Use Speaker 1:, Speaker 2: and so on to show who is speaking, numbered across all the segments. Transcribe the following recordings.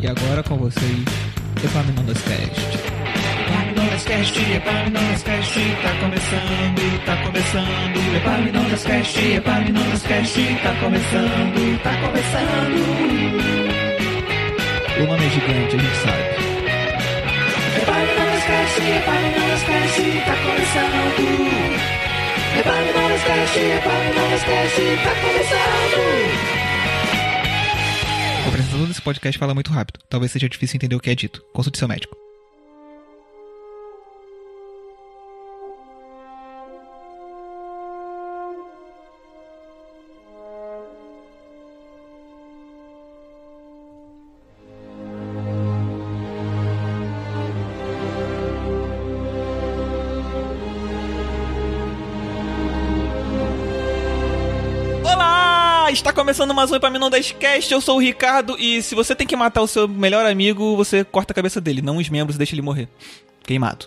Speaker 1: E agora com vocês, Epaminondas Cast.
Speaker 2: Epaminondas Cast, Epaminondas Cast, tá começando, tá começando. Epaminondas Cast, Epaminondas Cast, tá começando, tá começando.
Speaker 1: O nome é gigante, a gente sabe.
Speaker 2: E Epaminondas Cast, Epaminondas Cast, tá começando. E Epaminondas Cast, Epaminondas Cast, tá começando.
Speaker 1: O apresentador desse podcast fala muito rápido. Talvez seja difícil entender o que é dito. Consulte seu médico.
Speaker 3: Olá! Está começando mais um Epaminondas Cast, eu sou o Ricardo e se você tem que matar o seu melhor amigo, você corta a cabeça dele, não os membros, deixa ele morrer. Queimado.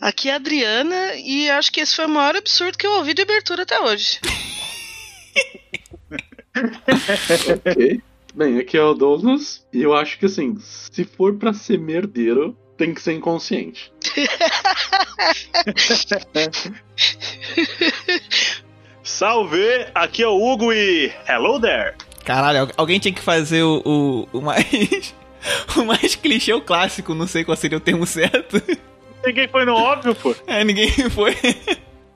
Speaker 4: Aqui é a Adriana e acho que esse foi o maior absurdo que eu ouvi de abertura até hoje.
Speaker 5: Ok. Bem, aqui é o Douglas, e eu acho que assim, se for pra ser merdeiro, tem que ser inconsciente.
Speaker 6: Salve! Aqui é o Hugo e. Hello there!
Speaker 3: Caralho, al- alguém tinha que fazer o, o- o mais. O mais clichê, o clássico, não sei qual seria o termo certo.
Speaker 6: Ninguém foi no óbvio, pô.
Speaker 3: É, ninguém foi.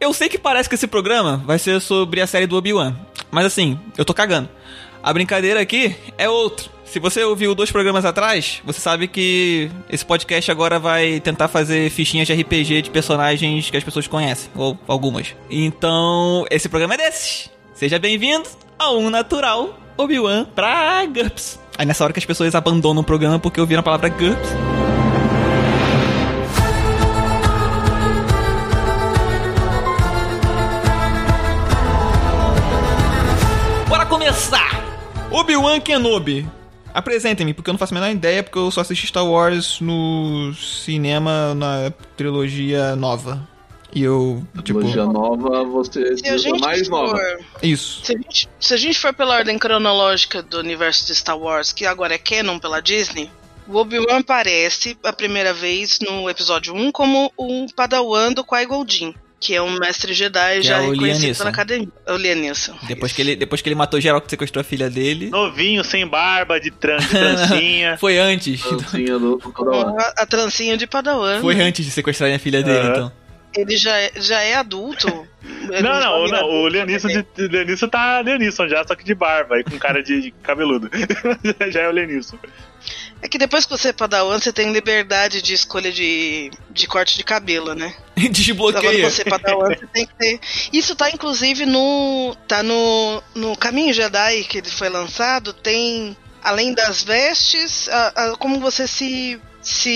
Speaker 3: Eu sei que parece que esse programa vai ser sobre a série do Obi-Wan, mas assim, eu tô cagando. A brincadeira aqui é outra. Se você ouviu dois programas atrás, você sabe que esse podcast agora vai tentar fazer fichinhas de RPG de personagens que as pessoas conhecem, ou algumas. Então, esse programa é desses. Seja bem-vindo ao Um Natural Obi-Wan pra GURPS. Aí nessa hora que as pessoas abandonam o programa porque ouviram a palavra GURPS. Bora começar! Obi-Wan Kenobi. Apresentem-me, porque eu não faço a menor ideia, porque eu só assisti Star Wars no cinema, na trilogia nova. E eu, tipo,
Speaker 5: Trilogia nova, você
Speaker 4: Se a
Speaker 5: seja
Speaker 4: gente
Speaker 5: mais
Speaker 4: for,
Speaker 5: nova.
Speaker 3: isso.
Speaker 4: Se a, gente, se a gente for pela ordem cronológica do universo de Star Wars, que agora é canon pela Disney, o Obi-Wan aparece a primeira vez no episódio 1 como um padawan do Qui-Gon Jinn, que é um mestre Jedi
Speaker 3: Que
Speaker 4: já
Speaker 3: é o Liam
Speaker 4: reconhecido
Speaker 3: Neeson.
Speaker 4: pela academia. É O Liam Neeson.
Speaker 3: Depois que, ele, depois que ele matou geral que sequestrou a filha dele.
Speaker 6: Novinho, sem barba, de, tran de trancinha.
Speaker 3: Foi antes.
Speaker 5: Dancinha do Padawan.
Speaker 4: Uhum. A, a trancinha de padawan.
Speaker 3: Foi antes de sequestrarem a filha dele,
Speaker 6: Aham.
Speaker 3: então.
Speaker 4: Ele já é, já é adulto. Ele
Speaker 6: não, não,
Speaker 4: jovem
Speaker 6: não, o
Speaker 4: adulto,
Speaker 6: Leonisson,
Speaker 4: né?
Speaker 6: de, de- Leonisson tá Leonisson já, só que de barba e com cara de cabeludo. já é o Leonisson.
Speaker 4: É que depois que você é padawan, você tem liberdade de escolha de, de corte de cabelo, né? Então, Quando
Speaker 3: Desbloqueia.
Speaker 4: você é padawan, você tem que ter. Isso tá inclusive no. tá no. no Caminho Jedi que ele foi lançado, tem. Além das vestes, a- a- como você se.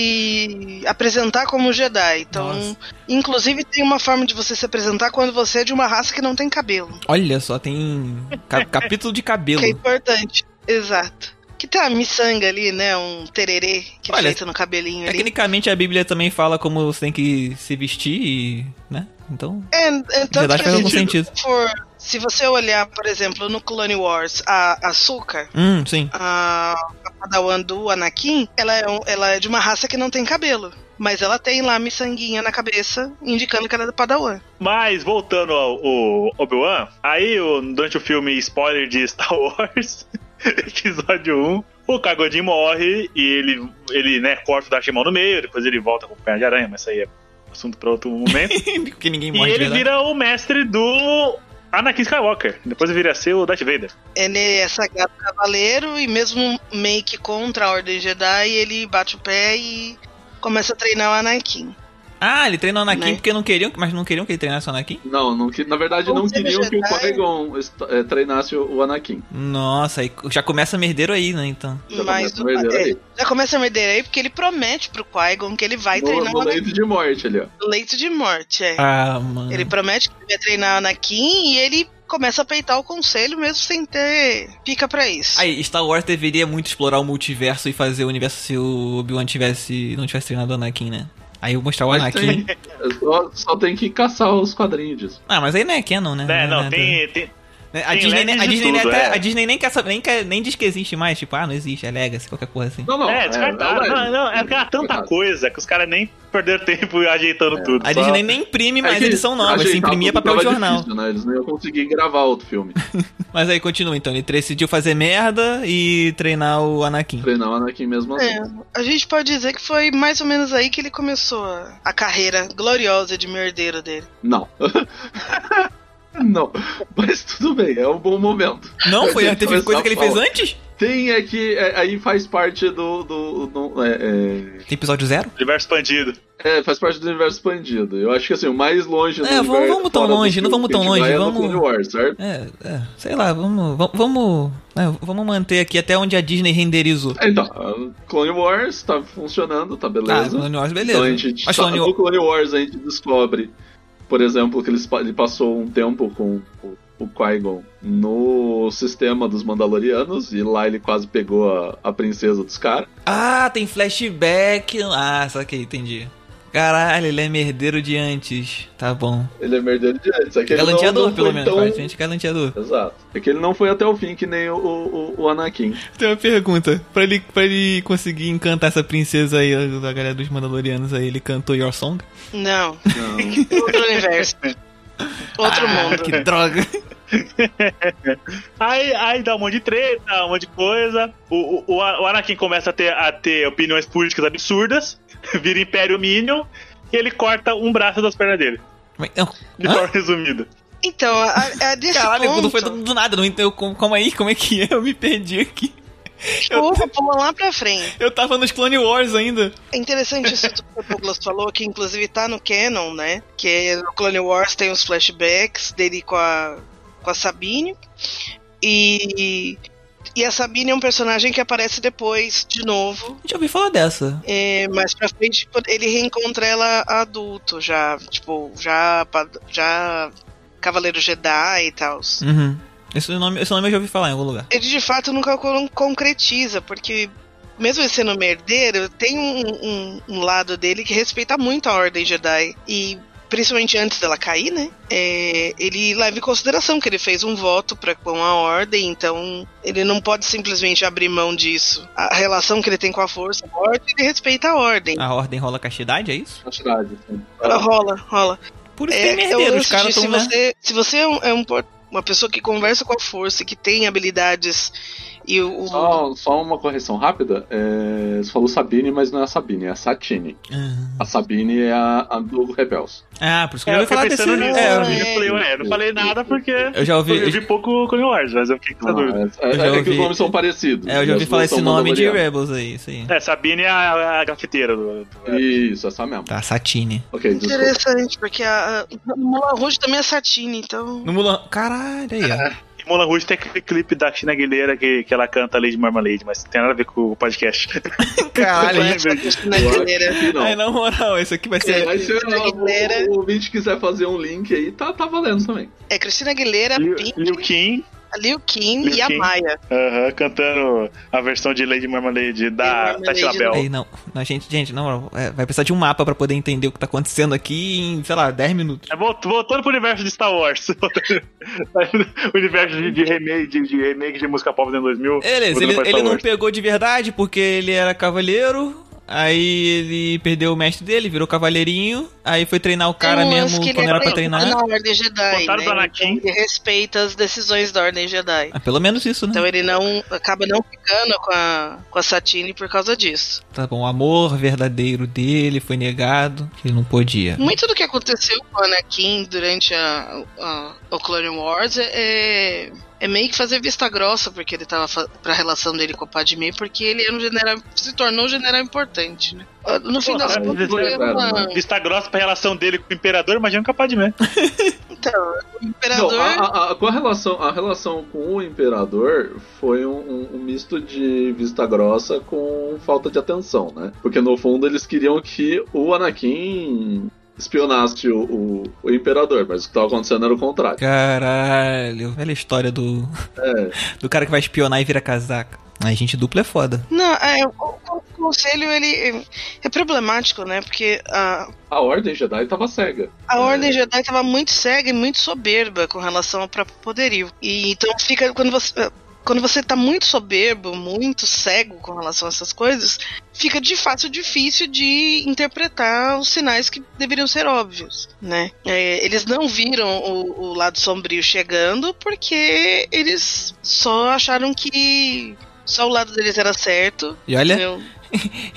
Speaker 4: se apresentar como Jedi. Então,
Speaker 3: Nossa.
Speaker 4: inclusive tem uma forma de você se apresentar quando você é de uma raça que não tem cabelo.
Speaker 3: Olha só, tem ca- capítulo de cabelo.
Speaker 4: Que é importante. Exato. Que tem uma miçanga ali, né? Um tererê que é
Speaker 3: Olha,
Speaker 4: feito no cabelinho ali.
Speaker 3: Tecnicamente a Bíblia também fala como você tem que se vestir e. né? Então.
Speaker 4: É, é
Speaker 3: Na
Speaker 4: tanto
Speaker 3: verdade
Speaker 4: que a
Speaker 3: faz algum
Speaker 4: gente
Speaker 3: sentido.
Speaker 4: for, se você olhar, por exemplo, no Clone Wars, a Açúcar,
Speaker 3: Hum, sim.
Speaker 4: a, a Padawan do Anakin, ela é, um- ela é de uma raça que não tem cabelo. Mas ela tem lá a miçanguinha na cabeça, indicando que ela é do Padawan.
Speaker 6: Mas, voltando ao, ao Obi-Wan, aí o- durante o filme spoiler de Star Wars, episódio 1, o Kagodin morre e ele, ele né, corta o Dashimon no meio, depois ele volta com o perna de aranha, mas isso aí é assunto pra outro momento.
Speaker 3: Porque ninguém
Speaker 6: E
Speaker 3: morre de
Speaker 6: ele
Speaker 3: verdade.
Speaker 6: vira o mestre do Anakin Skywalker. Depois ele vira ser o Darth Vader.
Speaker 4: Ele é sagrado cavaleiro e mesmo meio que contra a Ordem Jedi, ele bate o pé e começa a treinar o Anakin.
Speaker 3: Ah, ele treina o Anakin
Speaker 4: Né?
Speaker 3: porque não queriam, mas não queriam que ele treinasse o Anakin?
Speaker 5: Não, não que- na verdade
Speaker 4: Ou
Speaker 5: não
Speaker 4: seja, né?
Speaker 5: queriam que o
Speaker 4: Jedi.
Speaker 5: Qui-Gon est- eh, treinasse o o Anakin.
Speaker 3: Nossa, aí já começa merdeiro aí, né, então.
Speaker 5: Já
Speaker 4: Mas
Speaker 5: começa a perder
Speaker 4: é,
Speaker 5: aí.
Speaker 4: já começa a merder aí, porque ele promete pro Qui-Gon que ele vai
Speaker 5: No,
Speaker 4: treinar
Speaker 5: no
Speaker 4: o Anakin.
Speaker 5: leito de morte ali, ó.
Speaker 4: Leito de morte, é.
Speaker 3: Ah, mano.
Speaker 4: Ele promete que vai treinar Anakin e ele começa a peitar o conselho mesmo sem ter pica pra isso.
Speaker 3: Aí, Star Wars deveria muito explorar o multiverso e fazer o universo se o Obi-Wan tivesse, não tivesse treinado o Anakin, né? Aí eu mostrar o
Speaker 5: Mas
Speaker 3: Anakin.
Speaker 5: tem- só, só tem que caçar os quadrinhos disso.
Speaker 3: Ah, mas aí não é Canon, né?
Speaker 6: né? Não,
Speaker 3: é nada.
Speaker 6: tem, tem,
Speaker 3: Né? A
Speaker 6: Tem
Speaker 3: Disney,
Speaker 6: LEDs
Speaker 3: a
Speaker 6: de
Speaker 3: Disney nem
Speaker 6: tudo,
Speaker 3: até-
Speaker 6: é.
Speaker 3: a Disney nem quer saber, nem, quer, nem diz que existe mais, tipo, ah, não existe, é Legacy, qualquer porra assim.
Speaker 5: Não, não.
Speaker 6: é, descartaram.
Speaker 5: é o
Speaker 6: não, não, é porque era tanta
Speaker 5: Errado.
Speaker 6: coisa que os caras nem perderam tempo ajeitando tudo.
Speaker 3: A
Speaker 6: só- É
Speaker 3: Disney nem imprime mais
Speaker 5: É que
Speaker 3: edição nova, se
Speaker 5: ajeitar
Speaker 3: imprimia
Speaker 5: tudo
Speaker 3: assim, é papel de
Speaker 5: tava
Speaker 3: jornal.
Speaker 5: difícil, né? Eles não iam conseguir gravar outro filme.
Speaker 3: Mas aí continua, então, ele decidiu fazer merda e treinar o Anakin.
Speaker 5: Treinar o Anakin mesmo assim.
Speaker 4: É. A gente pode dizer que foi mais ou menos aí que ele começou a, a carreira gloriosa de merdeiro dele.
Speaker 5: Não. não. Mas tudo bem, é um bom momento.
Speaker 3: Não, foi
Speaker 5: Deixa eu
Speaker 3: teve coisa
Speaker 5: começar
Speaker 3: que ele
Speaker 5: a falar.
Speaker 3: fez antes?
Speaker 5: Tem é que é, aí faz parte do. do, do- é,
Speaker 3: Tem episódio zero?
Speaker 6: Universo expandido.
Speaker 5: é, é, faz parte do universo expandido. Eu acho que assim, o mais longe do
Speaker 3: É, vamos-
Speaker 5: universo
Speaker 3: vamos tão
Speaker 5: fora do
Speaker 3: longe,
Speaker 5: que-
Speaker 3: não vamos
Speaker 5: que a
Speaker 3: tão
Speaker 5: gente
Speaker 3: longe,
Speaker 5: vai é no
Speaker 3: vamos-
Speaker 5: Clone Wars, certo?
Speaker 3: É, é, sei lá, vamos, vamos, vamos, é, vamos manter aqui até onde a Disney renderizou.
Speaker 5: Então, Clone Wars tá funcionando, tá
Speaker 3: Tá,
Speaker 5: beleza.
Speaker 3: Clone Wars, beleza.
Speaker 5: Então a gente
Speaker 3: Mas
Speaker 5: sa-
Speaker 3: Clone
Speaker 5: no
Speaker 3: Wars...
Speaker 5: Clone Wars a gente descobre, por exemplo, que eles pa- ele passou um tempo com o, o Qui-Gon no sistema dos Mandalorianos e lá ele quase pegou a, a princesa dos caras.
Speaker 3: Ah, tem flashback. Ah, saquei, entendi. Caralho, ele é merdeiro de antes. Tá bom.
Speaker 5: Ele é merdeiro de antes. É que ele não,
Speaker 3: Galanteador,
Speaker 5: não foi
Speaker 3: pelo menos.
Speaker 5: tão-
Speaker 3: Faz gente galanteador.
Speaker 5: Exato. É que ele não foi até o fim, que nem o, o, o Anakin.
Speaker 3: Tem uma pergunta. Pra ele, pra ele conseguir encantar essa princesa aí, a galera dos Mandalorianos aí, ele cantou Your Song?
Speaker 4: Não,
Speaker 5: Não.
Speaker 4: outro universo.
Speaker 3: Ah.
Speaker 4: Outro mundo.
Speaker 3: Que droga.
Speaker 6: Aí, aí dá um monte de treta, um monte de coisa. O, o, o A- o Anakin começa a ter, a ter opiniões políticas absurdas, vira Império Minion, e ele corta um braço das pernas dele.
Speaker 3: Mas, não.
Speaker 6: De
Speaker 3: Hã?
Speaker 6: forma resumida.
Speaker 4: Então, a, a desse
Speaker 3: Caralho,
Speaker 4: ponto,
Speaker 3: quando foi do, do nada, não entendeu como, como aí, como é que é? Eu me perdi aqui.
Speaker 4: porra, pula lá pra frente.
Speaker 3: Eu tava nos Clone Wars ainda.
Speaker 4: É interessante isso tudo que o Douglas falou, que inclusive tá no canon, né? Que é no Clone Wars tem os flashbacks dele com a, com a Sabine. E, e a Sabine é um personagem que aparece depois, de novo.
Speaker 3: Já ouvi falar dessa.
Speaker 4: É, mais pra frente, tipo, ele reencontra ela adulto, já, tipo, já, pa- já Cavaleiro Jedi e tal.
Speaker 3: Uhum. Esse nome, esse nome eu já ouvi falar em algum lugar.
Speaker 4: Ele de fato nunca con- concretiza, porque mesmo ele sendo um merdeiro, tem um, um- um lado dele que respeita muito a Ordem Jedi. E principalmente antes dela cair, né? é, ele leva em consideração que ele fez um voto pra, com a Ordem, então ele não pode simplesmente abrir mão disso. A relação que ele tem com a Força, a Ordem, ele respeita a Ordem.
Speaker 3: A ordem rola castidade, é isso?
Speaker 5: Quantidade, assim.
Speaker 4: Rola, rola. É,
Speaker 3: Por isso tem
Speaker 4: o
Speaker 3: merdeiro, os
Speaker 4: lance
Speaker 3: caras
Speaker 4: de
Speaker 3: tão né?
Speaker 4: se,
Speaker 3: lá.
Speaker 4: você, se você é, um- é um por- uma pessoa que conversa com a força, que tem habilidades e o. o-
Speaker 5: Só, só uma correção rápida. É, você falou Sabine, mas não é a Sabine, é a Satine.
Speaker 3: Ah.
Speaker 5: A Sabine é a, a do Rebels.
Speaker 3: Ah, por isso que
Speaker 6: É,
Speaker 3: eu já ouvi
Speaker 6: eu fiquei
Speaker 3: falar desse.
Speaker 6: pensando nisso. né?
Speaker 3: É, eu
Speaker 6: eu
Speaker 3: vi-
Speaker 6: falei, ué, não falei nada porque
Speaker 3: eu já ouvi.
Speaker 6: eu vi pouco Clone Wars, mas eu fiquei com essa dúvida.
Speaker 5: Ah, é,
Speaker 3: Eu já
Speaker 5: é que
Speaker 3: ouvi-
Speaker 5: os nomes são parecidos.
Speaker 3: É, eu já
Speaker 5: As
Speaker 3: ouvi
Speaker 5: duas
Speaker 3: falar
Speaker 5: são
Speaker 3: esse nome de
Speaker 5: Mandalorianas.
Speaker 3: Rebels aí, isso aí.
Speaker 6: É, Sabine é a, a grafiteira do.
Speaker 5: Isso, essa mesmo.
Speaker 3: Tá, Satine.
Speaker 5: Ok, desculpa.
Speaker 4: Interessante, porque a, a Mulan Rouge também é Satine, então.
Speaker 3: No Mulan. Caralho, aí, ó.
Speaker 6: E Moulin Rouge tem aquele clipe da China Aguilera que, que ela canta Lady Marmalade, mas tem nada a ver com o podcast.
Speaker 3: Caralho, aí.
Speaker 4: é
Speaker 6: Vai ver.
Speaker 4: Na galera.
Speaker 5: Aqui não. É,
Speaker 3: Ai, na moral, isso aqui vai ser.
Speaker 5: Aí se
Speaker 4: Cristina Aguilera.
Speaker 5: o, o ouvinte quiser fazer um link aí, tá, tá valendo também.
Speaker 4: É Cristina Aguilera,
Speaker 6: Liu,
Speaker 4: Pink,
Speaker 6: Liu Kim
Speaker 4: Liu Kim
Speaker 6: Liu
Speaker 4: e a
Speaker 6: Kim.
Speaker 4: Maia.
Speaker 6: aham, cantando a versão de Lady Marmalade da
Speaker 4: Lady
Speaker 6: Tati Label.
Speaker 3: Aí, não. não. Gente, gente, na moral, é, vai precisar de um mapa pra poder entender o que tá acontecendo aqui em, sei lá, 10 minutos.
Speaker 6: É, volt- voltando pro universo de Star Wars. o universo de, de remake, de, de remake de música pop dos anos
Speaker 4: É,
Speaker 6: 2000.
Speaker 3: Beleza,
Speaker 6: voltando
Speaker 3: ele,
Speaker 6: pra Star
Speaker 3: ele não
Speaker 6: Wars.
Speaker 3: pegou de verdade porque ele era cavaleiro. Aí ele perdeu o mestre dele, virou cavaleirinho. Aí foi treinar o cara
Speaker 4: Tem um lance
Speaker 3: mesmo
Speaker 4: que
Speaker 3: quando
Speaker 4: ele
Speaker 3: era pra
Speaker 4: é
Speaker 3: treinar.
Speaker 4: Na Ordem Jedi.
Speaker 6: Botaram
Speaker 4: Né?
Speaker 6: pra Anakin.
Speaker 4: Ele respeita as decisões da Ordem Jedi.
Speaker 3: Ah, pelo menos isso, né?
Speaker 4: Então ele não acaba não ficando com a, com a Satine por causa disso.
Speaker 3: Tá bom, o amor verdadeiro dele foi negado, que ele não podia.
Speaker 4: Muito do que aconteceu com o Anakin durante a, a- o Clone Wars é, é meio que fazer vista grossa porque ele tava fa- pra relação dele com a Padme, porque ele era um general, se tornou um general importante, né? Ah, No fim
Speaker 6: Pô,
Speaker 4: das
Speaker 6: cara,
Speaker 4: contas,
Speaker 6: isso
Speaker 5: é
Speaker 4: ele era uma-
Speaker 5: verdade,
Speaker 6: Vista grossa pra relação dele com o imperador, imagina um capaz de mim.
Speaker 4: então, o
Speaker 5: Não,
Speaker 4: imperador.
Speaker 5: a, a, a, com a, relação, a relação com o imperador foi um, um- um misto de vista grossa com falta de atenção, né? Porque no fundo eles queriam que o Anakin espionasse o, o, o imperador, mas o que tava acontecendo era o contrário.
Speaker 3: Caralho, velha história do.
Speaker 5: É.
Speaker 3: Do cara que vai espionar e vira casaca. A gente dupla é foda.
Speaker 4: Não, é, o, o conselho ele é problemático, né? Porque a,
Speaker 5: A Ordem Jedi tava cega.
Speaker 4: a Ordem Jedi estava muito cega e muito soberba com relação ao próprio poderio. E então fica quando você quando você tá muito soberbo, muito cego com relação a essas coisas, fica de fato difícil de interpretar os sinais que deveriam ser óbvios, né? É, eles não viram o, o lado sombrio chegando porque eles só acharam que só o lado deles era certo.
Speaker 3: E olha,
Speaker 4: entendeu?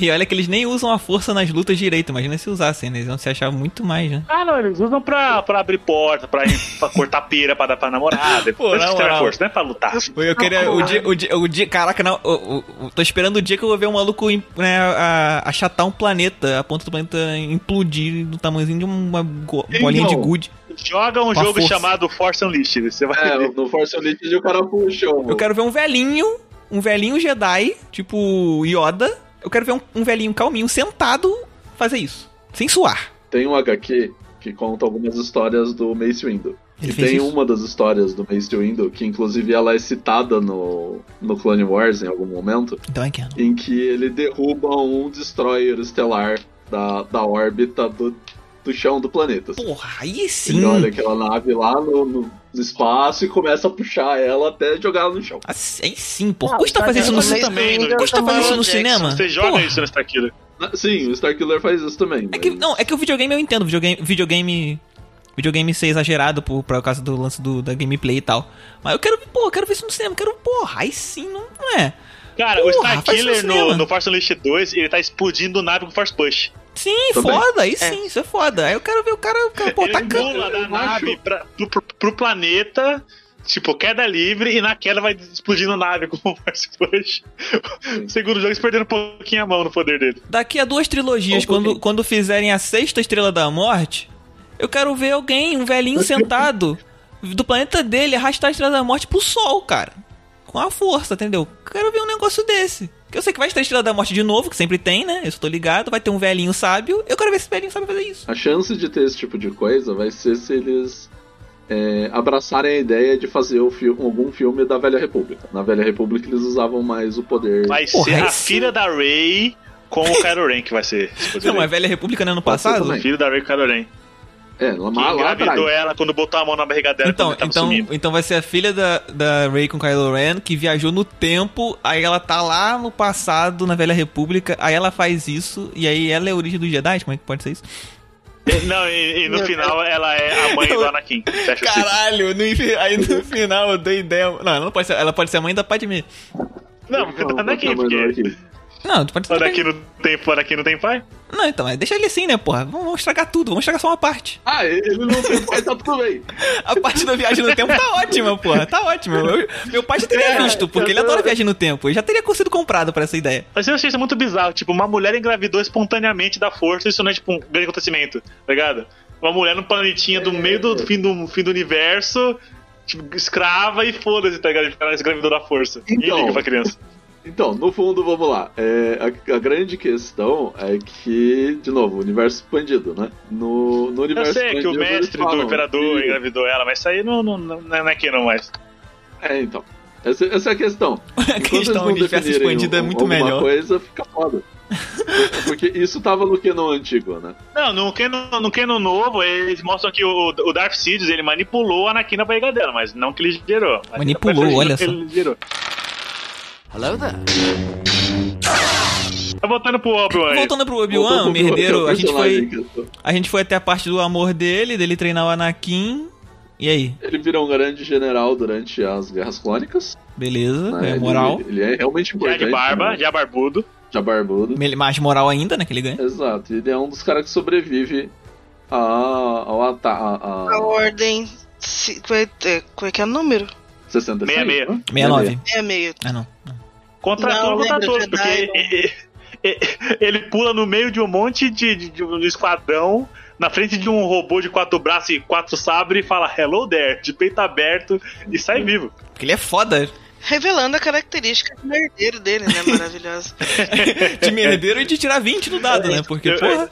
Speaker 3: e olha que eles nem usam a força nas lutas direito. Imagina se usassem, né? Eles iam se achar muito mais, né?
Speaker 6: Ah, não, eles usam pra, pra abrir porta, pra, pra cortar pira pra dar pra namorada.
Speaker 3: Pô,
Speaker 6: Por isso
Speaker 3: na
Speaker 6: que serve a
Speaker 3: moral.
Speaker 6: força, não é pra lutar.
Speaker 3: Oi, Eu queria. O dia. O dia, o dia caraca, não, o- o- o- tô esperando o dia que eu vou ver um maluco im- né, a- achatar um planeta, a ponta do planeta implodir do tamanhozinho de uma go-
Speaker 5: Então.
Speaker 3: bolinha de gude.
Speaker 6: Joga um
Speaker 3: Com a
Speaker 6: jogo
Speaker 3: força.
Speaker 6: chamado Force Unleashed. Você vai
Speaker 5: É,
Speaker 6: ver.
Speaker 5: no Force Unleashed o cara puxou.
Speaker 3: Eu quero ver um velhinho, um velhinho Jedi, tipo Yoda. Eu quero ver um, um velhinho calminho, sentado, fazer isso. Sem suar.
Speaker 5: Tem um HQ que conta algumas histórias do Mace Windu.
Speaker 3: Ele
Speaker 5: e
Speaker 3: fez
Speaker 5: tem um
Speaker 3: isso?
Speaker 5: uma das histórias do Mace Windu, que inclusive ela é citada no, no Clone Wars em algum momento,
Speaker 3: Então é que é.
Speaker 5: em que ele derruba um destroyer estelar da, da órbita do, do chão do planeta. assim.
Speaker 3: Porra, aí sim.
Speaker 5: Ele olha aquela nave lá no, no- no espaço e começa a puxar ela até jogar ela no chão.
Speaker 3: Assim- Aí sim, porra.
Speaker 7: Não,
Speaker 3: Custa
Speaker 7: joga
Speaker 3: fazer isso no,
Speaker 6: isso
Speaker 3: ci-
Speaker 6: também, né?
Speaker 3: custa fazer isso no
Speaker 4: Jackson.
Speaker 3: cinema?
Speaker 6: Você joga
Speaker 3: Porra.
Speaker 6: isso nessa aquilo.
Speaker 5: Ah, Sim, o Starkiller faz isso também.
Speaker 3: É que,
Speaker 5: mas-
Speaker 3: não, é que o videogame eu entendo. Videogame. Videogame, videogame ser exagerado por, por causa do lance do, da gameplay e tal. Mas eu quero, pô, eu quero ver isso no cinema. eu Quero, porra, aí sim, não, não é?
Speaker 6: Cara, o
Speaker 3: Porra,
Speaker 6: Star
Speaker 3: faz isso assim, no
Speaker 6: Killer no,
Speaker 3: cinema.
Speaker 6: no Force Unleashed 2, ele tá explodindo nave com Force Push.
Speaker 3: Sim,
Speaker 5: Também.
Speaker 3: foda, aí sim, isso é foda. Aí eu quero ver o cara, o cara pô, tá
Speaker 6: ele
Speaker 3: tacando.
Speaker 6: pula da
Speaker 5: eu
Speaker 6: nave
Speaker 5: acho.
Speaker 6: pra, pro, pro- pro planeta, tipo, queda livre, e na queda vai explodindo a nave com o Force Push. Segundo jogo, eles perderam um pouquinho a mão no poder dele.
Speaker 3: Daqui a duas trilogias,
Speaker 5: Um
Speaker 3: quando,
Speaker 5: pouquinho.
Speaker 3: quando fizerem a sexta Estrela da Morte, eu quero ver alguém, um velhinho sentado do planeta dele, arrastar a Estrela da Morte pro Sol, cara. Com a força, entendeu? Quero ver um negócio desse. Que eu sei que vai ter Estrela da Morte de novo, que sempre tem, né? Eu tô ligado. Vai ter um velhinho sábio. Eu quero ver se esse velhinho sabe fazer isso.
Speaker 5: A chance de ter esse tipo de coisa vai ser se eles é, abraçarem a ideia de fazer o fi- algum filme da Velha República. Na Velha República eles usavam mais o poder.
Speaker 6: Vai
Speaker 3: Porra,
Speaker 6: ser
Speaker 3: aí
Speaker 6: a
Speaker 3: sim.
Speaker 6: filha da Rey com o Kylo Ren que vai ser esse poder.
Speaker 3: Não,
Speaker 6: dele.
Speaker 3: é Velha República, né? Ano
Speaker 5: Pode ser
Speaker 3: passado.
Speaker 5: também.
Speaker 6: Filho da Rey com o Kylo Ren.
Speaker 5: É, lá,
Speaker 6: Que
Speaker 5: lá lá
Speaker 6: engravidou
Speaker 5: atrás.
Speaker 6: ela quando botou a mão na barriga dela
Speaker 3: Então,
Speaker 6: quando tava
Speaker 3: então,
Speaker 6: sumindo.
Speaker 3: então vai ser a filha da, da Rey com Kylo Ren, que viajou no tempo, aí ela tá lá no passado, na Velha República, aí ela faz isso, e aí ela é a origem dos Jedi? Como é que pode ser isso?
Speaker 6: Não, e, e no final ela é a mãe do Anakin. Fecha o ciclo.
Speaker 3: Caralho, no infi- aí no final eu dei ideia... Não, ela não pode ser, ela pode ser a mãe da Padme.
Speaker 6: Não, do Anakin,
Speaker 5: não, não, não,
Speaker 6: porque
Speaker 5: aqui.
Speaker 3: Não, tu pode ser...
Speaker 6: Anakin não tem, Anakin não tem pai.
Speaker 3: Não, então, é, deixa ele assim, né, porra? Vamos, vamos estragar tudo, vamos estragar só uma parte.
Speaker 5: Ah, ele não tem pai, tá tudo bem.
Speaker 3: A parte da viagem no tempo tá ótima, porra, tá ótima. Eu- meu pai já teria visto, porque ele adora viagem no tempo, ele já teria sido comprado pra essa ideia.
Speaker 6: Mas eu achei isso muito bizarro. Tipo, uma mulher engravidou espontaneamente da força. Isso não é, tipo, um grande acontecimento, tá ligado? Uma mulher no planetinha do meio do fim do, fim do universo, tipo, escrava e foda-se, tá ligado? Ela engravidou da força. Ninguém
Speaker 5: Então.
Speaker 6: liga pra criança.
Speaker 5: Então, no fundo, vamos lá. É, a, a grande questão é que, de novo, universo expandido, né? No, no
Speaker 6: Eu
Speaker 5: universo
Speaker 6: sei que o
Speaker 5: expandido, eles
Speaker 6: mestre do
Speaker 5: falam
Speaker 6: imperador
Speaker 5: que-
Speaker 6: engravidou ela, mas isso aí não, não, não, não é aqui não mais.
Speaker 5: É, então. Essa, essa é a questão.
Speaker 3: A
Speaker 5: Enquanto eles
Speaker 3: questão
Speaker 5: não
Speaker 3: do universo
Speaker 5: definirem
Speaker 3: expandido é
Speaker 5: um-
Speaker 3: muito
Speaker 5: alguma
Speaker 3: melhor.
Speaker 5: coisa fica foda. Porque isso tava no Canon antigo, né?
Speaker 6: Não, no Canon, no Canon novo, eles mostram que o, o Darth Sidious, ele manipulou a Anakin na barriga dela, mas não que ele gerou. Mas
Speaker 3: Manipulou,
Speaker 6: ele-
Speaker 3: olha só.
Speaker 6: Ele gerou. Tá voltando pro Obi-Wan. aí.
Speaker 3: Voltando pro
Speaker 5: Voltou
Speaker 3: Obi-Wan,
Speaker 5: pro
Speaker 3: o
Speaker 5: Obi-Wan, que é
Speaker 3: merdeiro,
Speaker 5: o
Speaker 3: a gente, foi,
Speaker 5: personagem que-
Speaker 3: a gente foi até a parte do amor dele, dele treinar o Anakin. E aí?
Speaker 5: Ele vira um grande general durante as Guerras Clônicas.
Speaker 3: Beleza,
Speaker 5: né?
Speaker 3: é
Speaker 5: Ele-
Speaker 3: moral.
Speaker 5: Ele, é realmente
Speaker 6: Já
Speaker 5: importante.
Speaker 6: de barba,
Speaker 5: né?
Speaker 6: já barbudo.
Speaker 5: já barbudo.
Speaker 3: Mele- Mais moral ainda, né, que ele ganha.
Speaker 5: Exato. Ele é um dos caras que sobrevive a- ao ataque.
Speaker 4: A
Speaker 5: A, a
Speaker 4: ordem. se- Qual é, é, qual é que é o número?
Speaker 5: 66.
Speaker 6: 66.
Speaker 5: né?
Speaker 3: 69.
Speaker 4: É meio.
Speaker 3: Ah, não.
Speaker 6: Contra
Speaker 4: Não,
Speaker 6: tudo, contra
Speaker 4: lembra,
Speaker 6: todos,
Speaker 4: Jedi,
Speaker 6: porque e- e- e- ele pula no meio de um monte de, de- de um esquadrão, na frente de um robô de quatro braços e quatro sabres e fala hello there, de peito aberto, e sai vivo.
Speaker 3: Porque ele é foda.
Speaker 4: Revelando a característica do herdeiro dele, né? Maravilhosa.
Speaker 3: De merdeiro e de tirar 20 no dado, né? Porque,
Speaker 6: Eu-
Speaker 3: porra.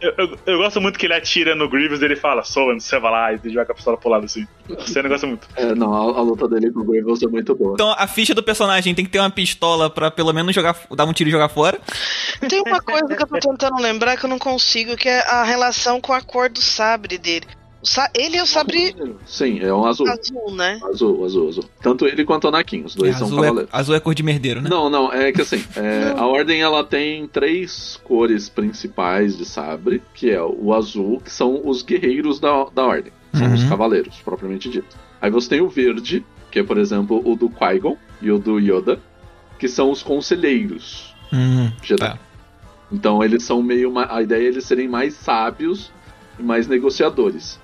Speaker 6: Eu, eu- eu gosto muito que ele atira no Grievous e ele fala, Solan, seva lá, e ele joga a pistola pro lado assim. Isso aí eu gosto muito.
Speaker 5: É, não, a, a luta dele com o Grievous é muito boa.
Speaker 3: Então a ficha do personagem tem que ter uma pistola pra pelo menos jogar, dar um tiro e jogar fora.
Speaker 4: Tem uma coisa que eu tô tentando lembrar que eu não consigo, que é a relação com a cor do sabre dele. O sa- ele é o sabre
Speaker 5: Sim, é um azul.
Speaker 4: azul, né?
Speaker 5: Azul, azul, azul. Tanto ele quanto o Anakin, os dois são
Speaker 3: azul, é,
Speaker 5: cavaleiros.
Speaker 3: azul é cor de merdeiro, né?
Speaker 5: Não, não, é que assim, é, a ordem ela tem três cores principais de sabre, que é o azul, que são os guerreiros da, da ordem, são os
Speaker 3: Uhum.
Speaker 5: cavaleiros, propriamente dito. Aí você tem o verde, que é, por exemplo, o do Qui-Gon e o do Yoda, que são os conselheiros
Speaker 3: Hum,
Speaker 5: Jedi.
Speaker 3: tá.
Speaker 5: Então eles são meio. ma- A ideia é eles serem mais sábios e mais negociadores.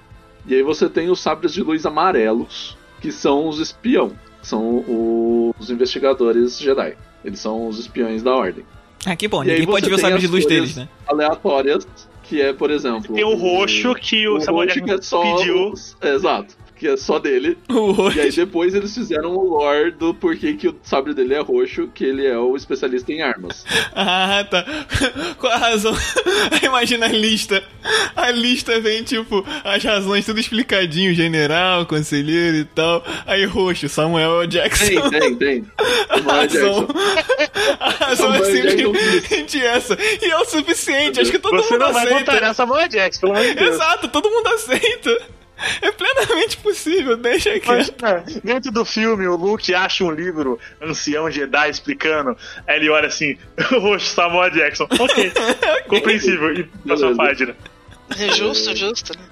Speaker 5: E aí você tem os sabres de luz amarelos, que são os espião, que são o- os investigadores Jedi. Eles são os espiões da ordem.
Speaker 3: Ah, que bom,
Speaker 5: E aí
Speaker 3: ninguém pode
Speaker 5: você
Speaker 3: ver o
Speaker 5: tem
Speaker 3: sabre
Speaker 5: as
Speaker 3: de luz
Speaker 5: cores-
Speaker 3: deles, né?
Speaker 5: Aleatórias, que é, por exemplo.
Speaker 6: Tem o roxo que o,
Speaker 5: o
Speaker 6: o
Speaker 5: roxo que é só
Speaker 6: pediu.
Speaker 5: os- é, exato. Que é só dele.
Speaker 3: O roxo.
Speaker 5: E aí depois eles fizeram o lore do porquê que o sabre dele é roxo, que ele é o especialista em armas.
Speaker 3: Ah, tá. Qual a razão? Imagina a lista. A lista vem, tipo, as razões tudo explicadinho, general, conselheiro e tal. Aí roxo, Samuel L. Jackson.
Speaker 5: Tem, tem, tem.
Speaker 3: A
Speaker 5: Samuel
Speaker 3: razão,
Speaker 5: Jackson.
Speaker 3: a razão é
Speaker 5: Samuel Jackson.
Speaker 3: simplesmente essa. E é o suficiente, acho que todo
Speaker 6: Você
Speaker 3: mundo
Speaker 6: não vai
Speaker 3: aceita.
Speaker 6: contrariar Samuel Jackson, pelo amor de Deus.
Speaker 3: Exato, todo mundo aceita. É plenamente possível, deixa aqui.
Speaker 6: Imagina, é, dentro do filme, o Luke acha um livro, Ancião Jedi, explicando. Aí ele olha assim, roxo, Samuel Jackson. Ok, compreensível. E passou a
Speaker 5: Beleza.
Speaker 6: página.
Speaker 4: É justo, justo. né?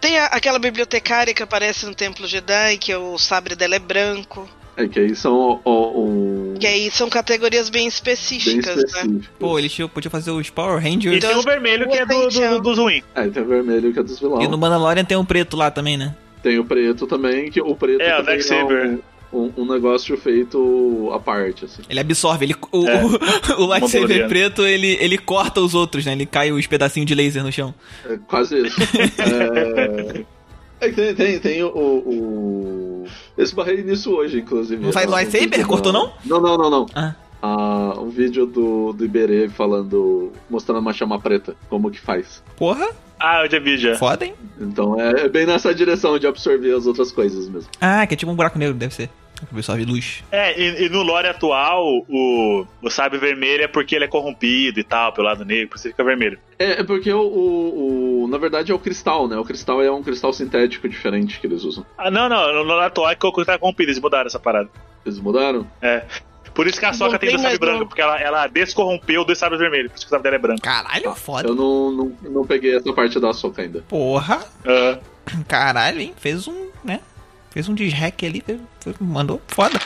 Speaker 4: Tem a- aquela bibliotecária que aparece no Templo Jedi, que o sabre dela é branco.
Speaker 5: É que aí são o, o-
Speaker 4: Que aí são categorias bem
Speaker 5: bem
Speaker 4: específicas, né?
Speaker 5: específicos.
Speaker 3: Pô, eles tinham- podiam fazer os Power
Speaker 6: E
Speaker 3: Rangers.
Speaker 4: Então-
Speaker 6: tem o vermelho que é do, do- dos ruins.
Speaker 5: É, tem o vermelho que é dos vilões.
Speaker 3: E no Mandalorian tem um preto lá também, né?
Speaker 5: Tem o preto também, que o preto
Speaker 6: É, o
Speaker 5: também
Speaker 6: Dark Saber.
Speaker 5: um, um, um negócio feito à parte, assim.
Speaker 3: Ele absorve, ele, o,
Speaker 6: É.
Speaker 3: o, o lightsaber
Speaker 6: Mandaloriano.
Speaker 3: preto, ele, ele corta os outros, né? Ele cai os pedacinhos de laser no chão.
Speaker 5: É quase isso. é... é que tem, tem, tem o, o. Eu esbarrei nisso hoje, inclusive.
Speaker 3: Não sai do
Speaker 5: Um
Speaker 3: lightsaber?
Speaker 5: vídeo da-
Speaker 3: Cortou, não?
Speaker 5: Não, não, não, não.
Speaker 3: Ah.
Speaker 5: Ah, um vídeo do, do Iberê falando. mostrando uma chama preta, como que faz.
Speaker 3: Porra,
Speaker 6: Ah, eu já vi já.
Speaker 3: foda, hein?
Speaker 5: Então é, é bem nessa direção de absorver as outras coisas mesmo.
Speaker 3: Ah, que é tipo um buraco negro, deve ser. Absorve luz.
Speaker 6: É, e, e no lore atual, o, o sábio vermelho é porque ele é corrompido e tal, pelo lado negro, por isso ele fica vermelho.
Speaker 5: É, é porque o, o- o- Na verdade é o cristal, né? O cristal é um cristal sintético diferente que eles usam.
Speaker 6: Ah, não, não, no lore atual é que o Goku tá corrompido, eles mudaram essa parada.
Speaker 5: Eles mudaram?
Speaker 6: É. Por isso que a Soca
Speaker 4: Não
Speaker 6: tem
Speaker 4: tem
Speaker 6: dois
Speaker 4: mais
Speaker 6: sábios brancos,
Speaker 4: um.
Speaker 6: porque ela, ela descorrompeu dois sábios vermelhos, por isso que o sábio dela é branco.
Speaker 3: Caralho, foda.
Speaker 5: Eu não, não, não peguei essa parte da soca ainda.
Speaker 3: Porra,
Speaker 6: Aham.
Speaker 3: caralho, hein? Fez um, né? Fez um deshack ali, fe- fe- mandou foda.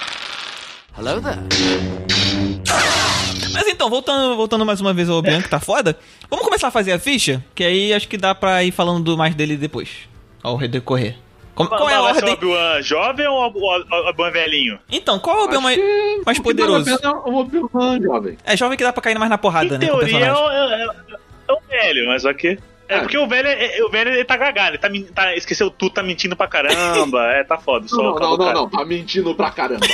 Speaker 3: Mas então, voltando, voltando mais uma vez
Speaker 6: É.
Speaker 3: ao Obi-Wan, que tá foda, vamos começar a fazer a ficha? Que aí acho que dá pra ir falando do mais dele depois. Ao decorrer. Como, qual é a
Speaker 6: Mas vai ser
Speaker 3: ordem?
Speaker 6: o Obi-Wan jovem ou o Obi- o Obi-Wan velhinho?
Speaker 3: Então, qual é o Obi-Wan mais,
Speaker 5: que
Speaker 3: mais
Speaker 5: o que vale a
Speaker 3: poderoso?
Speaker 5: pena É o Obi-Wan, jovem.
Speaker 3: É jovem que dá pra cair mais na porrada,
Speaker 6: em
Speaker 3: né? com o
Speaker 6: teoria é
Speaker 3: personagem.
Speaker 6: o, é, é- é o velho, mas só que. É
Speaker 5: Ah.
Speaker 6: porque o velho, é- é- o velho ele tá cagado, ele tá, men- tá- esqueceu tudo, tá mentindo pra caramba, é, tá foda, só
Speaker 5: Não, não,
Speaker 6: o
Speaker 5: não, não,
Speaker 6: caboclo.
Speaker 5: não. Tá mentindo pra caramba.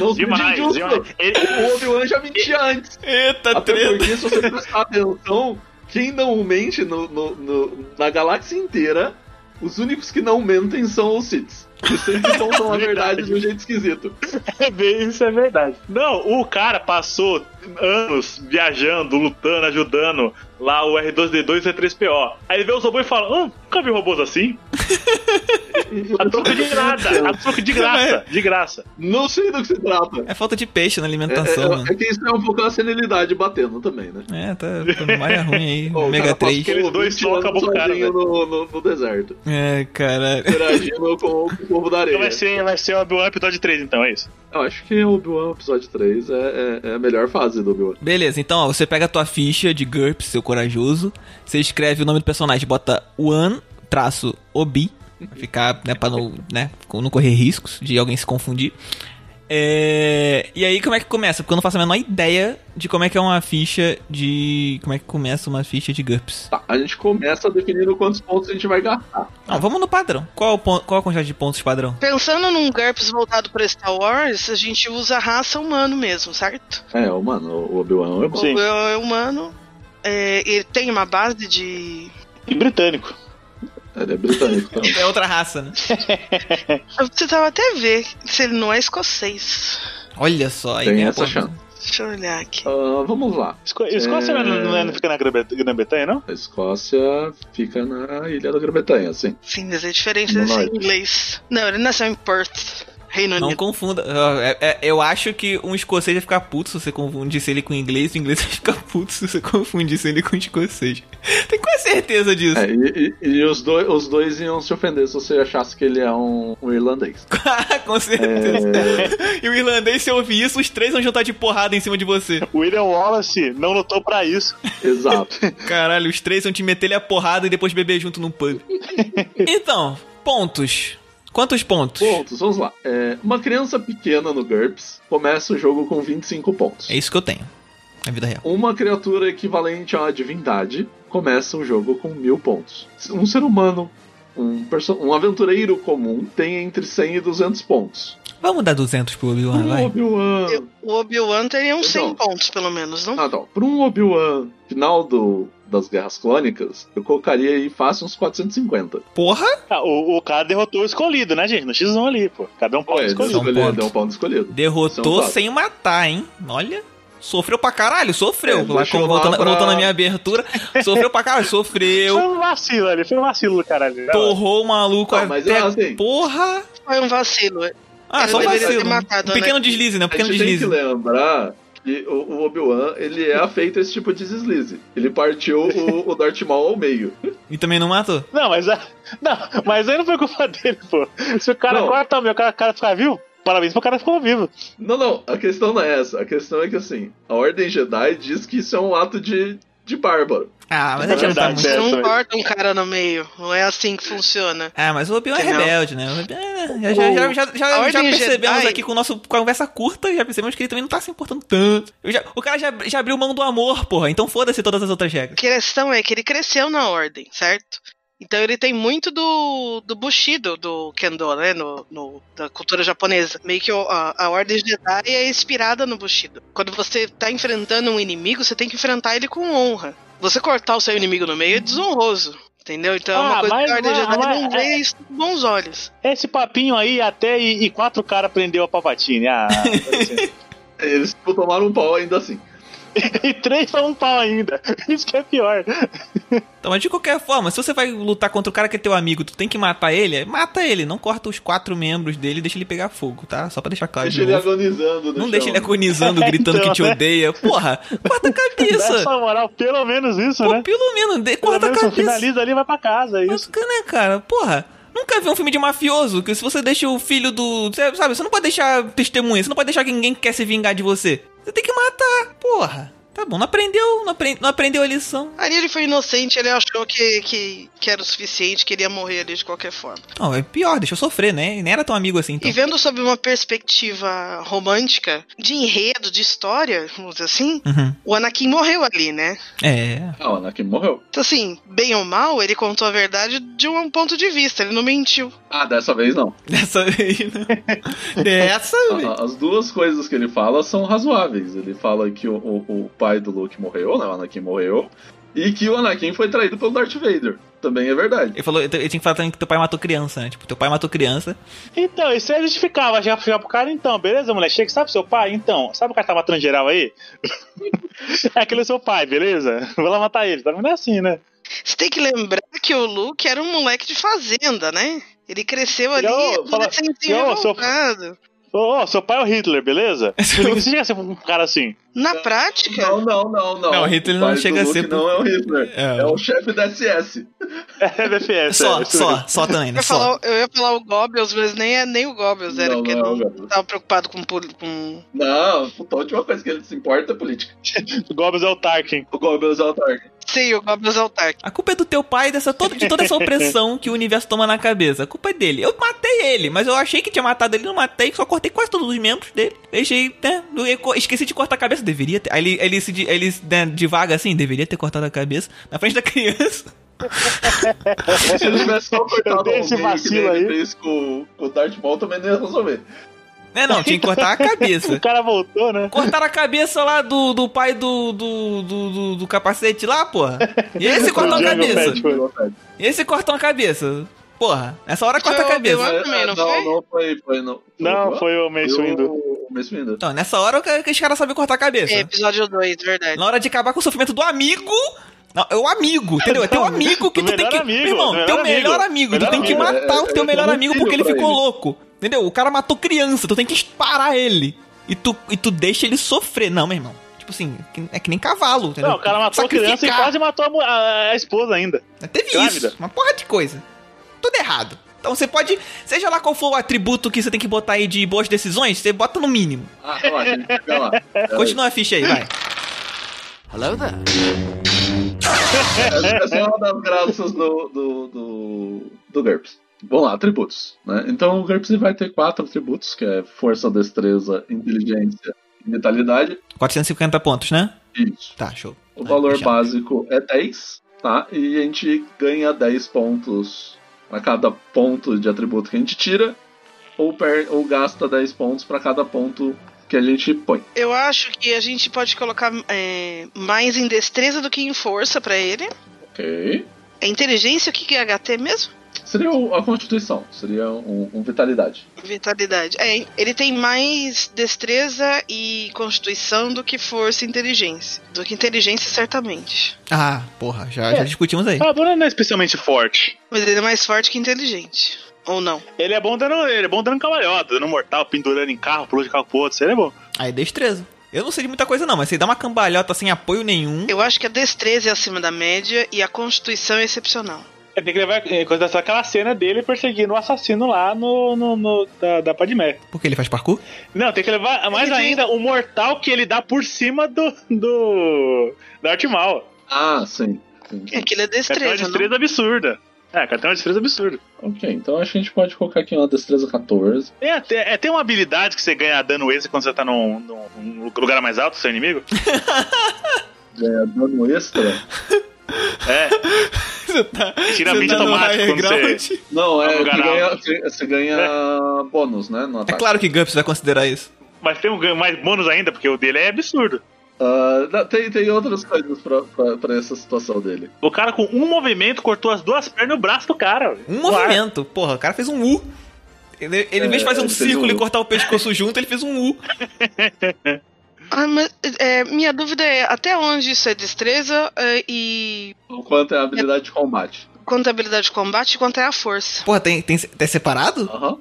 Speaker 5: Não se
Speaker 6: Demais,
Speaker 5: ilude,
Speaker 6: demais. Ele-
Speaker 5: O Obi-Wan já mentia antes.
Speaker 3: Eita,
Speaker 5: Até
Speaker 3: Tá treta.
Speaker 5: porque, se você prestar atenção, quem não mente no, no- no- na galáxia inteira, os únicos que não mentem são os Siths. Os Siths contam a verdade de um jeito esquisito.
Speaker 6: É bem, isso é verdade. Não, o cara passou anos viajando, lutando, ajudando lá o R2D2 e o R3PO. Aí ele vê os robôs e fala: Hum, nunca vi robôs assim? A troco de nada, a troco de graça, de graça.
Speaker 5: Não sei do que se trata.
Speaker 3: É falta de peixe na
Speaker 5: É,
Speaker 3: alimentação,
Speaker 5: é,
Speaker 3: mano.
Speaker 5: é que isso é um pouco a senilidade batendo também, né?
Speaker 3: É, tá tá numa área ruim aí.
Speaker 5: Ô, o
Speaker 3: Omega
Speaker 5: cara
Speaker 3: 3.
Speaker 5: passou
Speaker 6: Aqueles dois
Speaker 5: 20
Speaker 6: socam a
Speaker 5: anos
Speaker 6: boca,
Speaker 5: sozinho
Speaker 6: né?
Speaker 5: no, no, no deserto,
Speaker 3: É, caralho.
Speaker 5: interagindo com o povo da
Speaker 6: Então
Speaker 5: areia.
Speaker 6: vai ser, vai ser o Obi-Wan episódio 3, então, é isso.
Speaker 5: Eu acho que o Obi-Wan episódio 3 é, é- é a melhor fase do Obi-Wan.
Speaker 3: Beleza, então ó, você pega a tua ficha de GURPS, seu corajoso. Você escreve o nome do personagem, bota One traço Obi. Pra ficar, né, pra não, né, não correr riscos de alguém se confundir. É, E aí, como é que começa? Porque eu não faço a menor ideia de como é que é uma ficha de. Como é que começa uma ficha de GURPS.
Speaker 5: Tá, a gente começa definindo quantos pontos a gente vai gastar.
Speaker 3: Não, vamos no padrão. Qual, é o pon- qual é a quantidade de pontos padrão?
Speaker 4: Pensando num GURPS voltado pra Star Wars, a gente usa a raça humano mesmo, certo?
Speaker 5: É, o mano, o Obi-Wan é bom.
Speaker 6: Sim.
Speaker 4: O é humano. é, ele tem uma base de.
Speaker 7: E britânico.
Speaker 5: Ele é britânico também.
Speaker 3: É outra raça, né?
Speaker 4: Eu precisava até ver se ele não é escocês.
Speaker 3: Olha só. aí né,
Speaker 5: Tem
Speaker 3: vem a
Speaker 5: essa
Speaker 3: porra.
Speaker 5: chance.
Speaker 4: Deixa eu olhar aqui.
Speaker 5: Ah, vamos lá.
Speaker 7: Esco- Escócia não é- não, é, não fica na Grã-Bre- Grã-Bretanha, não?
Speaker 5: A Escócia fica na ilha da Grã-Bretanha, assim. sim.
Speaker 4: Sim, mas a diferença é esse
Speaker 5: Norte.
Speaker 4: inglês. Não, ele nasceu em Perth, Reino
Speaker 3: Não
Speaker 4: Unido.
Speaker 3: confunda. Ah, é- é- Eu acho que um escocês vai ficar puto se você confundisse ele com inglês. O inglês vai ficar puto se você confundisse ele com escocês. Tem quase certeza disso.
Speaker 5: É, e e- e os, dois, os dois iam se ofender se você achasse que ele é um, um irlandês.
Speaker 3: com certeza.
Speaker 5: É.
Speaker 3: E o irlandês, se ouvir isso, os três vão juntar de porrada em cima de você.
Speaker 7: William Wallace não lutou pra isso.
Speaker 5: Exato.
Speaker 3: Caralho, os três vão te meter ele a porrada e depois beber junto num pub. Então, pontos. Quantos pontos?
Speaker 5: Pontos, vamos lá. É, uma criança pequena no GURPS começa o jogo com 25 pontos.
Speaker 3: É isso que eu tenho. Na vida real.
Speaker 5: Uma criatura equivalente a uma divindade começa o jogo com mil pontos. Um ser humano, um, perso- um aventureiro comum, tem entre 100 e 200 pontos.
Speaker 3: Vamos dar 200 pro Obi-Wan,
Speaker 5: Um
Speaker 3: vai.
Speaker 5: Obi-Wan.
Speaker 4: Eu- O Obi-Wan teria uns 100
Speaker 5: Então.
Speaker 4: pontos, pelo menos, não?
Speaker 5: Ah, tá. Para um Obi-Wan final do, das Guerras Clônicas, eu colocaria aí fácil uns 450.
Speaker 3: Porra!
Speaker 7: Ah, o, o cara derrotou o escolhido, né, gente? No X1 ali, pô. Cada um pode
Speaker 6: é.
Speaker 5: Ué, deu,
Speaker 7: escolhido.
Speaker 3: são
Speaker 5: escolhido,
Speaker 3: pontos.
Speaker 5: deu um pau no escolhido. São
Speaker 3: Derrotou
Speaker 5: quatro.
Speaker 3: sem matar, hein? Olha. Sofreu pra caralho, sofreu.
Speaker 5: É,
Speaker 3: Lá
Speaker 5: deixou
Speaker 3: como-
Speaker 5: lá
Speaker 3: voltando,
Speaker 5: pra-
Speaker 3: voltando à minha abertura. Sofreu pra caralho, sofreu.
Speaker 7: Foi um vacilo ali, foi um vacilo do caralho.
Speaker 3: Torrou o maluco
Speaker 5: Não, mas
Speaker 3: até...
Speaker 5: é assim.
Speaker 3: Porra!
Speaker 4: Foi um vacilo.
Speaker 3: Ah,
Speaker 4: Ele
Speaker 3: só
Speaker 4: deveria
Speaker 3: vacilo.
Speaker 4: ter matado,
Speaker 3: um pequeno deslize, né? Um
Speaker 5: A
Speaker 3: pequeno
Speaker 5: gente tem que
Speaker 3: deslize.
Speaker 5: lembrar que o, o Obi-Wan, ele é afeito a esse tipo de deslize. Ele partiu o, o Darth Maul ao meio.
Speaker 3: E também não matou.
Speaker 7: Não, mas, a- não, mas aí não foi culpa dele, pô. Se o cara
Speaker 5: Não.
Speaker 7: corta o meu, o cara, o cara ficar vivo, parabéns pro cara que ficou vivo.
Speaker 5: Não, não, a questão não é essa. A questão é que, assim, a Ordem Jedi diz que isso é um ato de, de bárbaro.
Speaker 3: Ah, mas
Speaker 7: É
Speaker 3: adianta
Speaker 7: verdade,
Speaker 3: muito.
Speaker 7: é.
Speaker 4: Você não
Speaker 7: foi.
Speaker 4: corta um cara no meio. Não é assim que funciona.
Speaker 3: Ah, mas o Obi-Wan é
Speaker 4: Entendeu?
Speaker 3: rebelde, né? O Obi-Wan- Já, já, já, já,
Speaker 4: A
Speaker 3: já, já
Speaker 4: Ordem
Speaker 3: percebemos
Speaker 4: Jedi-
Speaker 3: aqui com o nosso com a conversa curta, já percebemos que ele também não tá se importando tanto. Eu já- o cara já, já abriu mão do amor, porra. Então foda-se todas as outras regras.
Speaker 4: A questão é que ele cresceu na ordem, certo? Então ele tem muito do, do Bushido, do Kendo, né? No, no- da cultura japonesa. Meio que o- a, a ordem Jedi é inspirada no Bushido. Quando você tá enfrentando um inimigo, você tem que enfrentar ele com honra. Você cortar o seu inimigo no meio é desonroso. Entendeu? Então é uma
Speaker 7: Ah,
Speaker 4: coisa
Speaker 7: mas-
Speaker 4: que a ordem
Speaker 7: mas-
Speaker 4: Jedi não
Speaker 7: mas-
Speaker 4: vê isso com bons olhos.
Speaker 7: Esse papinho aí até e, e quatro caras prendeu a Papatine. Ah,
Speaker 5: Eles tipo, tomaram um pau ainda assim.
Speaker 7: e três pra um pau ainda. Isso que é pior.
Speaker 3: Então, mas de qualquer forma, se você vai lutar contra o cara que é teu amigo, tu tem que matar ele, é, mata ele, não corta os quatro membros dele e deixa ele pegar fogo, tá? Só pra deixar claro.
Speaker 5: Deixa
Speaker 3: de
Speaker 5: ele
Speaker 3: novo.
Speaker 5: agonizando no
Speaker 3: Não deixa
Speaker 5: chão.
Speaker 3: ele agonizando, gritando
Speaker 7: Então,
Speaker 3: que te
Speaker 7: né? É
Speaker 3: odeia. Porra, corta a
Speaker 7: Dá
Speaker 3: cabeça.
Speaker 7: essa moral, pelo menos isso,
Speaker 3: Pô,
Speaker 7: né?
Speaker 3: pelo menos, de-
Speaker 7: Pelo
Speaker 3: corta a
Speaker 7: menos você
Speaker 3: cabeça.
Speaker 7: finaliza ali e vai pra casa, é
Speaker 3: Mas,
Speaker 7: isso.
Speaker 3: né, cara? Porra. Nunca vi um filme de mafioso que se você deixa o filho do. cê- Sabe, você não pode deixar testemunha, você não pode deixar que ninguém quer se vingar de você. Você tem que matar. Porra. Tá bom, não aprendeu, não, apren- não aprendeu a lição.
Speaker 4: Ali ele foi inocente, ele achou que, que, que era o suficiente, queria morrer ali de qualquer forma.
Speaker 3: Não, é pior, deixa eu sofrer, né? Nem era tão amigo assim. Então.
Speaker 4: E vendo sob uma perspectiva romântica, de enredo, de história, vamos dizer assim,
Speaker 3: Uhum.
Speaker 4: o Anakin morreu ali, né?
Speaker 3: É.
Speaker 5: Ah, o Anakin morreu.
Speaker 4: Então, assim, bem ou mal, ele contou a verdade de um ponto de vista, ele não mentiu.
Speaker 5: Ah, dessa vez não.
Speaker 3: Dessa vez, né? Dessa vez.
Speaker 5: A- As duas coisas que ele fala são razoáveis. Ele fala que o, o- o pai do Luke morreu, né? O Anakin morreu. E que o Anakin foi traído pelo Darth Vader. Também é verdade.
Speaker 3: Ele falou, ele tinha que falar também que teu pai matou criança, né? Tipo, teu pai matou criança.
Speaker 7: Então, isso aí justificava. Já já pro cara, então, beleza, moleque? Chega, sabe seu pai? Então, sabe o cara que tá matando geral aí? é aquele seu pai, beleza? Vou lá matar ele. Tá vendo? É assim, né?
Speaker 4: Você tem que lembrar que o Luke era um moleque de fazenda, né? Ele cresceu ali,
Speaker 7: Ele, ó, fala-
Speaker 4: adolescente
Speaker 7: ele, ó, sou-
Speaker 4: revoltado.
Speaker 7: Ô, ô, seu pai é o Hitler, beleza? Você chega a ser um cara assim.
Speaker 4: Na prática,
Speaker 5: Não, não, não, não.
Speaker 3: Não, o Hitler
Speaker 5: pai
Speaker 3: não chega
Speaker 5: do
Speaker 3: a
Speaker 5: Luke
Speaker 3: ser por-
Speaker 5: Não é o Hitler.
Speaker 3: É.
Speaker 5: É, o chefe da SS.
Speaker 7: É BFS.
Speaker 3: Só,
Speaker 7: é,
Speaker 3: só, só também,
Speaker 4: eu
Speaker 3: né?
Speaker 4: ia,
Speaker 3: Só.
Speaker 4: falar, eu ia falar o Goebbels, mas nem, é, nem o Goebbels era,
Speaker 5: Não,
Speaker 4: porque
Speaker 5: não é o
Speaker 4: não,
Speaker 5: Goebbels.
Speaker 4: tava preocupado com, poli- com...
Speaker 5: Não, puta, a última coisa que ele se importa é política.
Speaker 7: O Goebbels é o Tarkin.
Speaker 5: O Goebbels é o Tarkin.
Speaker 4: Sim, o Goebbels é autarca.
Speaker 3: A culpa é do teu pai dessa, toda- de toda essa opressão que o universo toma na cabeça. A culpa é dele. Eu matei ele, mas eu achei que tinha matado ele, não matei, só cortei quase todos os membros dele. Deixei, né? eu co- Esqueci de cortar a cabeça, deveria ter. Aí ele, ele se de- ele se, né, devaga assim, deveria ter cortado a cabeça na frente da criança.
Speaker 5: Se ele tivesse só cortado
Speaker 7: Eu dei esse
Speaker 5: alguém que nem
Speaker 7: vacilo aí.
Speaker 5: ele fez com, com o Darth Maul, também não ia resolver.
Speaker 3: É, não, tinha que cortar a cabeça.
Speaker 6: O cara voltou, né?
Speaker 3: Cortaram a cabeça lá do, do pai do do, do, do- do capacete lá, porra. E esse cortou a
Speaker 6: Jungle
Speaker 3: cabeça.
Speaker 6: Pet, foi.
Speaker 3: E esse cortou a cabeça. Porra, nessa hora corta a
Speaker 4: Foi o
Speaker 3: cabeça.
Speaker 4: Obi-Wan. também, não foi?
Speaker 5: É, Não, foi, foi não.
Speaker 6: Não, foi o
Speaker 5: o
Speaker 6: Mace Windu.
Speaker 5: O Mace Windu.
Speaker 3: Não, Então, nessa hora que que os caras sabem cortar a cabeça.
Speaker 4: É, episódio 2, verdade.
Speaker 3: Na hora de acabar com o sofrimento do amigo. Não, é o amigo, entendeu? É teu amigo que
Speaker 6: Do
Speaker 3: tu tem
Speaker 6: melhor
Speaker 3: que.
Speaker 6: amigo,
Speaker 3: meu irmão,
Speaker 6: do
Speaker 3: teu
Speaker 6: melhor
Speaker 3: melhor
Speaker 6: amigo.
Speaker 3: amigo. tu
Speaker 6: Melhor
Speaker 3: tem que
Speaker 5: amigo,
Speaker 3: matar
Speaker 5: é,
Speaker 3: o
Speaker 5: é,
Speaker 3: teu
Speaker 5: é
Speaker 3: melhor
Speaker 5: um
Speaker 3: amigo
Speaker 5: filho
Speaker 3: porque ele
Speaker 5: pra
Speaker 3: ficou
Speaker 5: ele.
Speaker 3: louco. Entendeu? O cara matou criança, tu tem que parar ele. E tu, e tu deixa ele sofrer. Não, meu irmão. Tipo assim, que- é que nem cavalo, entendeu?
Speaker 6: Não, o cara matou a criança e
Speaker 3: Sacrificar.
Speaker 6: quase matou a mu- a, a esposa ainda.
Speaker 3: Teve
Speaker 6: Grávida.
Speaker 3: isso, uma porra de coisa. Tudo errado. Então você pode, seja lá qual for o atributo que você tem que botar aí de boas decisões, você bota no mínimo.
Speaker 5: Ah, ó, a gente chega lá. Pera
Speaker 3: Continua a ficha aí, vai.
Speaker 5: aí. Essa é uma das graças do, do, do, do GURPS. Vamos lá, atributos. Né? Então o GURPS vai ter quatro atributos, que é força, destreza, inteligência e vitalidade.
Speaker 3: 450 pontos, né?
Speaker 5: Isso.
Speaker 3: Tá, show.
Speaker 5: O
Speaker 3: Vai,
Speaker 5: valor
Speaker 3: já.
Speaker 5: básico é 10, tá? E a gente ganha 10 pontos a cada ponto de atributo que a gente tira, ou, per- ou gasta 10 pontos para cada ponto que a gente põe.
Speaker 4: Eu acho que a gente pode colocar é, mais em destreza do que em força pra ele.
Speaker 5: Ok.
Speaker 4: É inteligência, o que que é HT mesmo?
Speaker 5: Seria o- a constituição, seria um, um vitalidade.
Speaker 4: Vitalidade. É, ele tem mais destreza e constituição do que força e inteligência. Do que inteligência, certamente.
Speaker 3: Ah, porra, já, já discutimos aí.
Speaker 6: Ah, Bruno não é especialmente forte.
Speaker 4: Mas ele é mais forte que inteligente. Ou não.
Speaker 6: Ele é bom dando, ele é bom dando cambalhota, dando mortal, pendurando em carro, pulou de carro pro outro, isso aí ele é bom.
Speaker 3: Aí destreza. Eu não sei de muita coisa não, mas você dá uma cambalhota sem apoio nenhum.
Speaker 4: Eu acho que a destreza é acima da média e a constituição é excepcional.
Speaker 6: É, tem que levar em consideração aquela cena dele perseguindo o assassino lá no, no, no- da, da Padmé.
Speaker 3: Porque ele faz parkour?
Speaker 6: Não, tem que levar mais
Speaker 4: Ele tem-
Speaker 6: ainda o mortal que ele dá por cima do. do. da Artimal.
Speaker 5: Ah, sim. sim, sim.
Speaker 4: É que ele é
Speaker 6: Cara, tem uma
Speaker 4: destreza, não?
Speaker 6: Então destreza absurda. É, cara, tem uma destreza absurda.
Speaker 5: Ok, então acho que a gente pode colocar aqui uma destreza 14.
Speaker 6: É, até- é, tem uma habilidade que você ganha dano extra quando você tá num, num- num lugar mais alto, seu inimigo.
Speaker 5: Ganha dano extra.
Speaker 6: É.
Speaker 3: Você tá,
Speaker 6: Tira 20 é automático quando você.
Speaker 5: Não, é
Speaker 6: Vamos
Speaker 5: que
Speaker 6: ganhar
Speaker 5: ganha, que- você ganha bônus, né? No
Speaker 3: É
Speaker 5: ataque.
Speaker 3: claro que Gumps vai considerar isso.
Speaker 6: Mas tem um ganho mais bônus ainda, porque o dele é absurdo.
Speaker 5: Ah, não, tem, tem outras coisas pra, pra, pra essa situação dele.
Speaker 6: O cara com um movimento cortou as duas pernas e o braço do cara. velho.
Speaker 3: Um
Speaker 6: No ar.
Speaker 3: movimento, porra, o cara fez um U. Ele, ele, em vez de
Speaker 5: É,
Speaker 3: fazer um
Speaker 5: ele fez
Speaker 3: círculo
Speaker 5: um
Speaker 3: e
Speaker 5: U.
Speaker 3: cortar o pescoço junto, ele fez um U.
Speaker 4: Ah, mas, é, minha dúvida é até onde isso é destreza é, e
Speaker 5: O quanto é a habilidade de combate.
Speaker 4: quanto é habilidade de combate e quanto é a força.
Speaker 3: Porra, tem, tem, tem separado?
Speaker 5: Aham.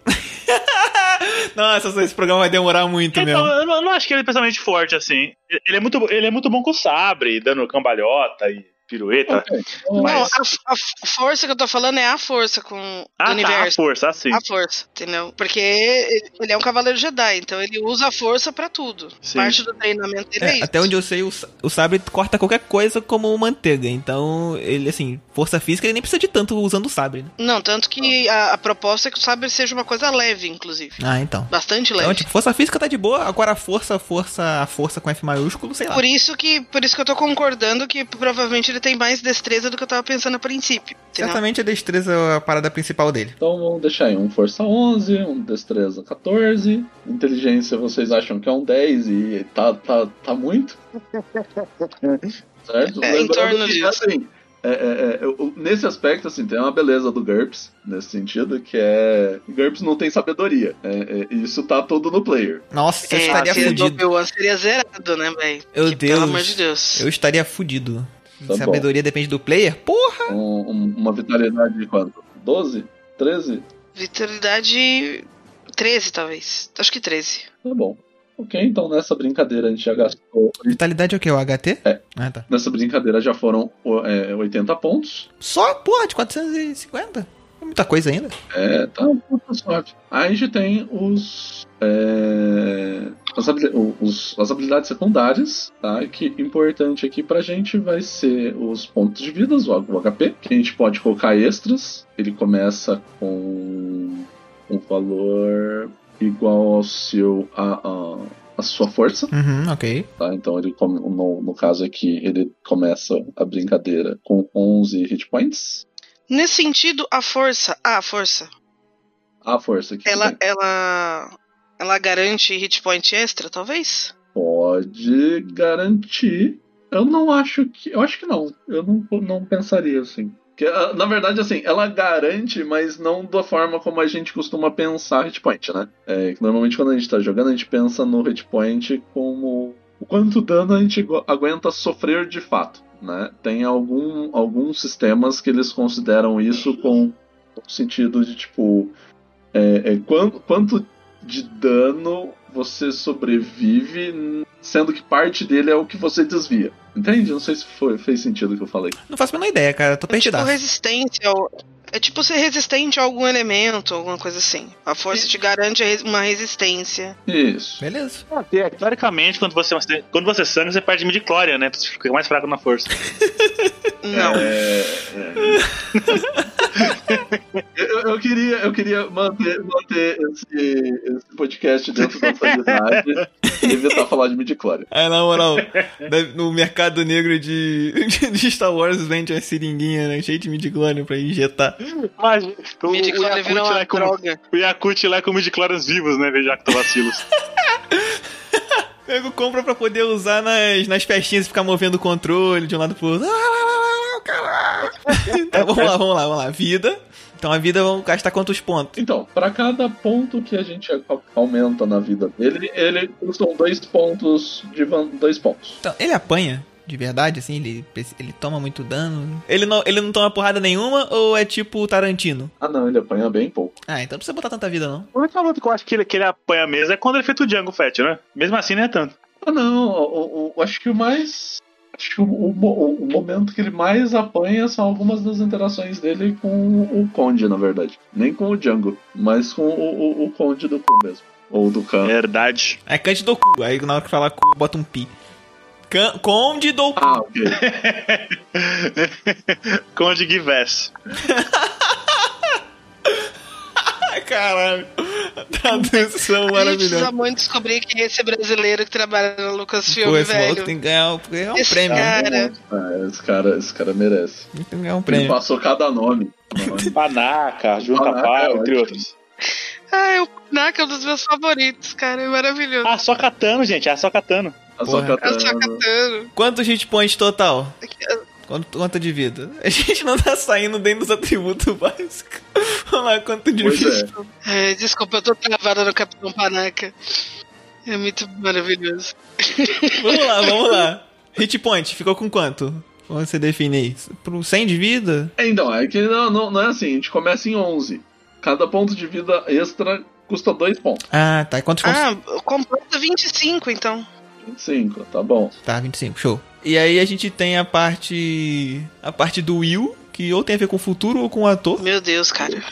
Speaker 3: Nossa, esse programa vai demorar muito
Speaker 6: Então,
Speaker 3: mesmo.
Speaker 6: eu não- eu não acho que ele é especialmente forte assim. Ele é muito, ele é muito bom com sabre, dando cambalhota e pirueta.
Speaker 5: Ok.
Speaker 4: Não,
Speaker 6: Mas-
Speaker 4: a, a f- força que eu tô falando é a força com o
Speaker 6: Ah, tá, a
Speaker 4: universo.
Speaker 6: força, assim.
Speaker 4: A força, entendeu? Porque ele é um cavaleiro Jedi, então ele usa a força pra tudo.
Speaker 6: Sim.
Speaker 4: Parte do treinamento dele é,
Speaker 3: É,
Speaker 4: isso.
Speaker 3: até onde eu sei, o, sa- o sabre corta qualquer coisa como manteiga. Então, ele, assim, força física, ele nem precisa de tanto usando o sabre, né?
Speaker 4: Não, tanto que a, a proposta é que o sabre seja uma coisa leve, inclusive.
Speaker 3: Ah, então.
Speaker 4: Bastante leve.
Speaker 3: Então, tipo, força física tá de boa, agora a força, a força, a força com F maiúsculo, sei lá.
Speaker 4: Por isso que, por isso que eu tô concordando que provavelmente ele tem mais destreza do que eu tava pensando a princípio. entendeu?
Speaker 3: Certamente a destreza é a parada principal dele.
Speaker 5: Então vamos deixar aí um Força 11, um Destreza 14. Inteligência vocês acham que é um 10 e tá, tá, tá muito? certo?
Speaker 4: É, em
Speaker 5: Lembrando
Speaker 4: torno
Speaker 5: que,
Speaker 4: disso.
Speaker 5: assim, é, é, é, eu- nesse aspecto, assim, tem uma beleza do GURPS, nesse sentido, que é. GURPS não tem sabedoria. É, é, isso tá todo no player.
Speaker 3: Nossa, eu
Speaker 4: É,
Speaker 3: estaria
Speaker 4: se do
Speaker 3: fudido.
Speaker 4: Obi-Wan seria zerado, né, velho?
Speaker 3: Meu Deus.
Speaker 4: Pelo amor de Deus.
Speaker 3: Eu estaria fudido.
Speaker 5: Tá bom.
Speaker 3: Sabedoria depende do player? Porra!
Speaker 5: Um- um- uma vitalidade de quanto? 12? 13?
Speaker 4: Vitalidade 13, talvez. Acho que 13.
Speaker 5: Tá bom. Ok, então nessa brincadeira a gente já gastou.
Speaker 3: Vitalidade é o quê? O HT?
Speaker 5: É.
Speaker 3: Ah, tá.
Speaker 5: Nessa brincadeira já foram o- é, 80 pontos.
Speaker 3: Só, porra, de 450? É muita coisa ainda.
Speaker 5: É, tá puta sorte. Aí a gente tem os, é, as, habili- o- os- as habilidades secundárias, tá? Que importante aqui pra gente vai ser os pontos de vidas, o, o HP, que a gente pode colocar extras. Ele começa com um valor igual ao seu. a- a, a sua força
Speaker 3: Uhum, ok.
Speaker 5: tá? Então ele come- no, no caso aqui ele começa a brincadeira com 11 hit points.
Speaker 4: Nesse sentido, a força. Ah, a força.
Speaker 3: Uhum.
Speaker 5: A força que
Speaker 4: Ela,
Speaker 5: tem.
Speaker 4: ela. Ela garante hit point extra, talvez?
Speaker 5: Pode garantir. Eu não acho que. Eu acho que não. Eu não, não pensaria assim. Que, ah, na verdade, assim, ela garante, mas não da forma como a gente costuma pensar hit point, né? É, que normalmente quando a gente tá jogando, a gente pensa no hit point como o quanto dano a gente agu- aguenta sofrer de fato, né? Tem algum, alguns sistemas que eles consideram isso com o sentido de, tipo, é, é, quan- quanto de dano você sobrevive, n- sendo que parte dele é o que você desvia. Entende? Não sei se foi, fez sentido o que eu falei.
Speaker 3: Não faço a menor ideia, cara. Tô
Speaker 4: É tipo
Speaker 3: perdidaço.
Speaker 4: resistência. ao- É tipo ser resistente a algum elemento, alguma coisa assim. A força te garante res- uma resistência.
Speaker 5: Isso.
Speaker 3: Beleza.
Speaker 7: Ah, te- Teoricamente, quando você, quando você sangra, você perde midichlorian, né? Você fica mais fraco na força.
Speaker 4: Não.
Speaker 5: É, é. eu, eu queria, eu queria manter, manter esse, esse podcast dentro da sanidade e evitar falar de midichlorian.
Speaker 3: É, na moral, deve- no mercado negro de, de Star Wars vende uma seringuinha, né? Cheio de midichlorian pra injetar.
Speaker 7: Mas o,
Speaker 6: então,
Speaker 7: o,
Speaker 4: Midichlorian
Speaker 7: Yakut
Speaker 4: virou uma
Speaker 3: né,
Speaker 7: lá com,
Speaker 4: droga.
Speaker 7: o Yakut lá com midichlorians vivos, né? Veja que tá vacilos.
Speaker 3: Pego compra pra poder usar nas, nas festinhas e ficar movendo o controle de um lado pro outro. Ah, lá, lá, lá, caralho. tá, vamos lá, vamos lá, vamos lá. Vida. Então a vida vamos gastar quantos pontos?
Speaker 5: Então, pra cada ponto que a gente a- aumenta na vida dele, ele custam dois pontos de van- dois pontos.
Speaker 3: Então, ele apanha. De verdade, assim, ele, ele toma muito dano. Ele não, ele não toma porrada nenhuma ou é tipo o Tarantino?
Speaker 5: Ah não, ele apanha bem pouco.
Speaker 3: Ah, então não precisa botar tanta vida, não.
Speaker 7: a única luta que eu acho que ele, que ele apanha mesmo é quando ele feito o Django Fett, né? Mesmo assim, não é tanto.
Speaker 5: Ah não, o- o- o- acho que o mais. Acho que o, o mo- o- o momento que ele mais apanha são algumas das interações dele com o Conde, na verdade. Nem com o Django, mas com o, o- o Conde do cu mesmo. Ou do Khan.
Speaker 7: Verdade.
Speaker 3: É cante do cu. Aí na hora que falar cu, bota um pi. Can- Conde do cu.
Speaker 5: Ah, ok.
Speaker 7: Conde Givess.
Speaker 3: Ai, Caralho. Tradução
Speaker 4: A gente precisa
Speaker 3: maravilhosa.
Speaker 4: muito descobrir quem é esse brasileiro que trabalha na Lucasfilm,
Speaker 3: Pô, esse maluco
Speaker 4: velho.
Speaker 3: tem que ganhar um, ganhar um
Speaker 4: Esse
Speaker 3: prêmio.
Speaker 4: cara-
Speaker 5: Ah, esse cara, esse cara merece.
Speaker 3: Tem que ganhar um
Speaker 5: Ele
Speaker 3: prêmio.
Speaker 5: passou cada nome.
Speaker 7: Panaca, Junta
Speaker 5: Panaca,
Speaker 7: Pau,
Speaker 5: eu
Speaker 7: entre
Speaker 5: acho.
Speaker 7: outros.
Speaker 4: Ah, o Naka é um dos meus favoritos, cara. É maravilhoso.
Speaker 7: Ah, só catano, gente. Ah, só catano.
Speaker 5: A Sokatana.
Speaker 4: Eu sou catano.
Speaker 3: Quantos hit points total? Quanto, quanto de vida? A gente não tá saindo dentro dos atributos básicos. Vamos lá, quanto de
Speaker 5: Pois
Speaker 3: vida?
Speaker 5: é.
Speaker 4: É, desculpa, eu tô travada no Capitão Panaca. É muito maravilhoso.
Speaker 3: Vamos lá, vamos lá. Hit point, ficou com quanto? Como você define isso? Pro 100 de vida?
Speaker 5: É, Então, é que não, não, não é assim. A gente começa em 11. Cada ponto de vida extra custa dois pontos.
Speaker 3: Ah, tá. Quantos pontos?
Speaker 4: Ah, completa 25, então.
Speaker 5: 25, tá bom.
Speaker 3: Tá, 25, show. E aí a gente tem a parte. A parte do Will, que ou tem a ver com o futuro ou com o ator.
Speaker 4: Meu Deus, cara.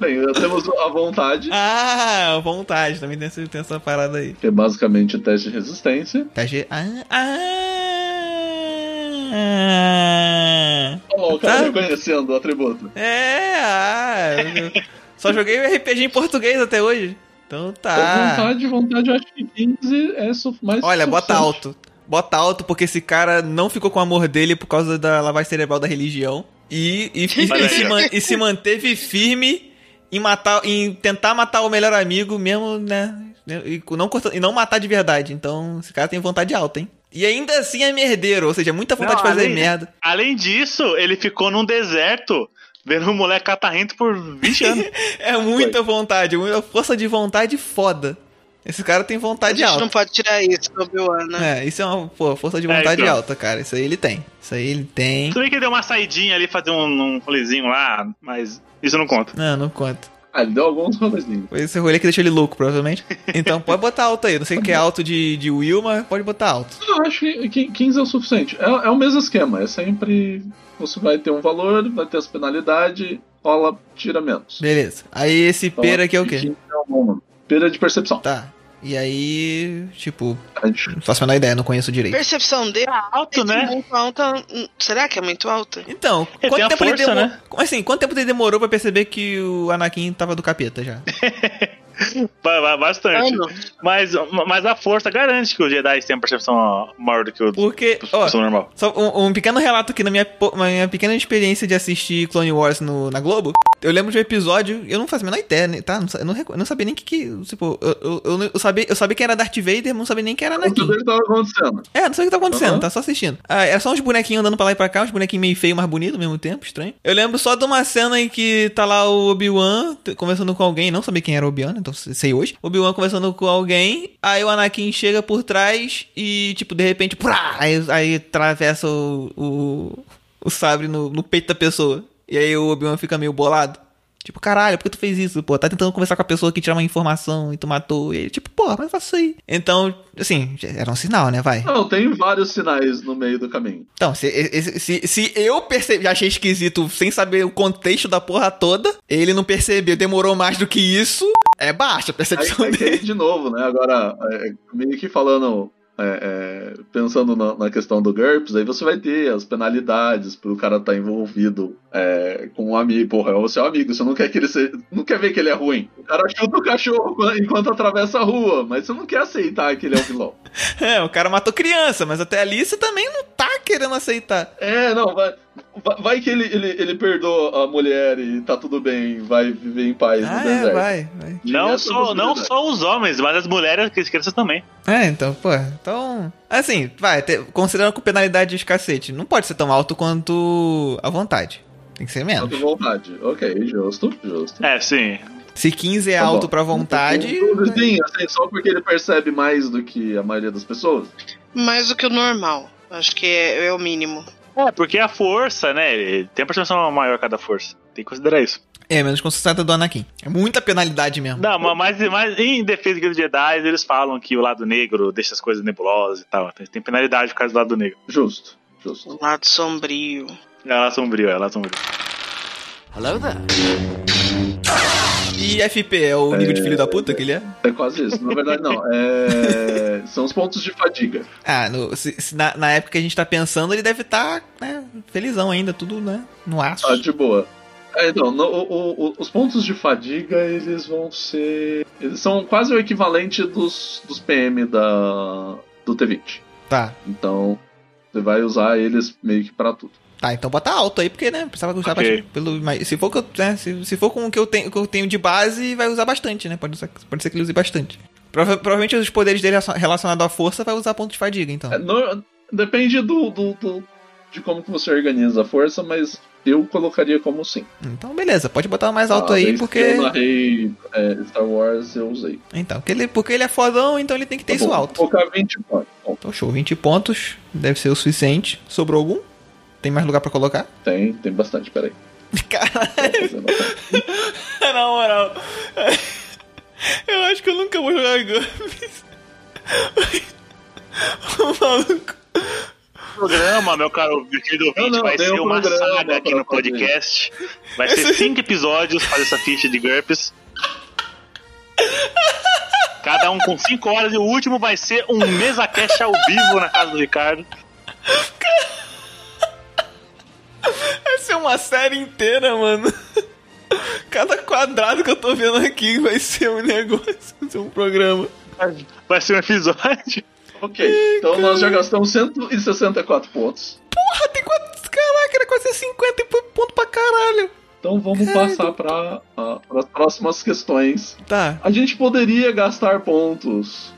Speaker 5: Bem, temos a vontade,
Speaker 3: Ah, vontade, também tem essa, tem essa parada aí.
Speaker 5: que é basicamente o teste de resistência.
Speaker 3: Tá ge... ah, ah,
Speaker 5: Olha lá, o cara
Speaker 3: Tá.
Speaker 5: reconhecendo o atributo.
Speaker 3: é, ah, eu- só joguei RPG em português até hoje. Então
Speaker 5: Então,
Speaker 3: tá.
Speaker 5: vontade, vontade, eu acho que 15 é su- mais
Speaker 3: Olha, bota
Speaker 5: suficiente.
Speaker 3: alto. Bota alto porque esse cara não ficou com o amor dele por causa da lavagem cerebral da religião. E, e, e-
Speaker 7: Olha
Speaker 3: e se,
Speaker 7: aí, ó.
Speaker 3: man- e se manteve firme em matar, em tentar matar o melhor amigo mesmo, né? E não, corta- e não matar de verdade. Então, esse cara tem vontade alta, hein? E ainda assim é merdeiro, ou seja, muita vontade
Speaker 7: Não,
Speaker 3: de fazer
Speaker 7: além-
Speaker 3: merda.
Speaker 7: Além disso, ele ficou num deserto vendo um moleque catarrento por 20 anos.
Speaker 3: É muita vontade, muita força de vontade foda. Esse cara tem
Speaker 4: A
Speaker 3: vontade
Speaker 4: gente
Speaker 3: Tá alta.
Speaker 4: não pode tirar isso do Obi-Wan, né?
Speaker 3: É, isso é uma pô, força de
Speaker 7: É,
Speaker 3: vontade
Speaker 7: então.
Speaker 3: alta, cara. Isso aí ele tem. Isso aí ele tem.
Speaker 7: Tudo bem que ele deu uma saidinha ali, fazer um, um rolezinho lá, mas isso não conta.
Speaker 3: Não, não conta.
Speaker 5: Ah, ele deu alguns rolezinhos.
Speaker 3: Foi esse rolê que deixou ele louco, provavelmente. Então pode botar alto aí. Não sei o que é alto de, de Will, mas pode botar alto.
Speaker 5: Eu acho que que 15 é o suficiente. É, é o mesmo esquema. É sempre. Você vai ter um valor, vai ter as penalidades, rola, tira menos.
Speaker 3: Beleza. Aí esse
Speaker 5: Então,
Speaker 3: pera aqui é o
Speaker 5: acho que
Speaker 3: quê?
Speaker 5: 15 é um bom número. Pera de percepção.
Speaker 3: Tá. E aí, tipo,
Speaker 5: A gente-
Speaker 3: não faço a menor ideia, não conheço direito.
Speaker 4: Percepção dele
Speaker 7: Alto,
Speaker 4: é
Speaker 7: né?
Speaker 4: muito alta. Hum, Será que é muito alta?
Speaker 3: Então,
Speaker 7: Ele tem
Speaker 3: quanto
Speaker 7: a
Speaker 3: tempo ele
Speaker 7: força,
Speaker 3: demorou.
Speaker 7: né?
Speaker 3: Assim, quanto tempo ele demorou pra perceber que o Anakin tava do capeta já?
Speaker 7: Ba- ba- Bastante.
Speaker 4: Ano.
Speaker 7: Mas, mas a força garante que os Jedi têm uma percepção maior do que o
Speaker 3: Porque, ó,
Speaker 7: percepção normal.
Speaker 3: Só um, um pequeno relato aqui na minha, po- na minha pequena experiência de assistir Clone Wars no, na Globo. Eu lembro de um episódio, eu não fazia a menor ideia, né, tá? Não sa- Eu não, reco- eu não sabia nem que que. Tipo, eu, eu, eu, não- eu sabia, eu sabia quem era Darth Vader, mas não sabia nem quem era
Speaker 5: Não
Speaker 3: Anakin.
Speaker 5: sabia o que tava acontecendo.
Speaker 3: É, não sei o que tá acontecendo,
Speaker 5: Aham.
Speaker 3: tá só assistindo. Ah, era só uns bonequinhos andando pra lá e pra cá, uns bonequinhos meio feios, mas bonitos ao mesmo tempo, estranho. Eu lembro só de uma cena em que tá lá o Obi-Wan t- conversando com alguém, não sabia quem era o Obi-Wan, né, então se- sei hoje. Obi-Wan conversando com alguém, aí o Anakin chega por trás e, tipo, de repente, prá, aí, aí atravessa o, o, o sabre no, no peito da pessoa. E aí o Obi-Wan fica meio bolado. Tipo, caralho, por que tu fez isso? Pô, tá tentando conversar com a pessoa que tirar uma informação e tu matou. E ele, tipo, porra, mas faça isso aí. Então, assim, era um sinal, né, vai?
Speaker 5: Não, tem vários sinais no meio do caminho.
Speaker 3: Então, se, esse- se, se eu percebi, já achei esquisito sem saber o contexto da porra toda, ele não percebeu, demorou mais do que isso, é baixa a
Speaker 5: Aí,
Speaker 3: percepção
Speaker 5: aí
Speaker 3: dele.
Speaker 5: tem de novo, né? Agora, é, meio que falando, é, é, pensando na, na questão do GURPS, aí você vai ter as penalidades pro cara estar envolvido é, com um amigo. Porra, é o seu amigo, você não quer que ele seja, não quer ver que ele é ruim. O cara chuta o cachorro quando- enquanto atravessa a rua, mas você não quer aceitar que ele é um vilão.
Speaker 3: É, o cara matou criança, mas até ali você também não tá querendo aceitar.
Speaker 5: É, não, vai, vai, vai que ele, ele, ele perdoa a mulher e tá tudo bem, vai viver em paz no
Speaker 3: Ah, é,
Speaker 5: deserto.
Speaker 3: vai, vai.
Speaker 5: Tinha
Speaker 6: Não
Speaker 5: essa
Speaker 6: só, não
Speaker 5: possibilidade.
Speaker 6: só os homens, mas as mulheres e as crianças também.
Speaker 3: É, então, pô, então. Assim, vai, te, considerando com penalidade é de cacete, não pode ser tão alto quanto a vontade. Tem que ser
Speaker 5: Só com
Speaker 3: menos.
Speaker 5: vontade. Ok, justo, justo.
Speaker 6: É, sim.
Speaker 3: Se 15 é
Speaker 5: Tá bom.
Speaker 3: alto pra vontade.
Speaker 5: Sim, assim, só porque ele percebe mais do que a maioria das pessoas.
Speaker 4: Mais do que o normal. Acho que é, é o mínimo.
Speaker 6: É, porque a força, né? ele Tem uma percepção maior cada força. Tem que considerar isso.
Speaker 3: É, menos com a do Anakin. É muita penalidade mesmo.
Speaker 6: Não, ma- mas, mas em defesa dos Jedi, eles falam que o lado negro deixa as coisas nebulosas e tal. Então, Tem penalidade por causa do lado negro. É,
Speaker 5: Justo, justo.
Speaker 4: O lado sombrio.
Speaker 6: Ela sombrio, ela sombrio.
Speaker 3: E FP é o nível de filho da puta que ele é?
Speaker 5: É quase isso. Na verdade, não. É, São os pontos de fadiga.
Speaker 3: Ah, no- se- se na, na época que a gente tá pensando, ele deve estar, né, felizão ainda, tudo, né, no aço.
Speaker 5: Tá de boa. É, então, no- o- o- os pontos de fadiga, eles vão ser. Eles são quase o equivalente dos, dos PM da, do T20.
Speaker 3: Tá,
Speaker 5: Então, você vai usar eles meio que pra tudo.
Speaker 3: tá, então bota alto aí, porque, né, precisava usar
Speaker 6: Ok.
Speaker 3: bastante. Pelo, mas se for, que eu, né, se, se for com o que eu, tenho, que eu tenho de base, vai usar bastante, né, pode, usar- pode ser que ele use bastante. Prova- provavelmente os poderes dele relacionados à força vai usar ponto de fadiga, então.
Speaker 5: É, no- depende do, do- do- de como que você organiza a força, mas eu colocaria como sim.
Speaker 3: Então, beleza, pode botar mais alto
Speaker 5: Ah,
Speaker 3: aí,
Speaker 5: desde
Speaker 3: porque...
Speaker 5: que Eu narrei é, Star Wars, eu usei.
Speaker 3: Então, porque ele, porque ele é fodão, então ele tem que ter
Speaker 5: Tá
Speaker 3: isso
Speaker 5: bom,
Speaker 3: alto.
Speaker 5: Vou colocar 20 pontos. Bom,
Speaker 3: Então, show, 20 pontos, deve ser o suficiente. Sobrou algum? Tem mais lugar pra colocar?
Speaker 5: tem, tem bastante, peraí. Caralho!
Speaker 3: Na moral, eu acho que eu nunca vou jogar Gummies. O maluco.
Speaker 6: programa, meu caro querido
Speaker 5: Não,
Speaker 6: ouvinte,
Speaker 5: não,
Speaker 6: vai
Speaker 5: tem
Speaker 6: ser
Speaker 5: um
Speaker 6: uma
Speaker 5: programa
Speaker 6: saga aqui
Speaker 5: pra
Speaker 6: no
Speaker 5: fazer.
Speaker 6: podcast. Vai ser cinco episódios fazer essa ficha de GURPS. Cada um com cinco horas e o último vai ser um mesa cash ao vivo na casa do Ricardo.
Speaker 3: Vai ser uma série inteira, mano. Cada quadrado que eu tô vendo aqui vai ser um negócio, vai ser um programa.
Speaker 6: Vai ser um episódio.
Speaker 5: ok, então nós já gastamos 164 pontos.
Speaker 3: Porra, Ah, tem quantos. Caraca, era quase 50 e pou- ponto pra caralho.
Speaker 5: Então vamos passar para as próximas questões.
Speaker 3: Tá.
Speaker 5: A gente poderia gastar pontos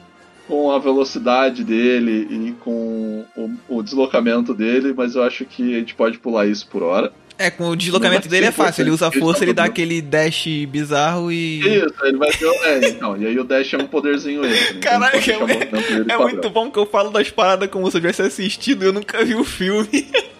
Speaker 5: com a velocidade dele e com o, o deslocamento dele, mas eu acho que a gente pode pular isso por hora.
Speaker 3: É, com o deslocamento dele é fácil. Ele usa a força, ele dá aquele dash bizarro e.
Speaker 5: Isso, ele vai ter. É, então, e aí o Dash é um poderzinho extra. então
Speaker 3: Caraca,
Speaker 5: pode
Speaker 3: é
Speaker 5: chamar o
Speaker 3: muito-
Speaker 5: movimento dele
Speaker 3: É
Speaker 5: padrão.
Speaker 3: muito bom que eu falo das paradas como se eu tivesse assistido, eu nunca vi o filme.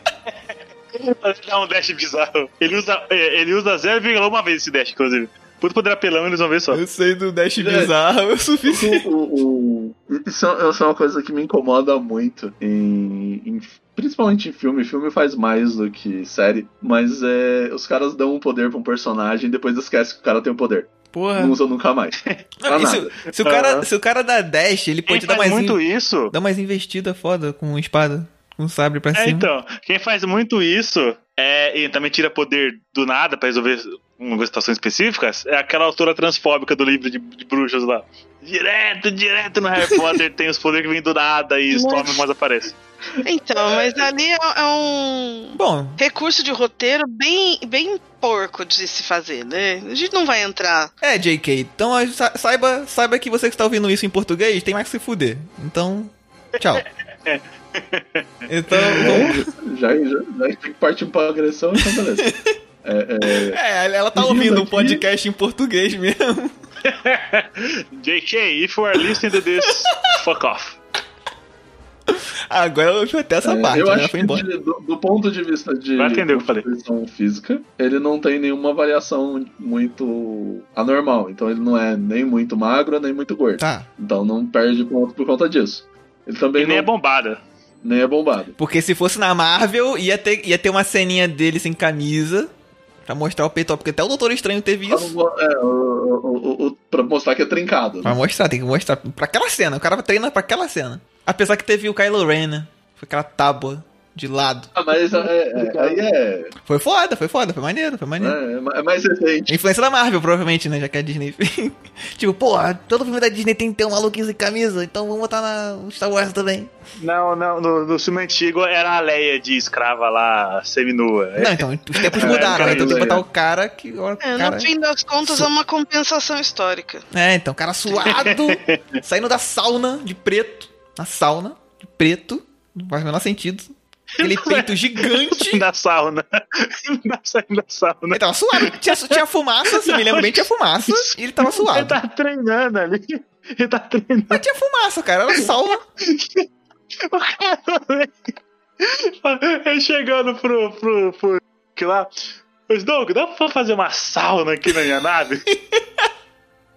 Speaker 6: Vai dar um dash bizarro. Ele usa, é, ele usa 0,1 vez esse dash, inclusive. Puto poder apelão, eles vão ver
Speaker 5: Tá.
Speaker 6: só.
Speaker 3: Eu sei do Dash bizarro, é o suficiente.
Speaker 5: O- o- o- Isso, é- isso é uma coisa que me incomoda muito, em, em- principalmente em filme. Filme faz mais do que série, mas é, os caras dão um poder pra um personagem e depois esquece que o cara tem um poder.
Speaker 3: Porra.
Speaker 5: Não usa nunca mais. pra
Speaker 3: e se,
Speaker 5: nada.
Speaker 3: se o cara,
Speaker 6: Aham.
Speaker 3: se o cara dá dash, ele
Speaker 6: Quem
Speaker 3: pode dar
Speaker 6: faz
Speaker 3: mais, um.
Speaker 6: muito isso.
Speaker 3: in- dá mais investida foda com espada, com um sabre pra
Speaker 6: É,
Speaker 3: cima.
Speaker 6: então, quem faz muito isso é, e também tira poder do nada pra resolver uma situação específica, é aquela autora transfóbica do livro de, de bruxas lá. Direto, direto no Harry Potter tem os poderes que vêm do nada e Storm mais aparece.
Speaker 4: Então, mas ali é, é um
Speaker 3: Bom,
Speaker 4: recurso de roteiro bem, bem porco de se fazer, né? A gente não vai entrar.
Speaker 3: é, JK, então a- sa- saiba, saiba que você que está ouvindo isso em português tem mais que se fuder. Então, tchau.
Speaker 6: É.
Speaker 3: Então, vamos...
Speaker 5: Já, já, já tem que partir pra agressão, então beleza. É, é,
Speaker 3: é, ela tá
Speaker 5: Vindo
Speaker 3: ouvindo um
Speaker 5: aqui.
Speaker 3: podcast em português mesmo.
Speaker 6: JK, if you are listening to this, fuck off.
Speaker 3: Agora eu fui até essa
Speaker 5: é,
Speaker 3: parte,
Speaker 5: eu
Speaker 3: né? Ela
Speaker 5: acho
Speaker 3: foi
Speaker 5: que
Speaker 3: embora.
Speaker 5: de- do, do ponto de vista de
Speaker 6: Vai entender o que eu falei.
Speaker 5: constituição física, ele não tem nenhuma variação muito anormal. Então ele não é nem muito magro, nem muito gordo.
Speaker 1: Tá.
Speaker 5: Então não perde ponto por conta disso. Ele também
Speaker 6: E nem é
Speaker 5: não-
Speaker 6: bombada.
Speaker 5: nem é bombado.
Speaker 3: Porque se fosse na Marvel, ia ter, ia ter uma ceninha dele sem camisa pra mostrar o peitão. Porque até o Doutor Estranho teve
Speaker 5: Eu não
Speaker 3: isso.
Speaker 5: vou- é, o- o- o- o- pra mostrar que é trincado.
Speaker 3: Pra mostrar, tem que mostrar. Pra aquela cena, o cara treina pra aquela cena. Apesar que teve o Kylo Ren, né? Foi aquela tábua de lado.
Speaker 5: Ah, mas é, é, aí é,
Speaker 3: Foi foda, foi foda, foi maneiro, foi maneiro.
Speaker 5: é, é mais recente.
Speaker 3: Influência da Marvel, provavelmente, né? Já que a Disney. tipo, porra, todo filme da Disney tem que ter um maluquinho sem camisa, então vamos botar na no Star Wars também.
Speaker 6: Não, não, no, no filme antigo era a Leia de escrava lá, seminua.
Speaker 3: Não, então, os tempos
Speaker 6: É,
Speaker 3: mudaram, né? Então tem que
Speaker 5: camisa,
Speaker 3: botar
Speaker 5: é.
Speaker 3: o cara que. Agora, o
Speaker 4: É,
Speaker 3: cara...
Speaker 4: no fim das contas, é uma compensação histórica.
Speaker 3: É, então, cara suado, saindo da sauna de preto. Na sauna, de preto. Não faz o menor sentido. Aquele peito gigante.
Speaker 6: Da sauna. Da sauna, da sauna.
Speaker 3: Ele tava suado, tinha, tinha fumaça, se me lembro bem, tinha fumaça. E ele tava
Speaker 6: Ele
Speaker 3: suado.
Speaker 6: tá treinando ali. Ele tá treinando.
Speaker 3: Mas tinha fumaça, cara, era sauna.
Speaker 6: O cara ele chegando pro. pro, pro que lá. Mas, Doug, dá pra fazer uma sauna aqui na minha nave?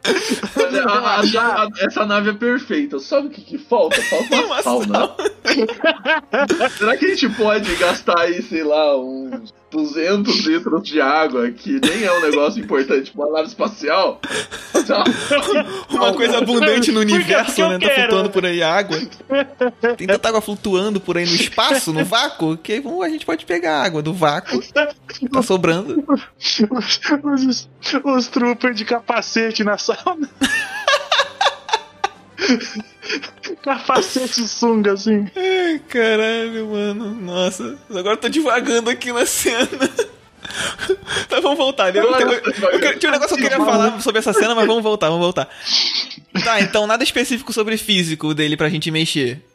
Speaker 5: Mas, a- a- a- essa nave é perfeita. Sabe o que, que falta? Falta uma,
Speaker 3: Uma
Speaker 5: sauna. Será que a gente pode gastar aí, sei lá, uns 200 litros de água, que nem é um negócio importante pra uma nave espacial? Tá, Fazer uma-
Speaker 3: Uma coisa abundante no
Speaker 6: Porque-
Speaker 3: universo,
Speaker 6: porque eu
Speaker 3: né? Tá
Speaker 6: quero.
Speaker 3: flutuando por aí água. Tem tanta água flutuando por aí no espaço, no vácuo, que bom, a gente pode pegar a água do vácuo. que Tá sobrando.
Speaker 6: Os, os, os troopers de capacete na sauna. capacete e sunga, assim.
Speaker 3: Ai, caralho, mano. Nossa. Agora eu tô divagando aqui na cena. Tá, vamos voltar. Eu,
Speaker 5: Agora
Speaker 3: eu-
Speaker 5: eu tô divagando.
Speaker 3: eu queria- tinha um negócio que eu queria falar sobre essa cena, mas vamos voltar, vamos voltar. Tá, então nada específico sobre físico dele pra gente mexer.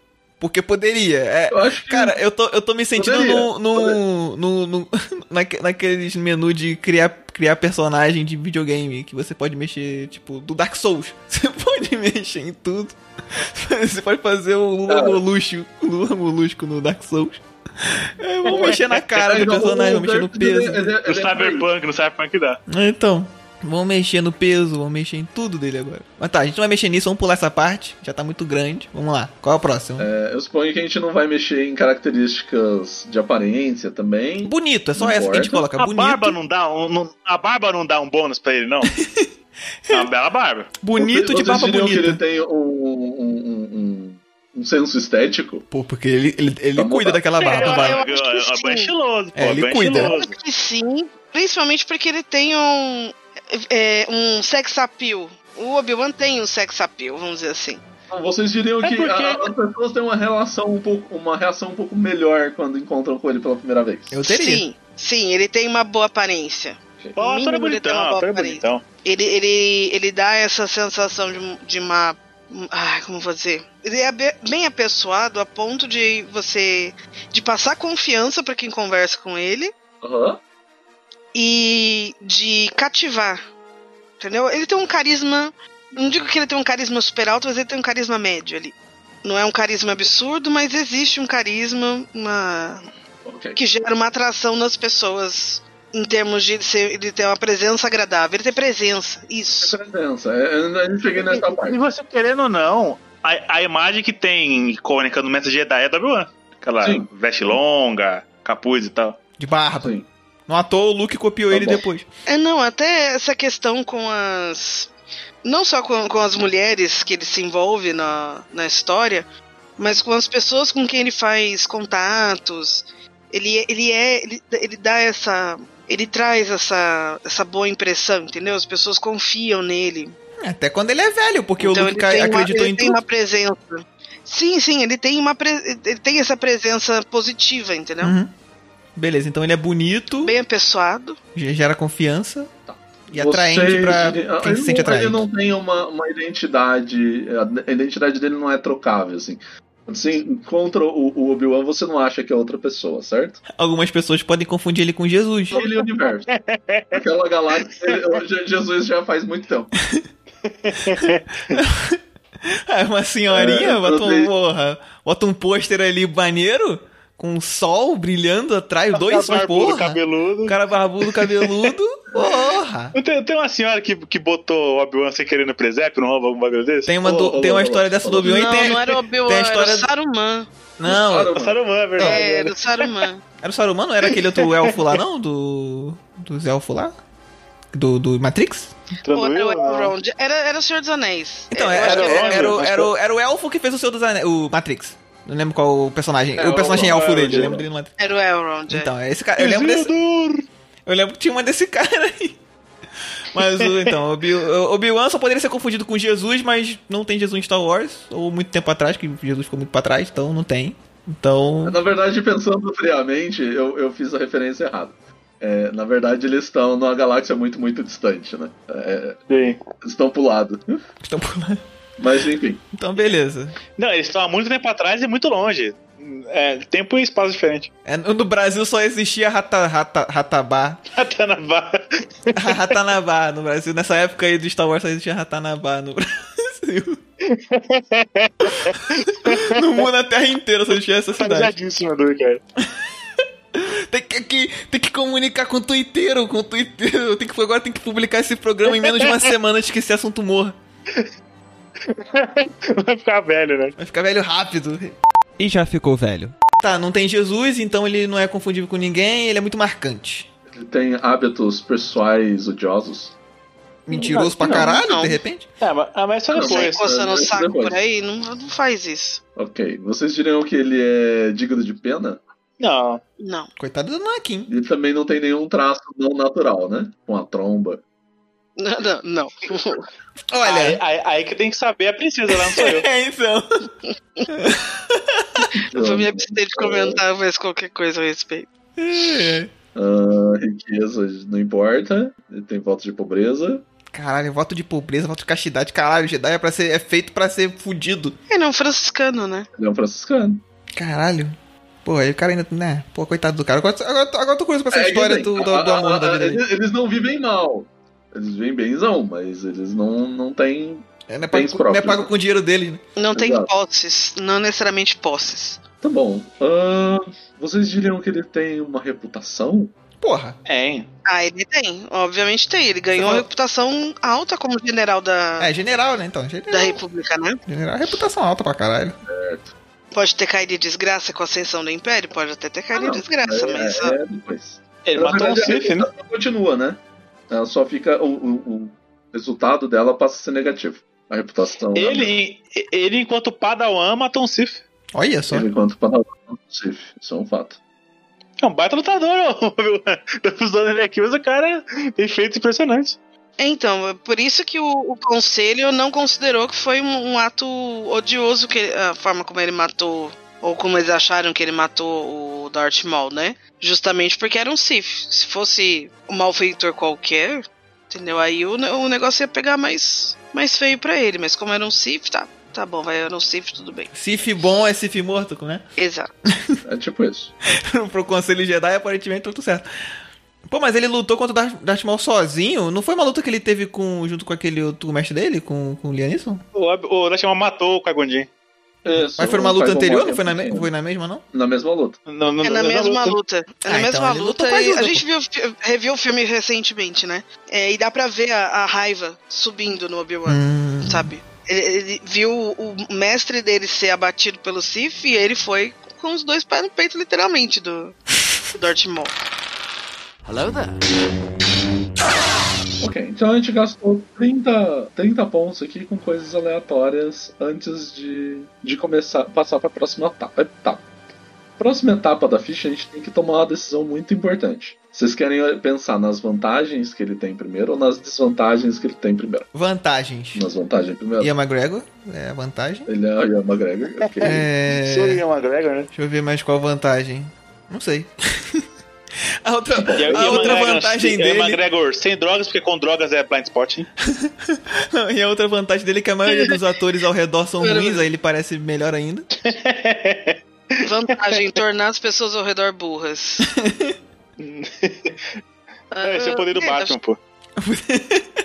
Speaker 3: Porque poderia. É,
Speaker 5: Eu acho que-
Speaker 3: Cara, eu tô, eu tô me sentindo
Speaker 5: Poderia,
Speaker 3: no, no, no, no- naque- naqueles menu de criar, criar personagem de videogame que você pode mexer, tipo, do Dark Souls. Você pode mexer em tudo. Você pode fazer o Lula
Speaker 5: Cara.
Speaker 3: Molusco, Lula Molusco no Dark Souls. É, vou mexer na cara do
Speaker 5: Mas,
Speaker 3: personagem,
Speaker 5: o
Speaker 3: vou mexer no
Speaker 5: Darth Vader,
Speaker 3: peso.
Speaker 5: ele é-
Speaker 6: No
Speaker 5: ele é feio.
Speaker 6: Cyberpunk, no Cyberpunk dá.
Speaker 3: Então, vamos mexer no peso, vamos mexer em tudo dele agora. Mas tá, a gente não vai mexer nisso, vamos pular essa parte. Já tá muito grande. Vamos lá, qual é o próximo?
Speaker 5: É, eu suponho que a gente não vai mexer em características de aparência também.
Speaker 3: Bonito, é só
Speaker 5: Não
Speaker 3: essa que a gente
Speaker 5: importa.
Speaker 3: coloca.
Speaker 6: A
Speaker 3: bonito.
Speaker 6: barba não dá um, não- a barba não dá um bônus pra ele, não? É uma bela barba.
Speaker 3: Bonito
Speaker 5: Vocês-
Speaker 3: de
Speaker 5: vocês
Speaker 3: barba
Speaker 5: diriam que ele
Speaker 3: bonita.
Speaker 5: tem um, um- um- um- um senso estético?
Speaker 3: Pô, porque ele, ele, ele
Speaker 5: Vamos
Speaker 3: cuida
Speaker 5: lá.
Speaker 3: daquela barba,
Speaker 4: eu-
Speaker 3: vai.
Speaker 4: eu-
Speaker 6: É, é bem estiloso, pô.
Speaker 3: É, ele
Speaker 6: bem
Speaker 3: cuida.
Speaker 6: estiloso.
Speaker 4: E sim, principalmente porque ele tem um, é, um sex appeal. O Obi-Wan tem um sex appeal, vamos dizer assim.
Speaker 5: Vocês diriam
Speaker 6: É
Speaker 5: que
Speaker 6: porque-
Speaker 5: a- as pessoas têm uma relação um pouco, uma reação um pouco melhor quando encontram com ele pela primeira vez.
Speaker 3: Eu teria.
Speaker 4: Sim, sim, ele tem uma boa aparência.
Speaker 6: Ó, O ator é
Speaker 4: Mínimo, ele tem
Speaker 6: bonitão,
Speaker 4: uma
Speaker 6: o ator é
Speaker 4: boa
Speaker 6: bonitão.
Speaker 4: Ele, ele, ele dá essa sensação de, um- de uma. um- Ai, como vou dizer? Ele é be- bem apessoado a ponto de você. de passar confiança para quem conversa com ele
Speaker 5: Aham.
Speaker 4: e de cativar. Entendeu? Ele tem um carisma. Não digo que ele tem um carisma super alto, mas ele tem um carisma médio ali. Não é um carisma absurdo, mas existe um carisma, uma,
Speaker 5: Ok.
Speaker 4: que gera uma atração nas pessoas em termos de ele, ser, ele ter uma presença agradável, ele ter presença, isso.
Speaker 5: Presença. É, eu- eu não cheguei nessa
Speaker 6: E
Speaker 5: parte.
Speaker 6: você querendo ou não, a, a imagem que tem icônica no Mestre Jedi é da Obi-Wan. Aquela
Speaker 5: Sim.
Speaker 6: veste longa, capuz e tal.
Speaker 3: De barba.
Speaker 5: Sim.
Speaker 3: Não à toa o Luke copiou
Speaker 5: Tá
Speaker 3: ele
Speaker 5: bom.
Speaker 3: depois.
Speaker 4: É não, até essa questão com as não só com, com as mulheres que ele se envolve na, na história, mas com as pessoas com quem ele faz contatos. Ele, ele é ele, ele dá essa ele traz essa, essa boa impressão, entendeu? As pessoas confiam nele.
Speaker 3: Até quando ele é velho, porque o Luke
Speaker 4: tem uma,
Speaker 3: acreditou
Speaker 4: Então ele
Speaker 3: em
Speaker 4: tem
Speaker 3: tudo.
Speaker 4: uma presença. Sim, sim, ele tem uma pre- ele tem essa presença positiva, entendeu?
Speaker 3: Uhum. Beleza, então ele é bonito,
Speaker 4: Bem apessoado.
Speaker 3: ge- gera confiança
Speaker 4: Tá.
Speaker 3: e
Speaker 5: Você-
Speaker 3: atraente pra
Speaker 5: ele-
Speaker 3: quem se sente
Speaker 5: ele não-
Speaker 3: atraído.
Speaker 5: Ele não tem uma, uma identidade. A identidade dele não é trocável, assim. Assim, contra o, o Obi-Wan, você não acha que é outra pessoa, certo? É
Speaker 3: Algumas pessoas podem confundir ele com Jesus.
Speaker 5: Aquele universo. Aquela galáxia, hoje Jesus já faz muito tempo.
Speaker 3: É uma senhorinha,
Speaker 5: É,
Speaker 3: bota, um,
Speaker 5: talvez.
Speaker 3: porra, bota um pôster ali maneiro, com o sol brilhando atrás,
Speaker 5: Tá
Speaker 3: dois
Speaker 7: Cara
Speaker 3: sol,
Speaker 7: barbudo,
Speaker 3: porra.
Speaker 7: cabeludo.
Speaker 3: O cara barbudo, cabeludo, porra.
Speaker 7: Tem, tem uma senhora que, que botou o Obi-Wan sem querer no presépio, não rouba algum bagulho desse?
Speaker 3: Tem um- uma, do-
Speaker 5: Ô, ô,
Speaker 3: tem uma
Speaker 5: ô,
Speaker 3: história
Speaker 5: ô,
Speaker 3: dessa
Speaker 5: ô,
Speaker 3: do Obi-Wan e
Speaker 4: não,
Speaker 3: tem...
Speaker 4: não era o Obi-Wan,
Speaker 3: tem a
Speaker 4: era
Speaker 3: história-
Speaker 4: o Saruman.
Speaker 3: Não,
Speaker 5: Saruman.
Speaker 7: O Saruman, é verdade.
Speaker 4: É,
Speaker 7: né?
Speaker 4: era o Saruman.
Speaker 3: Era o Saruman, não era aquele outro elfo lá, não? Do. Dos elfos lá? Do, do Matrix?
Speaker 4: Ou era
Speaker 7: Tranduil,
Speaker 4: o
Speaker 7: não.
Speaker 4: Elrond. Era, era o Senhor dos Anéis.
Speaker 3: Então,
Speaker 4: Eu
Speaker 5: É,
Speaker 3: era,
Speaker 4: acho
Speaker 3: era,
Speaker 4: que
Speaker 7: Elrond,
Speaker 3: era o,
Speaker 7: acho que
Speaker 3: era, o, era o elfo que fez o seu design. O Matrix. Não lembro qual o personagem.
Speaker 5: É,
Speaker 3: o personagem
Speaker 5: o-
Speaker 3: elfo
Speaker 5: é, o
Speaker 3: dele, eu
Speaker 5: Jedi.
Speaker 3: lembro dele no Matrix.
Speaker 4: Era o Elrond. é.
Speaker 3: Então, é esse cara. Eu lembro desse.
Speaker 7: Isildur!
Speaker 3: Eu lembro que tinha uma desse cara aí. Mas, o- então, Obi- o Obi-Wan só poderia ser confundido com Jesus, mas não tem Jesus em Star Wars. Ou muito tempo atrás, que Jesus ficou muito pra trás, então não tem. Então.
Speaker 5: Na verdade, pensando friamente, eu, eu fiz a referência errada. É, na verdade, eles estão numa galáxia muito, muito distante, né? É,
Speaker 7: Sim.
Speaker 5: estão pro lado.
Speaker 3: Estão pulando.
Speaker 5: Mas enfim.
Speaker 3: Então, beleza.
Speaker 7: Não, eles estão há muito tempo atrás e muito longe. É, tempo e espaço diferente.
Speaker 3: É, no Brasil só existia Rata, Rata, Ratabá.
Speaker 7: Até na barra.
Speaker 3: Ratanabá no Brasil. Nessa época aí do Star Wars só existia Ratanabá no Brasil. no mundo, na terra inteira só existia essa cidade.
Speaker 7: Paradíssimo, Edu, cara.
Speaker 3: Tem que, que- tem que comunicar com o Twitter, com o Twitter. Tem que, agora tem que publicar esse programa em menos de uma semana antes que esse assunto morra.
Speaker 7: Vai ficar velho, né?
Speaker 3: Vai ficar velho rápido. E já ficou velho. Tá, não tem Jesus, então ele não é confundível com ninguém, ele é muito marcante.
Speaker 5: Ele tem hábitos pessoais odiosos.
Speaker 3: Mentiroso pra
Speaker 7: Não,
Speaker 3: caralho,
Speaker 4: não.
Speaker 3: de repente.
Speaker 7: É, mas, ah, mas só
Speaker 5: Não,
Speaker 4: Sai
Speaker 7: depois.
Speaker 5: isso,
Speaker 4: coçando o
Speaker 5: isso
Speaker 4: saco
Speaker 5: depois.
Speaker 4: por aí, não, não faz isso.
Speaker 5: Ok. Vocês diriam que ele é digno de pena?
Speaker 7: Não.
Speaker 4: Não.
Speaker 3: Coitado do Anakin.
Speaker 5: Ele também não tem nenhum traço não natural, né? Com a tromba.
Speaker 4: Não, não, não.
Speaker 3: Olha.
Speaker 7: Aí, aí- aí que tem que saber a princesa, lá não sou eu.
Speaker 3: É, então.
Speaker 4: Eu vou me abster de
Speaker 5: É.
Speaker 4: comentar mais qualquer coisa a respeito.
Speaker 5: Ah, riqueza não importa. Ele tem votos de pobreza.
Speaker 3: Caralho, voto de pobreza, voto de castidade, caralho, Jedi é, pra ser, é feito pra ser fudido.
Speaker 4: Ele é um franciscano, né?
Speaker 5: Ele é um franciscano.
Speaker 3: Caralho. Pô, aí o cara ainda. Né? Pô, coitado do cara. Agora, agora, eu tô- agora eu tô curioso com essa
Speaker 5: É,
Speaker 3: história
Speaker 5: dizem,
Speaker 3: do, do, do
Speaker 5: a- a-
Speaker 3: amor da
Speaker 5: a-
Speaker 3: vida dele.
Speaker 5: eles, eles não vivem mal. Eles vivem benzão, mas eles não, não têm.
Speaker 3: É, não, é pago,
Speaker 5: bens
Speaker 3: com- não é
Speaker 5: próprios.
Speaker 3: pago com o dinheiro dele, né?
Speaker 4: Não tem
Speaker 5: Exato.
Speaker 4: posses, não necessariamente posses.
Speaker 5: Tá bom. Ah, vocês diriam que ele tem uma reputação?
Speaker 3: Porra.
Speaker 7: É, hein?
Speaker 4: Ah, ele tem, obviamente tem. Ele ganhou uma
Speaker 3: falou-
Speaker 4: reputação alta como general da,
Speaker 5: Ah.
Speaker 3: É, general, né? Então,
Speaker 4: da
Speaker 3: general.
Speaker 4: República, né?
Speaker 3: general é reputação alta pra caralho.
Speaker 4: Pode ter caído em desgraça com a ascensão do Império, pode até ter caído
Speaker 5: Ah,
Speaker 4: em
Speaker 5: não.
Speaker 4: desgraça,
Speaker 5: é,
Speaker 4: mas. ah,
Speaker 5: é, depois.
Speaker 7: Ele
Speaker 5: Na
Speaker 7: matou um
Speaker 5: verdade, a
Speaker 7: Sif, né?
Speaker 5: reputação continua, né? Ela só fica. O, o- o resultado dela passa a ser negativo. A reputação.
Speaker 7: Ele, ele enquanto Padawan, matou um Sif.
Speaker 3: Olha só.
Speaker 5: Ele enquanto Padawan não Sif. Isso é um fato.
Speaker 7: É um baita lutador, ô, meu. Tá usando ele aqui, mas o cara tem feitos impressionantes.
Speaker 4: Então, é por isso que o, o conselho não considerou que foi um, um ato odioso que, a forma como ele matou, ou como eles acharam que ele matou o Darth Maul, né? Justamente porque era um Sith. Se fosse um malfeitor qualquer, entendeu? Aí o, ne- o negócio ia pegar mais, mais feio pra ele. Mas como era um Sith, tá, tá bom, vai, era um Sith, tudo bem.
Speaker 3: Sif bom é Sif morto, né?
Speaker 4: Exato.
Speaker 5: É tipo isso.
Speaker 3: Pro Conselho Jedi, aparentemente tudo certo. Pô, mas ele lutou contra o Darth- Darth Maul sozinho? Não foi uma luta que ele teve com, junto com aquele outro mestre dele, com, com o é Lianisson?
Speaker 7: O, Ob- o Darth Maul matou o Kagundin.
Speaker 5: Isso,
Speaker 3: Mas foi numa
Speaker 5: o
Speaker 3: luta
Speaker 6: um
Speaker 5: Qui-Gon
Speaker 3: anterior?
Speaker 5: morre
Speaker 3: Não foi na, me-
Speaker 5: assim,
Speaker 3: foi na mesma, não?
Speaker 5: na mesma luta.
Speaker 7: Não, não,
Speaker 4: É na
Speaker 7: não,
Speaker 4: mesma
Speaker 7: não.
Speaker 4: luta. É na
Speaker 3: Ah, então,
Speaker 4: mesma
Speaker 3: ele lutou
Speaker 4: luta.
Speaker 3: com a
Speaker 4: e
Speaker 3: ajuda,
Speaker 4: a gente viu, reviu o filme recentemente, né? É, e dá pra ver a, a raiva subindo no Obi-Wan.
Speaker 3: Hum.
Speaker 6: Uhum.
Speaker 4: sabe? Ele, ele viu o o mestre dele ser abatido pelo Sif e ele foi com os dois pés no peito, literalmente, do, do Darth Maul.
Speaker 5: Ok, então a gente gastou 30, 30 pontos aqui com coisas aleatórias antes de, de começar passar para a próxima eta- etapa. Próxima etapa da ficha, a gente tem que tomar uma decisão muito importante. Vocês querem pensar nas vantagens que ele tem primeiro ou nas desvantagens que ele tem primeiro?
Speaker 3: Vantagens.
Speaker 5: Nas vantagens primeiro.
Speaker 3: Ian McGregor, é a vantagem.
Speaker 5: Ele é o Ian McGregor, ok.
Speaker 3: É...
Speaker 6: Sou Ian McGregor, né?
Speaker 3: Deixa eu ver mais qual vantagem. Não sei. a outra,
Speaker 6: E
Speaker 3: a
Speaker 6: Ian
Speaker 3: outra
Speaker 6: McGregor-
Speaker 3: vantagem
Speaker 6: Ian
Speaker 3: dele.
Speaker 6: McGregor sem drogas, porque com drogas é blind spot. hein?
Speaker 3: e a outra vantagem dele é que a maioria dos atores ao redor são ruins, aí ele parece melhor ainda.
Speaker 4: Vantagem, tornar as pessoas ao redor burras. Ah,
Speaker 6: É, esse é o poder do
Speaker 4: é,
Speaker 6: Batman, pô.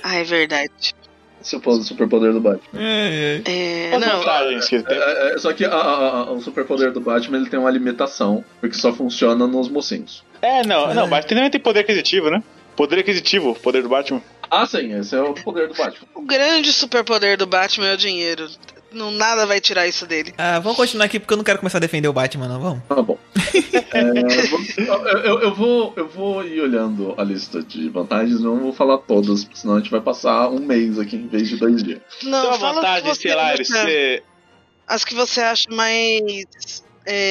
Speaker 4: Ah, é verdade.
Speaker 5: Esse é o superpoder do Batman.
Speaker 3: É, é.
Speaker 4: É,
Speaker 6: As
Speaker 4: não,
Speaker 6: vantagens que ele tem.
Speaker 5: É, é, só que a- a- a- o superpoder do Batman ele tem uma limitação, porque só funciona nos mocinhos.
Speaker 6: É, não, não, Batman também tem poder aquisitivo, né? Poder aquisitivo, poder do Batman.
Speaker 5: Ah, sim, esse é o poder do Batman.
Speaker 4: o grande superpoder do Batman é o dinheiro. Não, nada vai tirar isso dele.
Speaker 3: Ah, vamos continuar aqui porque eu não quero começar a defender o Batman, não. Vamos.
Speaker 5: Tá bom. É, vamos- eu, eu- eu vou, eu vou ir olhando a lista de vantagens, não vou falar todas, porque senão a gente vai passar um mês aqui em vez de dois dias.
Speaker 4: Não,
Speaker 6: tem uma
Speaker 4: fala o que
Speaker 6: vantagem,
Speaker 4: você é
Speaker 6: sei lá,
Speaker 4: acha.
Speaker 6: ele ser.
Speaker 4: As que você acha mais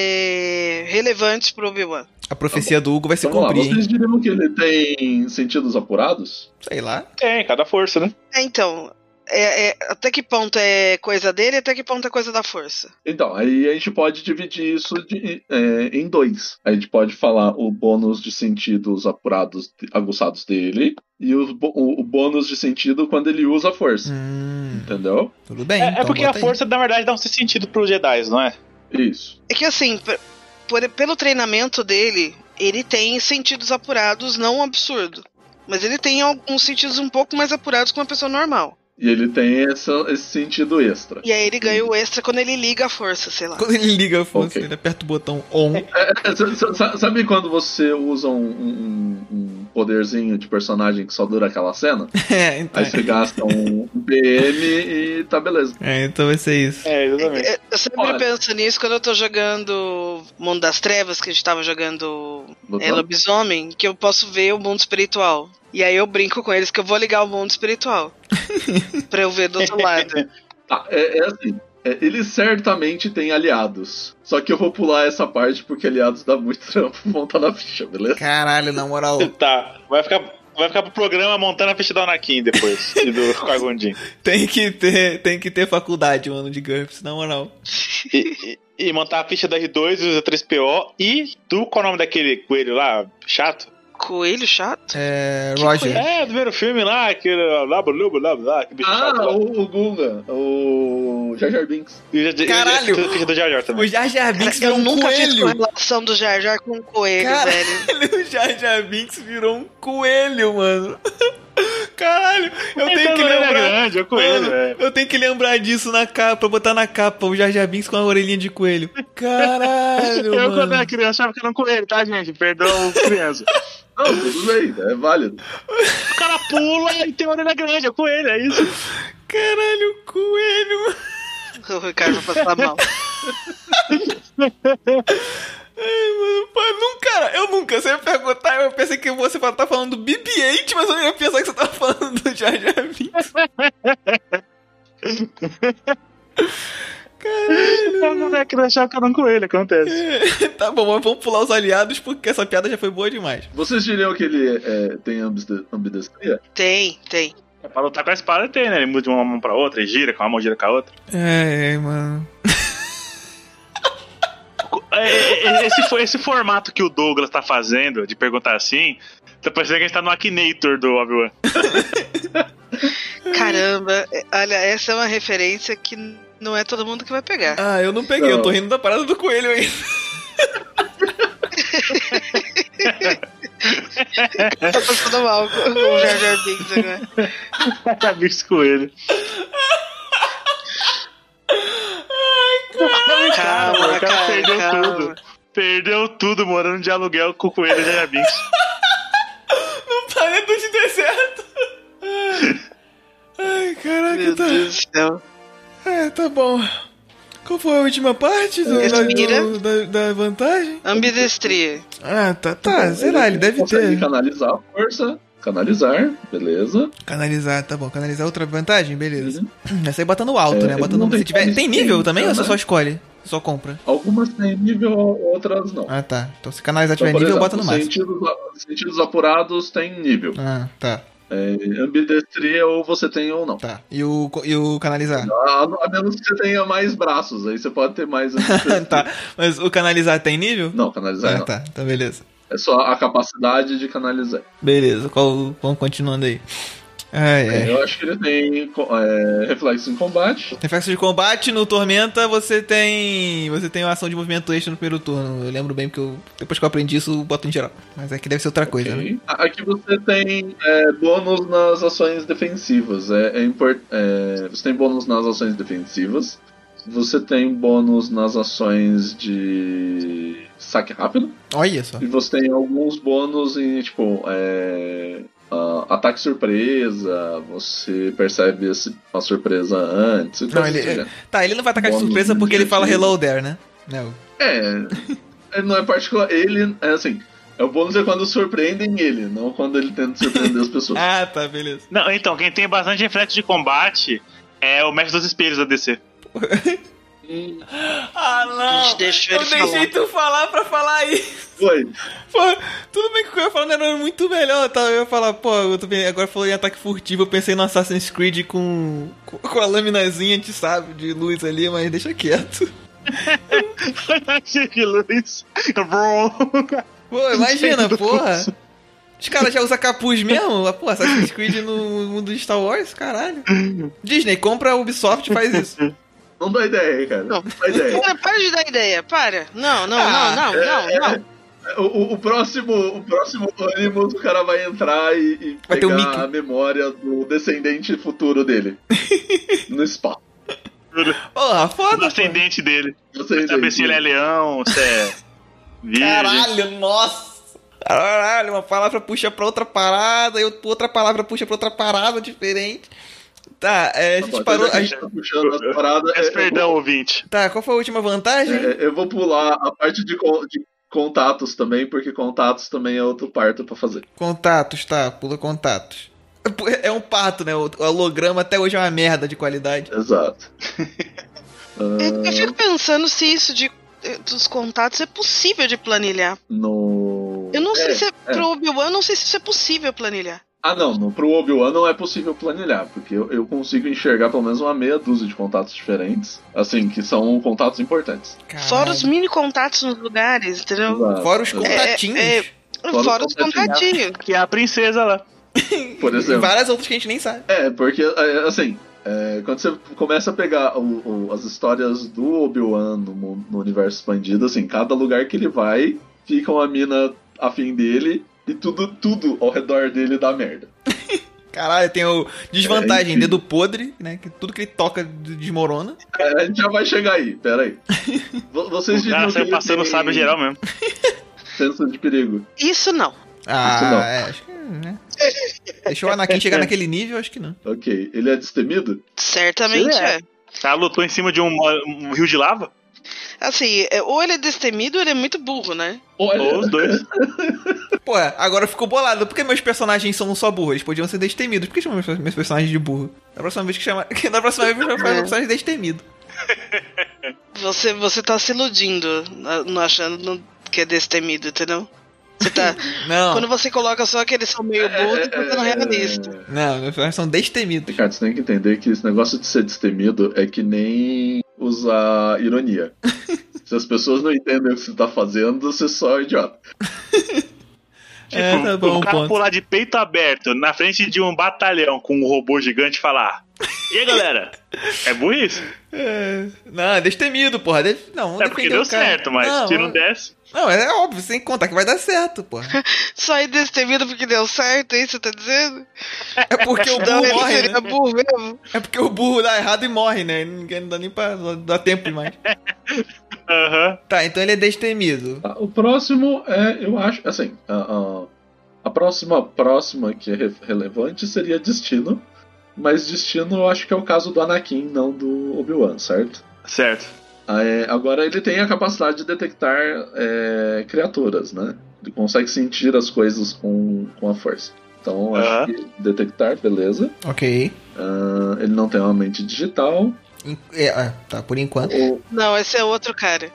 Speaker 4: é, relevantes pro Obi-Wan.
Speaker 3: A profecia do Hugo vai se
Speaker 5: Vamos lá,
Speaker 3: cumprir, hein?
Speaker 5: vocês diriam que ele tem sentidos apurados?
Speaker 3: Sei lá.
Speaker 6: Tem, cada força, né?
Speaker 4: É, então, é- é, até que ponto é coisa dele e até que ponto é coisa da força?
Speaker 5: Então, aí a gente pode dividir isso de- é, em dois. A gente pode falar o bônus de sentidos apurados, aguçados dele, e o, bo- o- o bônus de sentido quando ele usa a força.
Speaker 3: Hum,
Speaker 5: Entendeu?
Speaker 3: tudo bem.
Speaker 6: É, é
Speaker 3: então
Speaker 6: porque a
Speaker 3: bota aí.
Speaker 6: força, na verdade, dá um sentido pros Jedi, não é?
Speaker 5: Isso.
Speaker 4: É que assim, pe- por- pelo treinamento dele, ele tem sentidos apurados, não um absurdo. Mas ele tem alguns sentidos um pouco mais apurados que uma pessoa normal.
Speaker 5: E ele tem essa- esse sentido extra.
Speaker 4: E aí ele ganha o extra quando ele liga a força, sei lá.
Speaker 3: Quando ele liga a força,
Speaker 5: Ok.
Speaker 3: ele aperta o botão on.
Speaker 5: É, sa- sa- sa- Sabe quando você usa um, um- um poderzinho de personagem que só dura aquela cena?
Speaker 3: é, então.
Speaker 5: Aí você gasta um BM e tá beleza.
Speaker 3: É, então vai ser isso.
Speaker 6: É, exatamente.
Speaker 4: É, Eu sempre
Speaker 5: Olha.
Speaker 4: penso nisso quando eu tô jogando Mundo das Trevas, que a gente tava jogando é,
Speaker 5: Doutor?
Speaker 4: Lobisomem, que eu posso ver o mundo espiritual. E aí eu brinco com eles que eu vou ligar o mundo espiritual. pra eu ver do outro lado.
Speaker 5: Tá, é, é assim. é, ele certamente tem aliados. Só que eu vou pular essa parte porque aliados dá muito trampo montar na ficha, beleza?
Speaker 3: Caralho, na moral.
Speaker 6: Tá, vai ficar, vai ficar pro programa montando a ficha da Anakin depois. e do Cargondin.
Speaker 3: Tem que ter, tem que ter faculdade, mano, de GURPS, na moral.
Speaker 6: E, e- e montar a ficha da R2 e do 3PO e do. Qual é o nome daquele coelho lá? Chato?
Speaker 4: Coelho chato?
Speaker 3: É, Roger.
Speaker 6: É, do primeiro filme lá, aquele. Lá, blá, blá, blá, blá, que bicho chato
Speaker 5: Ah,
Speaker 6: lá.
Speaker 5: o, o Gunga, o Jar Jar Binks.
Speaker 6: E já- já- já-
Speaker 3: Caralho!
Speaker 6: tem a ficha do Jar Jar
Speaker 3: O
Speaker 6: também.
Speaker 3: Jar Jar Binks
Speaker 4: eu
Speaker 3: virou um
Speaker 4: nunca fiz
Speaker 3: coelho.
Speaker 4: correlação do Jar Jar com um coelho,
Speaker 3: Cara-
Speaker 4: velho.
Speaker 3: O Jar Jar Binks virou um coelho, mano. Caralho, eu tenho
Speaker 6: Então
Speaker 3: que
Speaker 6: não era
Speaker 3: lembrar.
Speaker 6: grande, é o coelho,
Speaker 3: Mano,
Speaker 6: é.
Speaker 3: eu tenho que lembrar disso na capa, pra botar na capa o Jar Jar Binks com a orelhinha de coelho. Caralho,
Speaker 6: Eu, quando
Speaker 3: mano.
Speaker 6: era criança, achava que era um coelho, tá, gente? Perdão, o criança.
Speaker 5: Não, tudo bem, é válido.
Speaker 6: o cara pula e tem uma orelha grande, é coelho, é isso.
Speaker 3: Caralho, coelho, mano.
Speaker 4: O Ricardo vai passar mal.
Speaker 3: Ai, mano, pô, eu nunca, eu nunca, você ia perguntar, eu pensei que você tá falando do BB-8, mas eu ia pensar que você tava falando do Jar Jar Binks.
Speaker 6: Eu, quando era criança, achava que era um coelho, acontece.
Speaker 3: Tá bom, mas vamos pular os aliados, porque essa piada já foi boa demais.
Speaker 5: Vocês diriam que ele é, tem ambide- ambidestria?
Speaker 4: Tem, tem.
Speaker 6: É, pra lutar com a espada tem, né? Ele muda de uma mão pra outra, e gira com uma mão, gira com a outra.
Speaker 3: É, é, mano.
Speaker 6: É, é, é, Esse, fo- esse formato que o Douglas tá fazendo, de perguntar assim, tá parecendo que a gente tá no Akinator do Obi-Wan.
Speaker 4: Caramba, é- olha, essa é uma referência que não é todo mundo que vai pegar.
Speaker 3: Ah, eu não peguei, eu tô
Speaker 5: Não.
Speaker 3: rindo da parada do coelho aí. É.
Speaker 4: Tá passando mal com o Jar Jar Binks agora.
Speaker 6: Bicho coelho. Ai, cara,
Speaker 4: Calma,
Speaker 6: o cara
Speaker 4: cara,
Speaker 6: perdeu
Speaker 4: calma.
Speaker 6: tudo. Perdeu tudo morando de aluguel com né, o coelho de Jabins.
Speaker 3: No planeta de deserto. Ai, caraca,
Speaker 4: Meu
Speaker 3: tá.
Speaker 4: Deus do céu.
Speaker 3: É, tá bom. Qual foi a última parte do- da- do- da- da vantagem?
Speaker 4: Ambidestria.
Speaker 3: Ah, tá, tá. Sei lá, ele deve
Speaker 5: consegue
Speaker 3: ter.
Speaker 5: canalizar a força, canalizar, beleza.
Speaker 3: Canalizar, tá bom. Canalizar outra vantagem, beleza.
Speaker 5: Uhum.
Speaker 3: Essa aí bota no alto,
Speaker 5: É,
Speaker 3: né? Bota
Speaker 5: não
Speaker 3: no. Se
Speaker 5: tem
Speaker 3: tiver. Tem
Speaker 5: como
Speaker 3: nível
Speaker 5: sim,
Speaker 3: também ou você
Speaker 5: né?
Speaker 3: só escolhe? Só compra.
Speaker 5: Algumas têm nível, outras não.
Speaker 1: Ah, tá. Então se canalizar
Speaker 5: Então,
Speaker 1: tiver
Speaker 5: por
Speaker 1: nível,
Speaker 5: exemplo,
Speaker 1: bota no máximo.
Speaker 5: Sentidos, sentidos apurados tem nível.
Speaker 1: Ah, tá,
Speaker 5: É, ambidestria ou você tem ou não.
Speaker 1: tá. E o, co- e o canalizar?
Speaker 5: A, a menos que você tenha mais braços, aí você pode ter mais ambidestria.
Speaker 3: tá. Mas o canalizar tem nível?
Speaker 5: Não, canalizar
Speaker 1: Ah,
Speaker 5: não.
Speaker 1: tá. Então beleza.
Speaker 5: É só a capacidade de canalizar.
Speaker 3: Beleza, qual, vamos continuando aí.
Speaker 1: Ai,
Speaker 3: É.
Speaker 1: ai.
Speaker 5: Eu acho que ele tem co- é, reflexo em combate.
Speaker 3: Reflexo de combate no Tormenta, você tem. Você tem uma ação de movimento extra no primeiro turno. Eu lembro bem porque eu, depois que eu aprendi isso, eu boto em geral. Mas é que deve ser outra coisa, né?
Speaker 5: Ok. A- Aqui você tem é, bônus nas ações defensivas. É, é impor- é, você tem bônus nas ações defensivas. Você tem bônus nas ações de saque rápido.
Speaker 1: Olha só.
Speaker 5: E você tem alguns bônus em, tipo, é, a- ataque surpresa. Você percebe esse- a surpresa antes. então, assim,
Speaker 1: Não,
Speaker 5: e coisas
Speaker 1: ele-
Speaker 5: do gênero.
Speaker 3: Tá, ele não vai atacar de
Speaker 5: Bom,
Speaker 3: surpresa porque ele fala
Speaker 5: objetivo.
Speaker 3: hello there, né? Não.
Speaker 5: É. Ele não é particular. Ele é assim. É o bônus é quando surpreendem ele, não quando ele tenta surpreender as pessoas.
Speaker 3: Ah, tá, beleza.
Speaker 7: Não, então, quem tem bastante reflexo de combate é o mestre dos espelhos da DC.
Speaker 3: Ah, não!
Speaker 4: Deixa
Speaker 3: eu
Speaker 4: ele falar.
Speaker 3: deixei tu falar pra falar aí.
Speaker 5: Foi.
Speaker 3: Pô, tudo bem que o que eu ia falar era muito melhor, tá? Eu ia falar, pô, eu tô bem- agora falou em ataque furtivo, eu pensei no Assassin's Creed com, com, com a laminazinha, a gente sabe, de luz ali, mas deixa quieto.
Speaker 7: Cheio de luz. Brum.
Speaker 3: Pô, imagina, porra. Os caras já usam capuz mesmo? Ah, Pô, Assassin's Creed no mundo de Star Wars, caralho. Disney, compra a Ubisoft e faz isso.
Speaker 5: Não dá ideia, cara. Não, dá ideia.
Speaker 4: Para, para de dar ideia, para. Não, não,
Speaker 3: Ah,
Speaker 4: não, não, não, não.
Speaker 5: O, o- o próximo, o próximo Animus, o cara vai entrar e, e
Speaker 3: Vai ter o Mickey.
Speaker 5: pegar a memória do descendente futuro dele. no espaço.
Speaker 3: Porra,
Speaker 7: O
Speaker 3: foda, pô.
Speaker 7: ascendente dele.
Speaker 5: Você
Speaker 7: Saber se ele é leão, se é. virgem.
Speaker 3: Caralho, nossa. Caralho, uma palavra puxa pra outra parada, e outra palavra puxa pra outra parada diferente. Tá, é, a gente parou... a gente-
Speaker 5: tá puxando as paradas.
Speaker 7: Peço
Speaker 5: é, eu,
Speaker 7: perdão, ouvinte.
Speaker 3: Tá, qual foi a última vantagem?
Speaker 5: é, eu vou pular a parte de, con- de contatos também, porque contatos também é outro parto pra fazer.
Speaker 3: Contatos, tá, pula contatos. É um pato, né? O o holograma até hoje é uma merda de qualidade.
Speaker 5: Exato.
Speaker 4: Eu, eu fico pensando se isso de, dos contatos é possível de planilhar.
Speaker 5: No.
Speaker 4: Eu não sei
Speaker 5: É.
Speaker 4: se é, pro Obi-Wan, eu não sei se isso é possível planilhar.
Speaker 5: Ah, não, no, pro Obi-Wan não é possível planilhar, porque eu, eu consigo enxergar pelo menos uma meia dúzia de contatos diferentes, assim, que são contatos importantes.
Speaker 4: Fora os mini contatos nos lugares, entendeu?
Speaker 5: Exato.
Speaker 3: Fora os contatinhos.
Speaker 4: É, é,
Speaker 5: Fora
Speaker 4: Fora os
Speaker 5: os
Speaker 4: contatinhos.
Speaker 7: Que é a princesa lá.
Speaker 4: é,
Speaker 5: Por
Speaker 3: E
Speaker 5: exemplo.
Speaker 3: várias outras que a gente nem sabe.
Speaker 5: É, porque, é, assim, é, quando você começa a pegar o- o- as histórias do Obi-Wan no, mu- no universo expandido, assim, cada lugar que ele vai, fica uma mina afim dele e tudo, tudo ao redor dele dá merda.
Speaker 3: Caralho, tem o desvantagem,
Speaker 5: É, enfim.
Speaker 3: dedo podre, né? Que tudo que ele toca d- desmorona.
Speaker 5: É, a gente já vai chegar aí, peraí. Vo- Vocês
Speaker 7: Ah,
Speaker 5: diriam que
Speaker 7: saiu
Speaker 5: ele
Speaker 7: passando
Speaker 5: tem
Speaker 7: sábio geral mesmo.
Speaker 5: senso de perigo.
Speaker 4: Isso não.
Speaker 5: Isso não.
Speaker 3: Ah, é, acho que, né? Deixou o Anakin chegar naquele nível, acho que não.
Speaker 5: Ok, ele é destemido?
Speaker 7: Ele
Speaker 4: Certamente
Speaker 7: é.
Speaker 4: é.
Speaker 7: Ela lutou em cima de um, um rio de lava?
Speaker 4: Assim, é, ou ele é destemido ou ele é muito burro, né?
Speaker 7: Ou os dois?
Speaker 3: Pô, agora ficou bolado. Por que meus personagens são só burros? Eles podiam ser destemidos. Por que chamam meus, meus personagens de burro? Da próxima vez que chamar. Da próxima vez que chamar meu personagem destemido.
Speaker 4: Você, você tá se iludindo, na- não achando não- que é destemido, entendeu? Você tá,
Speaker 3: Não.
Speaker 4: quando você coloca só que eles são meio
Speaker 5: É,
Speaker 4: burros, você tá sendo realista.
Speaker 3: Não, meus personagens são destemidos.
Speaker 5: Ricardo, você tem que entender que esse negócio de ser destemido é que nem usar ironia. Se as pessoas não entendem o que você tá fazendo, você só é um idiota.
Speaker 7: Tipo,
Speaker 3: É, tá bom,
Speaker 7: o cara
Speaker 3: ponto.
Speaker 7: pular de peito aberto na frente de um batalhão com um robô gigante e falar. E aí, galera? É burrice?
Speaker 3: É, Não, é destemido, porra. De- Não, vamos
Speaker 7: É porque
Speaker 3: defender
Speaker 7: deu
Speaker 3: o cara.
Speaker 7: certo, mas
Speaker 3: não,
Speaker 7: se não desse.
Speaker 3: Não, é óbvio, sem contar que vai dar certo, porra.
Speaker 4: Só é destemido porque deu certo, é isso que você tá dizendo?
Speaker 3: É porque o
Speaker 4: Então
Speaker 3: burro
Speaker 4: ele
Speaker 3: morre, né?
Speaker 4: seria burro mesmo.
Speaker 3: É porque o burro dá errado e morre, né? Ninguém não dá nem pra dar tempo mais.
Speaker 7: Aham.
Speaker 3: Tá, então ele é destemido.
Speaker 5: Tá, O próximo é, eu acho, assim, a, a- a próxima próxima que é re- relevante seria Destino. Mas Destino eu acho que é o caso do Anakin, não do Obi-Wan, certo?
Speaker 7: Certo.
Speaker 5: Ah, é, agora ele tem a capacidade de detectar é, criaturas, né? Ele consegue sentir as coisas com, com a força. Então, eu acho
Speaker 7: Aham.
Speaker 5: que detectar, beleza.
Speaker 3: Ok.
Speaker 5: Ah, ele não tem uma mente digital.
Speaker 3: Em- é, ah, tá, por enquanto.
Speaker 5: O-
Speaker 4: Não, esse é outro cara.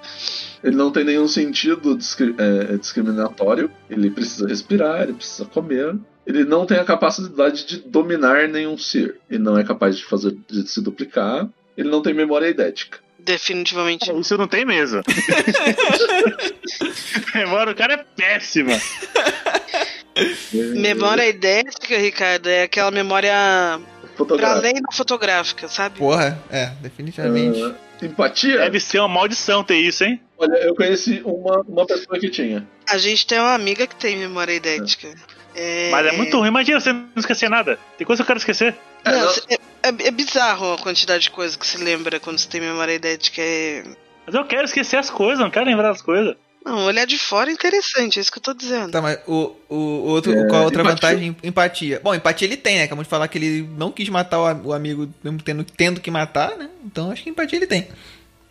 Speaker 5: Ele não tem nenhum sentido discri- é, é discriminatório. Ele precisa respirar, ele precisa comer. Ele não tem a capacidade de dominar nenhum ser. Ele não é capaz de fazer de se duplicar. Ele não tem memória idética.
Speaker 4: Definitivamente.
Speaker 5: É.
Speaker 8: Isso não tem mesmo.
Speaker 9: Mano, o cara é péssima.
Speaker 4: Memória idética, Ricardo, é aquela memória
Speaker 5: é
Speaker 4: pra
Speaker 5: Fotográfica.
Speaker 4: além da fotográfica, sabe?
Speaker 3: Porra, é, definitivamente.
Speaker 5: Ah, empatia?
Speaker 9: Deve ser uma maldição ter isso, hein?
Speaker 5: Olha, eu conheci uma, uma pessoa que tinha.
Speaker 4: A gente tem uma amiga que tem memória idética. É...
Speaker 9: Mas é muito ruim. Imagina você não esquecer nada. Tem coisa que eu quero esquecer.
Speaker 5: É,
Speaker 4: Não,
Speaker 5: não-
Speaker 4: cê- é, é- é bizarro a quantidade de coisa que se lembra quando você tem memória idética. É...
Speaker 9: Mas eu quero esquecer as coisas, não quero lembrar das coisas.
Speaker 4: Não, olhar de fora é interessante, é isso que eu tô dizendo.
Speaker 3: Tá, mas o, o outro,
Speaker 4: É,
Speaker 3: qual a outra
Speaker 5: empatia.
Speaker 3: vantagem? Empatia. Bom, empatia ele tem, né? Acabamos de falar que ele não quis matar o, a- o amigo, mesmo tendo, tendo que matar, né? Então acho que empatia ele tem.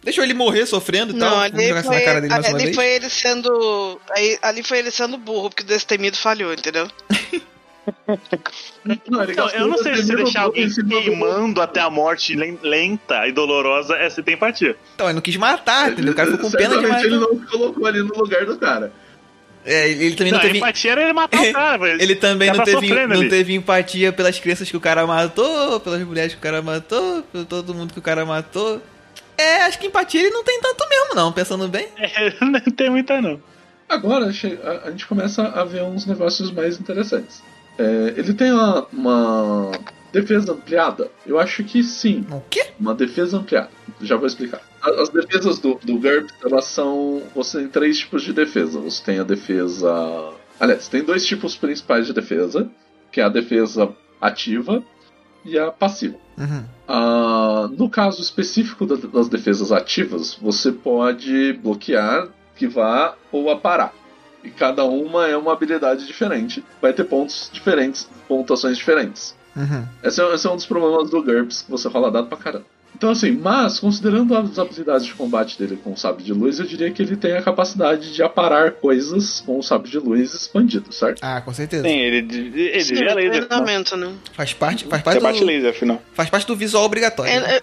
Speaker 3: Deixou ele morrer sofrendo e tal.
Speaker 4: Não,
Speaker 3: Vamos
Speaker 4: ali,
Speaker 3: jogar isso
Speaker 4: foi,
Speaker 3: na cara dele mais uma
Speaker 4: ali
Speaker 3: vez.
Speaker 4: foi ele sendo. aí- ali foi ele sendo burro, porque o destemido falhou, entendeu?
Speaker 5: Não, ele
Speaker 9: Então,
Speaker 5: gastou
Speaker 9: eu não sei se
Speaker 5: primeiro
Speaker 9: deixar
Speaker 5: jogo
Speaker 9: alguém
Speaker 5: em cima do-
Speaker 9: queimando até a morte len- lenta e dolorosa é se tem empatia.
Speaker 3: Então, ele não quis matar, entendeu? O cara ficou com pena né? de
Speaker 5: Certamente
Speaker 3: matar.
Speaker 5: Ele não se colocou ali no lugar do cara.
Speaker 3: É, ele, ele também não,
Speaker 9: Não,
Speaker 3: teve.
Speaker 9: empatia era ele matar o cara, mas
Speaker 3: Ele também
Speaker 9: Tá
Speaker 3: não, teve,
Speaker 9: sofrendo
Speaker 3: não
Speaker 9: ali.
Speaker 3: teve empatia pelas crianças que o cara matou, pelas mulheres que o cara matou, por todo mundo que o cara matou. É, acho que empatia ele não tem tanto mesmo, não, pensando bem.
Speaker 9: não tem muita, não.
Speaker 5: Agora che- a, a gente começa a ver uns negócios mais interessantes. É, ele tem uma, uma defesa ampliada? Eu acho que sim,
Speaker 3: O quê?
Speaker 5: uma defesa ampliada. Já vou explicar. A- As defesas do, do GURPS, elas são. Você tem três tipos de defesa. Você tem a defesa. Aliás, tem dois tipos principais de defesa, que é a defesa ativa e a passiva.
Speaker 3: Uhum.
Speaker 5: Ah, no caso específico da- das defesas ativas, você pode bloquear, que vá ou aparar. E cada uma é uma habilidade diferente. Vai ter pontos diferentes, pontuações diferentes.
Speaker 3: Uhum.
Speaker 5: Esse é, esse é um dos problemas do GURPS, que você rola dado pra caramba. Então, assim, mas, considerando as habilidades de combate dele com o sabre de luz, eu diria que ele tem a capacidade de aparar coisas com o sabre de luz expandido, certo?
Speaker 3: Ah, com certeza.
Speaker 6: Sim, ele, ele já é laser. afinal.
Speaker 4: treinamento, né?
Speaker 3: Faz parte, faz
Speaker 6: Você
Speaker 3: parte
Speaker 6: bate
Speaker 3: do,
Speaker 6: laser, afinal.
Speaker 3: faz parte do visual obrigatório. né?
Speaker 4: É, é,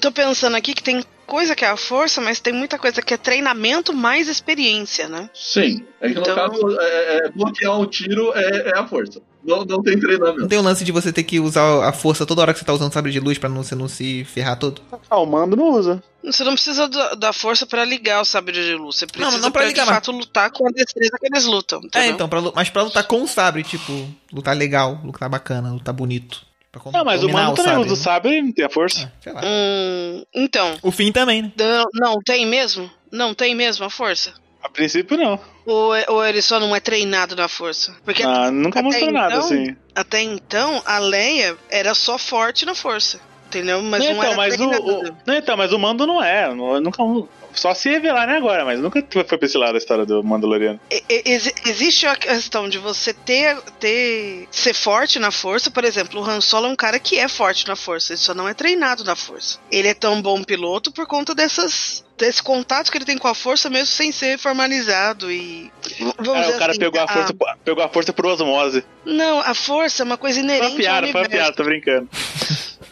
Speaker 4: tô pensando aqui que tem coisa que é a força, mas tem muita coisa que é treinamento mais experiência, né?
Speaker 5: Sim. É que no
Speaker 4: Então-
Speaker 5: caso, é- é- bloquear um tiro é, é a força. Não, não tem treinamento.
Speaker 3: Não tem o lance de você ter que usar a força toda hora que você tá usando sabre de luz pra não, você não se ferrar todo?
Speaker 6: Ah, o mando não usa.
Speaker 4: Você não precisa da, da força pra ligar o sabre de luz, você precisa
Speaker 3: não pra
Speaker 4: pra,
Speaker 3: ligar,
Speaker 4: de
Speaker 3: mas-
Speaker 4: fato lutar com a destreza que eles lutam.
Speaker 3: É,
Speaker 4: entendeu?
Speaker 3: então, pra lu- mas pra lutar com o sabre, tipo, lutar legal, lutar bacana, lutar bonito. Pra com-
Speaker 6: Não, mas o
Speaker 3: dominar
Speaker 6: mando também
Speaker 3: sabre,
Speaker 6: usa o
Speaker 3: né?
Speaker 6: sabre e não tem a força.
Speaker 3: Ah, sei lá.
Speaker 4: Hum, então,
Speaker 3: O fim também, né?
Speaker 4: não, não tem mesmo? Não tem mesmo a força?
Speaker 3: Ah.
Speaker 6: A princípio, não.
Speaker 4: Ou, é- ou ele só não é treinado na força? Porque
Speaker 6: Ah, nunca
Speaker 4: até
Speaker 6: mostrou nada,
Speaker 4: então,
Speaker 6: assim.
Speaker 4: até então a Leia era só forte na força, entendeu? Mas
Speaker 6: Não,
Speaker 4: não,
Speaker 6: então,
Speaker 4: era
Speaker 6: mas o, o-
Speaker 4: treinada.
Speaker 6: não, então, mas o mando não é. não- Nunca, só se revelar, né, agora, mas nunca foi pra esse lado a história do Mandaloriano.
Speaker 4: E- e- exi- existe a questão de você ter, ter ser forte na força, por exemplo, o Han Solo é um cara que é forte na força, ele só não é treinado na força. Ele é tão bom piloto por conta dessas desse contato que ele tem com a força mesmo sem ser formalizado e v- vamos
Speaker 6: Ah,
Speaker 4: dizer
Speaker 6: o cara
Speaker 4: assim,
Speaker 6: pegou, a força, pegou a força por osmose.
Speaker 4: Não, a força é uma coisa
Speaker 6: Foi
Speaker 4: inerente
Speaker 6: uma
Speaker 4: ao
Speaker 6: piada, foi uma
Speaker 4: universo.
Speaker 6: piada, tô brincando.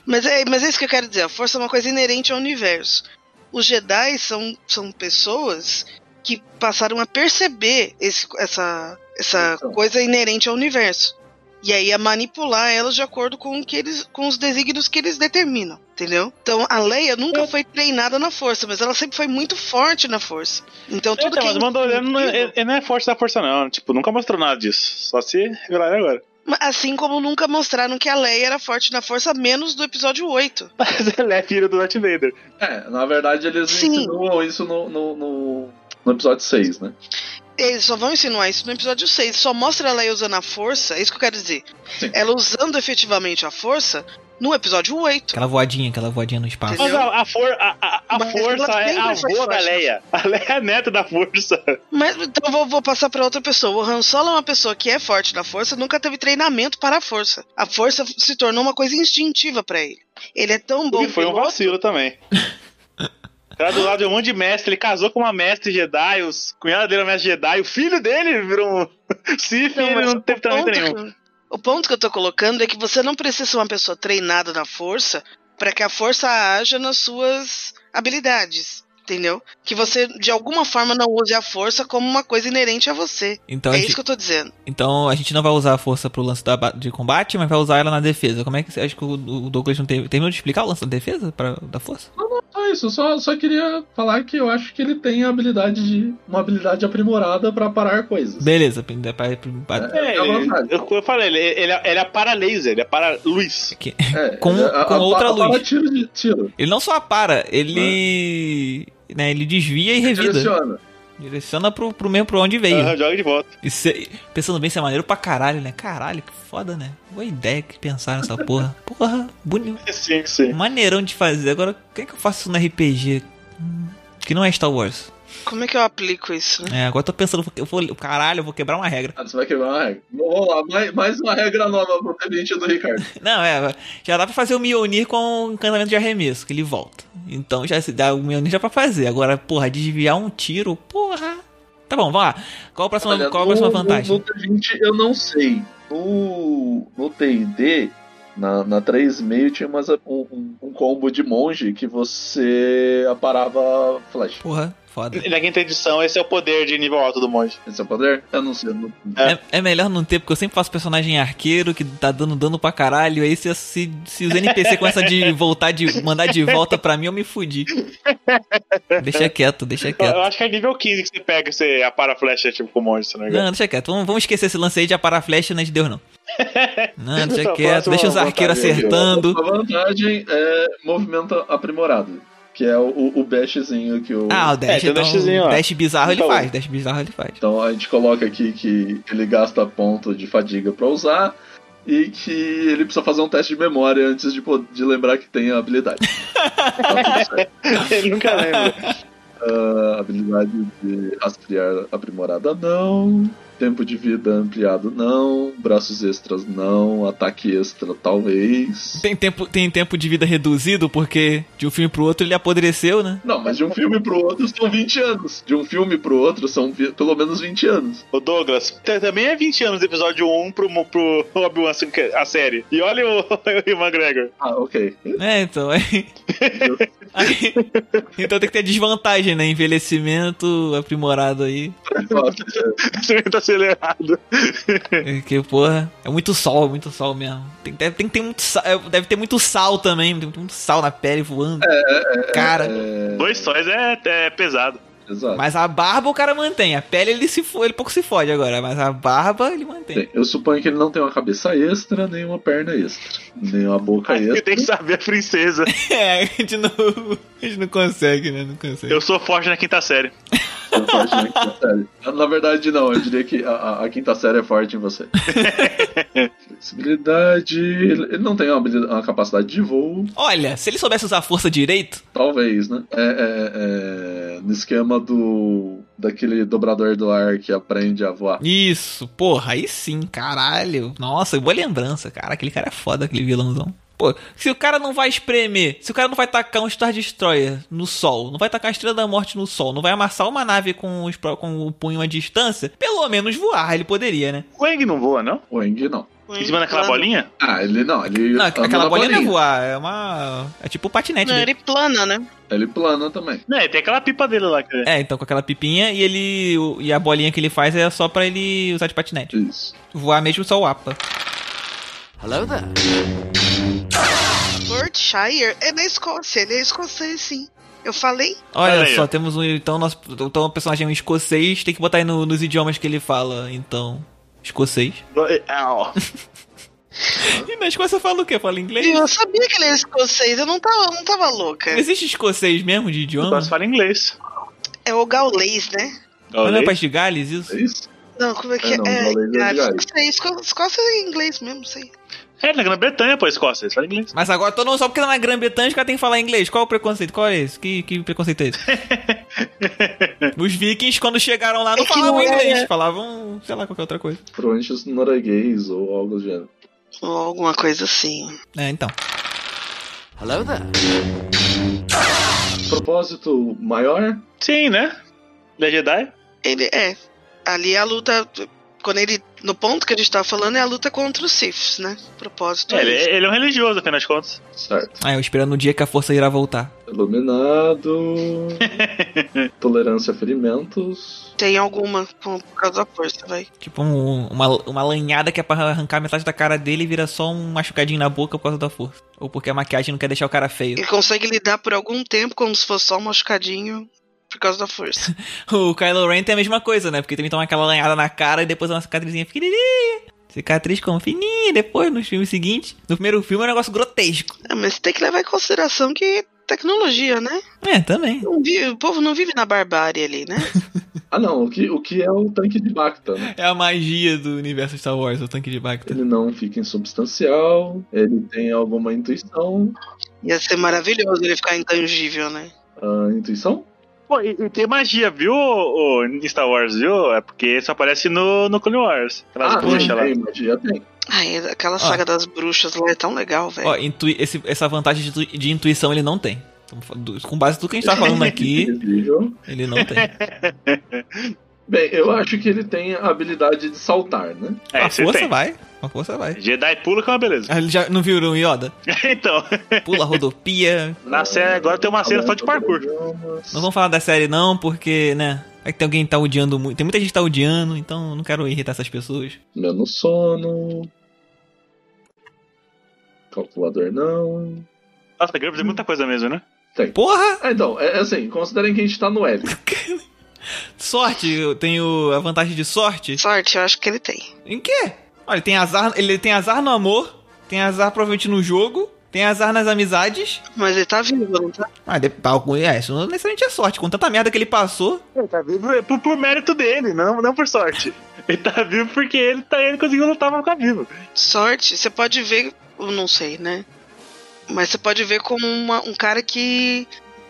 Speaker 4: Mas é, mas é isso que eu quero dizer. A força é uma coisa inerente ao universo. Os Jedi são, são pessoas que passaram a perceber esse- essa, essa
Speaker 5: Então.
Speaker 4: coisa inerente ao universo. E aí a manipular elas de acordo com, o que eles, com os desígnios que eles determinam, entendeu? Então a Leia nunca foi treinada na força, mas ela sempre foi muito forte na força. Então tudo
Speaker 6: Então,
Speaker 4: que é
Speaker 6: mas o Mandaloriano não, é-
Speaker 4: intuitivo-
Speaker 6: ele, ele não é forte da força, não. Tipo, nunca mostrou nada disso. Só se revelar agora.
Speaker 4: Assim como nunca mostraram que a Leia era forte na força, menos do episódio 8.
Speaker 6: Mas ele é filho do Darth Vader.
Speaker 5: É, na verdade eles
Speaker 4: Sim.
Speaker 5: insinuam isso no, no, no- no episódio 6, né?
Speaker 4: Eles só vão ensinar isso no episódio 6. Só mostra ela aí usando a força, é isso que eu quero dizer.
Speaker 5: Sim.
Speaker 4: Ela usando efetivamente a força no episódio 8.
Speaker 3: Aquela voadinha, aquela voadinha no espaço.
Speaker 6: Mas a, a for- a- a- a
Speaker 4: Mas
Speaker 6: força
Speaker 4: ela
Speaker 6: é a
Speaker 4: sempre foi
Speaker 6: avó da
Speaker 4: forte. né?
Speaker 6: Leia. A Leia é a neta da força.
Speaker 4: Mas então eu vou, vou passar pra outra pessoa. O Han Solo é uma pessoa que é forte na força, nunca teve treinamento para a força. A força se tornou uma coisa instintiva pra ele. Ele é tão bom.
Speaker 6: E foi um
Speaker 4: piloto-
Speaker 6: vacilo também. Era do
Speaker 7: é
Speaker 6: lado de um monte de mestre, ele casou com uma mestre Jedi, o cunhado dele é um mestre Jedi, o filho dele virou um Sith e
Speaker 4: Não,
Speaker 6: ele
Speaker 4: mas
Speaker 6: não teve treinamento nenhum.
Speaker 4: que- o ponto que eu tô colocando é que você não precisa ser uma pessoa treinada na força para que a força haja nas suas habilidades. Entendeu? Que você, de alguma forma, não use a força como uma coisa inerente a você.
Speaker 3: Então,
Speaker 4: é
Speaker 3: a
Speaker 4: isso
Speaker 3: gente,
Speaker 4: que eu tô dizendo.
Speaker 3: então a gente não vai usar a força pro lance da ba- de combate, mas vai usar ela na defesa. Como é que. Acho que o, o Douglas não teve, terminou de explicar o lance da defesa pra, da força?
Speaker 5: Só isso, só, só queria falar que eu acho que ele tem a habilidade de. uma habilidade aprimorada pra parar coisas.
Speaker 3: Beleza, pra- pra- pra-
Speaker 5: É,
Speaker 7: É, ele-
Speaker 5: vontade.
Speaker 7: eu, eu falei, ele, ele, é- ele é para laser, ele é para luz.
Speaker 3: que-
Speaker 5: É,
Speaker 3: Com-
Speaker 5: ele-
Speaker 3: com outra
Speaker 5: para
Speaker 3: luz.
Speaker 5: tiro de tiro.
Speaker 3: Ele não só para, ele. Né, ele desvia e revida.
Speaker 5: Direciona.
Speaker 3: Direciona pro, pro mesmo pra onde veio.
Speaker 7: Aham, joga de volta.
Speaker 3: Isso é- pensando bem, isso é maneiro pra caralho, né? Caralho, que foda, né? Boa ideia que pensaram essa porra. Porra, bonito.
Speaker 7: Sim, sim.
Speaker 3: Maneirão de fazer. Agora, o que é que eu faço no RPG? Hum, Que não é Star Wars.
Speaker 4: Como é que eu aplico isso? né?
Speaker 3: É, agora eu tô pensando, eu vou, caralho, eu vou quebrar uma regra.
Speaker 5: Ah, você vai quebrar uma regra. Vamos lá, mais, mais uma regra nova pro presente do Ricardo.
Speaker 3: Não, é, já dá pra fazer o Mionir com o encantamento de arremesso, que ele volta. Então já se dá o Mionir já pra fazer. Agora, porra, desviar um tiro, porra. Tá bom, vamos lá. Qual a próxima,
Speaker 5: Olha,
Speaker 3: é qual a próxima
Speaker 5: no-
Speaker 3: vantagem?
Speaker 5: No, no T20 eu não sei. No, no TD, na, na 3.6, tinha umas, um, um- um combo de monge que você aparava flash.
Speaker 3: Porra, foda.
Speaker 7: Na quinta edição, esse é o poder de nível alto do monge.
Speaker 5: Esse é o poder? Eu não sei. eu não-
Speaker 3: É, é melhor não ter, porque eu sempre faço personagem arqueiro que tá dando dano pra caralho. Aí se, se, se os NPC começam de voltar de mandar de volta pra mim, eu me fudi. Deixa quieto, deixa
Speaker 7: Eu, eu
Speaker 3: quieto.
Speaker 7: acho que é nível 15 que você pega, você apara a flecha tipo com o monge, se não me engano.
Speaker 3: Não, deixa quieto. Vamos, vamos esquecer esse lance aí de aparar flecha, não é de Deus, não. Não, deixa
Speaker 7: Próxima
Speaker 3: quieto. Deixa os arqueiros
Speaker 7: vantagem.
Speaker 3: acertando.
Speaker 5: A vantagem é movimento aprimorado, que é o, o bashzinho que o.
Speaker 3: Ah, o Dash,
Speaker 7: tem um
Speaker 3: então,
Speaker 7: dashzinho, ó.
Speaker 3: Dash bizarro ele
Speaker 7: Então-
Speaker 3: faz, Dash bizarro ele faz.
Speaker 5: Então a gente coloca aqui que ele gasta ponto de fadiga pra usar e que ele precisa fazer um teste de memória antes de, po- de lembrar que tem a habilidade. Tá tudo certo.
Speaker 7: Ele nunca lembra.
Speaker 5: Ah, habilidade de rastrear aprimorada não, tempo de vida ampliado não, braços extras não, ataque extra talvez.
Speaker 3: Tem tempo, tem tempo de vida reduzido, porque de um filme pro outro ele apodreceu, né?
Speaker 5: Não, mas de um filme pro outro são 20 anos. De um filme pro outro são vi- pelo menos 20 anos.
Speaker 7: O Douglas, t- também é 20 anos do episódio 1 pro, mo- pro Obi-Wan, assim, que- a série. E olha o, o Ivan Gregor.
Speaker 5: Ah, ok.
Speaker 3: É, então. Aí, aí- então tem que ter desvantagem, né? Envelhecimento aprimorado aí.
Speaker 5: Então,
Speaker 7: Crescimento acelerado.
Speaker 3: Que porra. É muito sol, é muito sol mesmo. Tem, deve, tem que ter muito sal, é, deve ter muito sal também. Tem muito sal na pele voando.
Speaker 7: É,
Speaker 3: cara.
Speaker 5: É,
Speaker 6: Dois sóis é, é pesado.
Speaker 5: exato.
Speaker 3: Mas a barba o cara mantém. A pele ele se fo- ele pouco se fode agora, mas a barba ele mantém.
Speaker 5: Tem. Eu suponho que ele não tem uma cabeça extra, nem uma perna extra, nem uma boca
Speaker 6: Você
Speaker 5: extra.
Speaker 6: tem que saber a princesa.
Speaker 3: É, a gente não, a gente não consegue, né? Não consegue.
Speaker 6: Eu sou forte na quinta série.
Speaker 5: Eu tô achando que tá sério. Na verdade, não, eu diria que a, a- a quinta série é forte em você. Flexibilidade. Ele ele não tem uma, habili- uma capacidade de voo,
Speaker 3: Olha, se ele soubesse usar a força direito,
Speaker 5: talvez, né? É, é- é, no esquema do. daquele dobrador do ar que aprende a voar.
Speaker 3: Isso, porra, aí sim, caralho. Nossa, boa lembrança, cara. Aquele cara é foda, aquele vilãozão. Pô, se o cara não vai espremer, se o cara não vai tacar um Star Destroyer no sol, não vai tacar a Estrela da Morte no sol, não vai amassar uma nave com, os pro- com o punho à distância, pelo menos voar ele poderia, né?
Speaker 6: O Eng não voa, não?
Speaker 5: O Eng não.
Speaker 6: Em cima daquela
Speaker 4: Plano.
Speaker 6: bolinha?
Speaker 5: Ah, ele não. Ele
Speaker 3: Não,
Speaker 5: anda
Speaker 3: aquela
Speaker 5: na
Speaker 3: bolinha não é voar, é uma... É tipo o patinete
Speaker 4: Não,
Speaker 3: dele.
Speaker 4: ele plana, né?
Speaker 5: Ele plana também.
Speaker 6: Não, e tem aquela pipa dele lá. Que...
Speaker 3: É, então com aquela pipinha e ele... o- E a bolinha que ele faz é só pra ele usar de patinete.
Speaker 5: Isso.
Speaker 3: Voar mesmo só o APA.
Speaker 4: Perthshire é na Escócia, ele é escocês, sim. Eu falei?
Speaker 3: Olha
Speaker 6: Olha aí,
Speaker 3: só,
Speaker 6: ó.
Speaker 3: temos um. Então, nosso, então o personagem é um escocês, tem que botar aí no- nos idiomas que ele fala, então. Escocês.
Speaker 6: É,
Speaker 7: Au.
Speaker 3: E na Escócia fala o quê? Fala inglês?
Speaker 4: Eu sabia que ele era escocês, eu não tava, eu não tava louca.
Speaker 3: Não Existe escocês mesmo de
Speaker 6: O
Speaker 3: idioma?
Speaker 6: Douglas fala inglês.
Speaker 4: É o gaulês, né?
Speaker 3: Mas Não é
Speaker 6: Olha aí.
Speaker 3: país de Gales isso?
Speaker 5: É isso.
Speaker 4: Não, como é que
Speaker 5: É,
Speaker 4: é?
Speaker 5: não, gaulês é de Gales.
Speaker 4: sei, Esco- Escócia é inglês mesmo, sei.
Speaker 6: É, na Grã-Bretanha, pô, Escócia. Eles falam inglês.
Speaker 3: Mas agora todo mundo só porque tá na Grã-Bretanha os caras têm que falar inglês. Qual é o preconceito? Qual é esse? Que, que preconceito é esse? os vikings, quando chegaram lá, não
Speaker 4: É que
Speaker 3: falavam
Speaker 4: não era-
Speaker 3: inglês. Falavam, sei lá, qualquer outra coisa.
Speaker 5: Provavelmente os norueguês ou algo do gênero.
Speaker 4: Ou alguma coisa assim.
Speaker 3: É, então.
Speaker 5: Propósito maior?
Speaker 6: Sim, né? Da é Jedi.
Speaker 4: Ele é. Ali a luta Quando ele. No ponto que a gente tava falando é a luta contra os Siths, né? Propósito.
Speaker 6: É,
Speaker 4: é
Speaker 6: ele,
Speaker 4: esse.
Speaker 6: ele é um religioso, afinal de contas.
Speaker 5: Certo.
Speaker 3: Ah, eu esperando o dia que a força irá voltar.
Speaker 5: Iluminado. Tolerância a ferimentos.
Speaker 4: Tem alguma com, por causa da força, vai.
Speaker 3: Tipo um- uma, uma lanhada que é pra arrancar metade da cara dele e vira só um machucadinho na boca por causa da força. Ou porque a maquiagem não quer deixar o cara feio.
Speaker 4: Ele consegue lidar por algum tempo como se fosse só um machucadinho por causa da força.
Speaker 3: O Kylo Ren tem a mesma coisa, né? Porque também toma aquela lanhada na cara e depois uma cicatrizinha pequenininha. Cicatriz como fininha, depois nos filmes seguintes. No primeiro filme é um negócio grotesco.
Speaker 4: É, mas tem que levar em consideração que é tecnologia, né?
Speaker 3: É, também.
Speaker 4: Não vi- o povo não vive na barbárie ali, né?
Speaker 5: Ah não, o que, o que é o tanque de Bacta, né?
Speaker 3: É a magia do universo Star Wars, o tanque de Bacta.
Speaker 5: Ele não fica insubstancial, ele tem alguma intuição.
Speaker 4: Ia ser maravilhoso ele ficar intangível, né?
Speaker 5: Ah, intuição?
Speaker 6: Pô, e, e tem magia, viu, ô, ô, em Star Wars, viu? É porque isso aparece no, no Clone Wars. Aquelas
Speaker 5: Ah,
Speaker 6: bruxas
Speaker 5: tem,
Speaker 6: lá.
Speaker 5: tem, magia tem.
Speaker 4: Ai, aquela saga das bruxas lá é tão legal, velho.
Speaker 3: Ó, intui- esse- essa vantagem de, tu- de intuição ele não tem. Então, fa- do- com base em tudo que a gente tá falando aqui,
Speaker 5: Invisível.
Speaker 3: ele não tem.
Speaker 6: É,
Speaker 5: Bem, eu acho que ele tem a habilidade de saltar, né?
Speaker 6: É,
Speaker 3: a
Speaker 6: isso
Speaker 3: força
Speaker 6: tem.
Speaker 3: vai. A força vai.
Speaker 6: Jedi pula que é uma beleza.
Speaker 3: Ah, Ele já não viu o Yoda?
Speaker 6: então,
Speaker 3: Pula, rodopia.
Speaker 6: na
Speaker 5: Ah,
Speaker 6: série agora tem uma cena só de parkour.
Speaker 3: Não vamos falar da série não, porque, né? É que tem alguém que tá odiando muito. Tem muita gente que tá odiando, então eu não quero irritar essas pessoas.
Speaker 5: Menos sono. Calculador não.
Speaker 6: Nossa, Grumps tem muita coisa mesmo, né?
Speaker 3: Porra!
Speaker 5: Ah, então, é é assim, considerem que a gente tá no L.
Speaker 3: Sorte, eu tenho a vantagem de sorte.
Speaker 4: Sorte, eu acho que ele tem.
Speaker 3: Em quê? Olha, ele tem azar, ele tem azar no amor, tem azar provavelmente no jogo, tem azar nas amizades.
Speaker 4: Mas ele tá vivo, não tá?
Speaker 3: Ah, de, pra algum- é, isso não necessariamente é sorte, com tanta merda que ele passou.
Speaker 6: tá é Por, por mérito dele, não, não por sorte. Ele tá vivo porque ele, tá, ele conseguiu lutar pra ficar vivo.
Speaker 4: Sorte, você pode ver, eu não sei, né? Mas você pode ver como uma- um cara que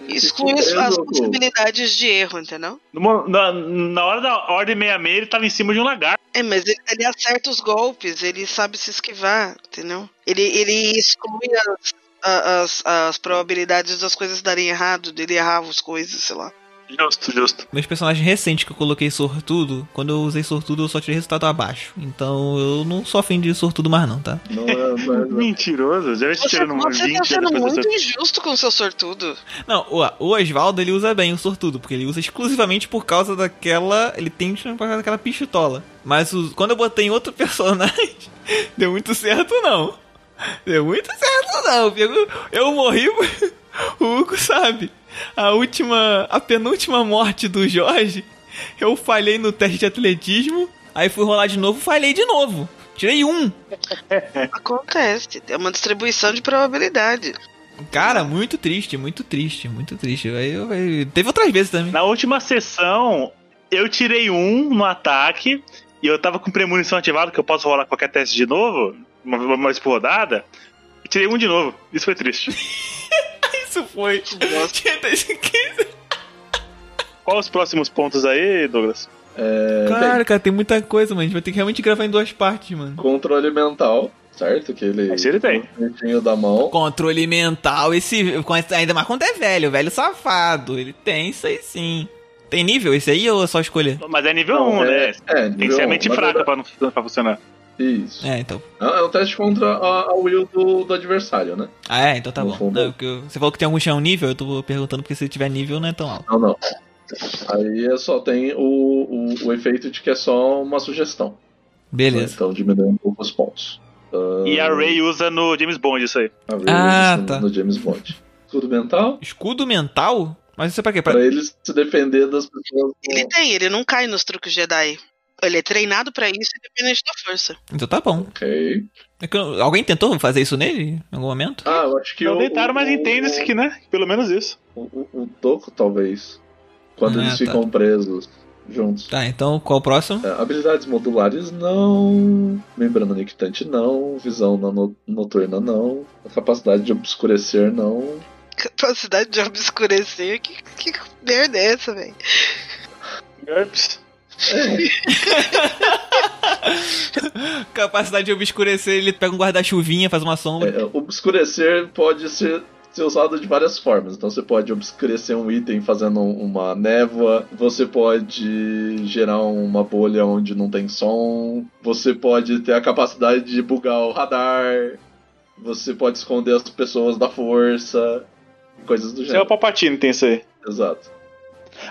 Speaker 4: exclui as, as
Speaker 5: louco.
Speaker 4: possibilidades de erro, entendeu?
Speaker 6: Numa- na, na hora da ordem 66, ele tava em cima de um lagarto.
Speaker 4: É, mas ele, ele acerta os golpes, ele sabe se esquivar, entendeu? Ele, ele exclui as, a- as, as probabilidades das coisas darem errado, dele errar as coisas, sei lá.
Speaker 6: Justo, justo.
Speaker 3: Meus personagens recentes que eu coloquei sortudo, quando eu usei sortudo eu só tirei resultado abaixo. Então eu não sou afim de sortudo mais não, tá?
Speaker 5: Não é, mas-
Speaker 6: Mentiroso, já
Speaker 4: Você,
Speaker 6: tirando umas
Speaker 4: você tá
Speaker 6: 20
Speaker 4: sendo
Speaker 6: das coisas.
Speaker 4: muito injusto com o seu sortudo.
Speaker 3: Não, o, o Osvaldo ele usa bem o sortudo, porque ele usa exclusivamente por causa daquela. Ele tem um por causa daquela pistola. Mas o- quando eu botei em outro personagem, deu muito certo não. Deu muito certo não. Eu, eu morri, o Hugo sabe. A última. A penúltima morte do Jorge, eu falhei no teste de atletismo, aí fui rolar de novo, falhei de novo. Tirei um.
Speaker 4: Acontece, é uma distribuição de probabilidade.
Speaker 3: Cara, muito triste, muito triste, muito triste. Aí eu- aí- teve outras vezes também.
Speaker 6: Na última sessão, eu tirei um no ataque e eu tava com premonição ativada, que eu posso rolar qualquer teste de novo, uma, uma vez por rodada. Eu tirei um de novo. Isso foi triste.
Speaker 3: Isso foi. Tinha desde que-
Speaker 6: Qual os próximos pontos aí, Douglas?
Speaker 5: é, bem,
Speaker 3: Cara, cara, tem muita coisa, mano. A gente vai ter que realmente gravar em duas partes, mano.
Speaker 5: controle mental, certo? Que ele.
Speaker 6: Esse ele tem.
Speaker 5: O jeitinho da mão.
Speaker 3: Controle mental, esse. com esse- Ainda mais quando é velho, velho safado. Ele tem isso aí sim. Tem nível esse aí ou é só escolher?
Speaker 6: Mas é nível
Speaker 5: Não,
Speaker 6: 1, um, né?
Speaker 5: é- é,
Speaker 6: Tem que ser a
Speaker 5: nível um,
Speaker 6: mente
Speaker 5: na
Speaker 6: fraca
Speaker 5: verdade-
Speaker 6: pra, não, pra funcionar.
Speaker 5: Isso.
Speaker 3: É,
Speaker 5: É.
Speaker 3: então.
Speaker 5: é um teste contra a, a will do, do adversário, né?
Speaker 3: Ah, é, então tá
Speaker 5: Não
Speaker 3: bom.
Speaker 5: sou
Speaker 3: Não,
Speaker 5: bom.
Speaker 3: porque eu- você falou que tem algum chão nível, eu tô perguntando porque se tiver nível não é tão alto.
Speaker 5: Não, não. Aí é só tem o, o, o efeito de que é só uma sugestão.
Speaker 3: Beleza.
Speaker 5: Então diminui um pouco os pontos. Ah,
Speaker 6: E a Ray usa no James Bond isso aí.
Speaker 5: a Ray
Speaker 3: Ah,
Speaker 5: usa
Speaker 3: tá.
Speaker 5: No James Bond. Escudo mental?
Speaker 3: Escudo mental? Mas isso é pra quê? Pra...
Speaker 5: Pra ele se defender das pessoas.
Speaker 4: Ele tem, ele não cai nos truques Jedi. Ele é treinado pra isso, independente da força.
Speaker 3: Então tá bom.
Speaker 5: Ok.
Speaker 3: É que eu- Alguém tentou fazer isso nele em algum momento?
Speaker 5: Ah, eu acho que
Speaker 6: Não
Speaker 5: o-
Speaker 6: deitaram,
Speaker 5: o-
Speaker 6: mas entende-se que, né? Pelo menos isso.
Speaker 5: O, o, o Toco, talvez. Quando
Speaker 3: Ah,
Speaker 5: eles
Speaker 3: tá.
Speaker 5: ficam presos juntos.
Speaker 3: Tá, então qual o próximo?
Speaker 5: É, habilidades modulares, não. Membrana nictante, não. Visão nano- noturna, não. A capacidade de obscurecer, não.
Speaker 4: Capacidade de obscurecer. Que, que merda é essa, velho?
Speaker 6: GURPS.
Speaker 3: Capacidade de obscurecer, ele pega um guarda-chuvinha, faz uma sombra.
Speaker 5: É, obscurecer é, pode ser, ser usado de várias formas. Então você pode obscurecer um item fazendo uma névoa, você pode gerar uma bolha onde não tem som, você pode ter a capacidade de bugar o radar, você pode esconder as pessoas da força, coisas do
Speaker 6: Isso é o
Speaker 5: gênero.
Speaker 6: Palpatine, tem isso aí.
Speaker 5: Exato.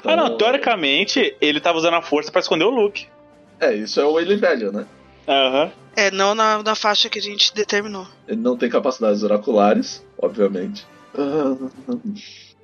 Speaker 6: Ah, não,
Speaker 5: Então,
Speaker 6: teoricamente, ele tava usando a força pra esconder o Luke.
Speaker 5: É, isso é o ele velho, né?
Speaker 6: Aham.
Speaker 4: É, não na, na faixa que a gente determinou.
Speaker 5: Ele não tem capacidades oraculares, obviamente. Ah,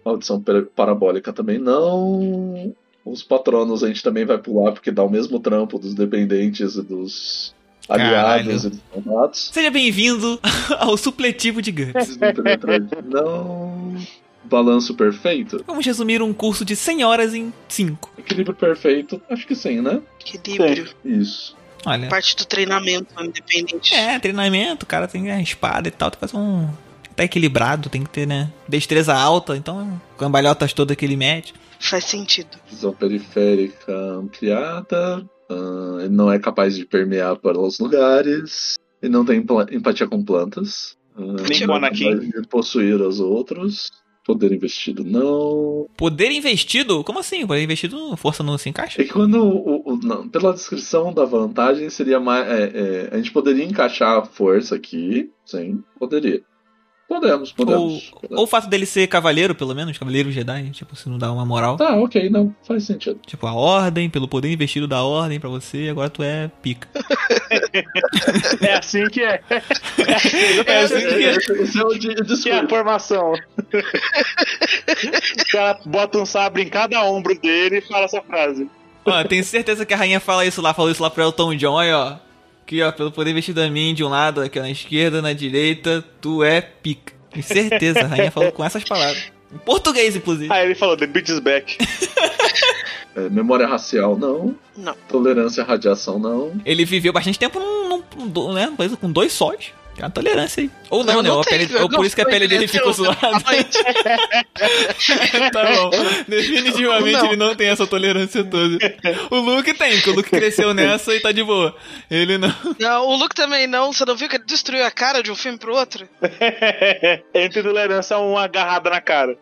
Speaker 5: audição per- parabólica também não. Os patronos a gente também vai pular, porque dá o mesmo trampo dos dependentes e dos aliados e dos contatos.
Speaker 3: Seja bem-vindo ao supletivo de GURPS.
Speaker 5: Esses não tem atrás. Não. Balanço perfeito?
Speaker 3: Vamos resumir um curso de 100 horas em 5.
Speaker 5: Equilíbrio perfeito? Acho que sim, né?
Speaker 4: Equilíbrio.
Speaker 5: Isso.
Speaker 3: Olha.
Speaker 4: Parte do treinamento independente.
Speaker 3: É, treinamento, o cara tem a espada e tal, tem que fazer um. Tá equilibrado, tem que ter, né? Destreza alta, então cambalhotas todas que ele mete.
Speaker 4: Faz sentido.
Speaker 5: Visão periférica ampliada. Ah, ele não é capaz de permear para os lugares. Ele não tem pla- empatia com plantas. Ah,
Speaker 6: Nem com
Speaker 5: não é
Speaker 6: Anakin.
Speaker 5: capaz de possuir os outros. Poder investido não.
Speaker 3: Poder investido? Como assim? Poder investido, força não se encaixa?
Speaker 5: É que quando. o- o- não, pela descrição da vantagem, seria mais. é, é, a gente poderia encaixar a força aqui. Sim, poderia. Podemos,
Speaker 3: Ou,
Speaker 5: podemos. podemos.
Speaker 3: ou o fato dele ser cavaleiro, pelo menos, cavaleiro Jedi, tipo, se não dá uma moral.
Speaker 5: Tá, ok, não. Faz sentido.
Speaker 3: Tipo, a ordem, pelo poder investido da ordem pra você, agora tu é pica.
Speaker 6: É assim que é.
Speaker 3: É assim que é.
Speaker 5: Esse esse é o de,
Speaker 6: Que é a
Speaker 5: discurso.
Speaker 6: formação. o cara bota um sabre em cada ombro dele e fala essa frase.
Speaker 3: Ó, tenho certeza que a rainha fala isso lá, falou isso lá pro Elton John, aí, ó. Que, ó, pelo poder investido a mim, de um lado, aqui, ó, na esquerda, na direita, tu é pica. Tenho certeza, a rainha falou com essas palavras. Em português, inclusive.
Speaker 6: Aí ele falou, The Beat is back.
Speaker 5: É, memória racial, não.
Speaker 4: Não.
Speaker 5: Tolerância à radiação, não.
Speaker 3: Ele viveu bastante tempo num, num, num do- né, um país com dois sóis. Tem uma tolerância aí. Ou não,
Speaker 4: Não,
Speaker 3: né?
Speaker 4: não
Speaker 3: ou a
Speaker 4: tem,
Speaker 3: pele- ou
Speaker 4: não
Speaker 3: por isso que a
Speaker 4: foi,
Speaker 3: pele dele
Speaker 4: né,
Speaker 3: ficou
Speaker 4: seu-
Speaker 3: zoada. tá bom. Definitivamente
Speaker 4: Não.
Speaker 3: ele não tem essa tolerância toda. O Luke tem, porque o Luke cresceu nessa e tá de boa. Ele não.
Speaker 4: Não, o Luke também não. Você não viu que ele destruiu a cara de um filme pro outro?
Speaker 6: Ele tem tolerância a uma agarrada um na cara.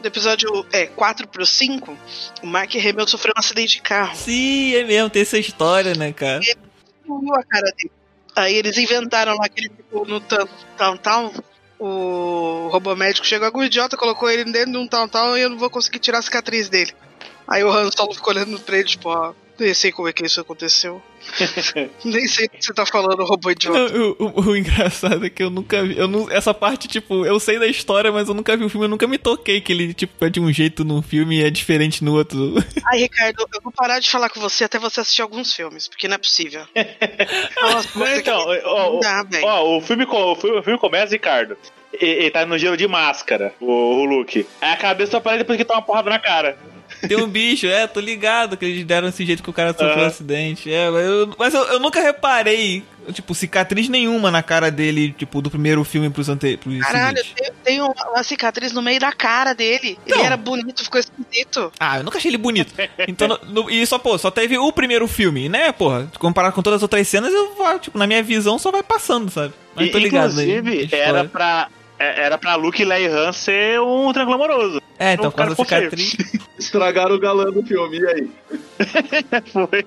Speaker 4: No episódio é, 4 pro 5, o Mark Hamill sofreu um acidente de carro.
Speaker 3: Sim, é mesmo, tem essa história, né, cara?
Speaker 4: Destruiu a cara dele. Aí eles inventaram lá que ele ficou no tan- downtown. O robô médico chegou, algum idiota colocou ele dentro de um downtown e eu não vou conseguir tirar a cicatriz dele. Aí o Han Solo ficou olhando pra ele, tipo, ó, nem sei como é que isso aconteceu. nem sei o que você tá falando, robô idiota.
Speaker 3: Não, o, o- o engraçado é que eu nunca vi. Eu não, essa parte, tipo, eu sei da história, mas eu nunca vi o filme, eu nunca me toquei que ele, tipo, é de um jeito num filme e é diferente no outro.
Speaker 4: Ai, Ricardo, eu vou parar de falar com você até você assistir alguns filmes, porque não é possível. Nossa,
Speaker 6: Não, então,
Speaker 4: que-
Speaker 6: ó,
Speaker 4: não
Speaker 6: ó,
Speaker 4: dá, velho.
Speaker 6: ó, o, filme, co- o filme- o filme começa, Ricardo. e- Ele tá no gelo de máscara, o, o Luke. Aí a cabeça só aparece depois que tá uma porrada na cara.
Speaker 3: Tem um bicho, é, tô ligado que eles deram esse jeito que o cara sofreu um
Speaker 6: Aham.
Speaker 3: acidente. É, mas, eu, mas eu- eu nunca reparei, tipo, cicatriz nenhuma na cara dele, tipo, do primeiro filme pros ante... Pros
Speaker 4: Caralho,
Speaker 3: seguintes.
Speaker 4: tem, tem uma, uma cicatriz no meio da cara dele.
Speaker 3: Então.
Speaker 4: Ele era bonito, ficou esquisito.
Speaker 3: Ah, eu nunca achei ele bonito. Então, no- no- e só, pô, só teve o primeiro filme, né, porra? Comparado com todas as outras cenas, eu, vou, tipo, na minha visão só vai passando, sabe? Mas
Speaker 6: E,
Speaker 3: tô ligado né? aí, a
Speaker 6: inclusive, era
Speaker 3: história.
Speaker 6: pra, é- era pra Luke, Leia e Han ser um triângulo amoroso.
Speaker 3: É, então,
Speaker 6: o
Speaker 3: por causa
Speaker 6: cara
Speaker 3: da
Speaker 6: ficou feio.
Speaker 3: cicatriz.
Speaker 5: Estragaram o galã do filme, e aí?
Speaker 6: Foi.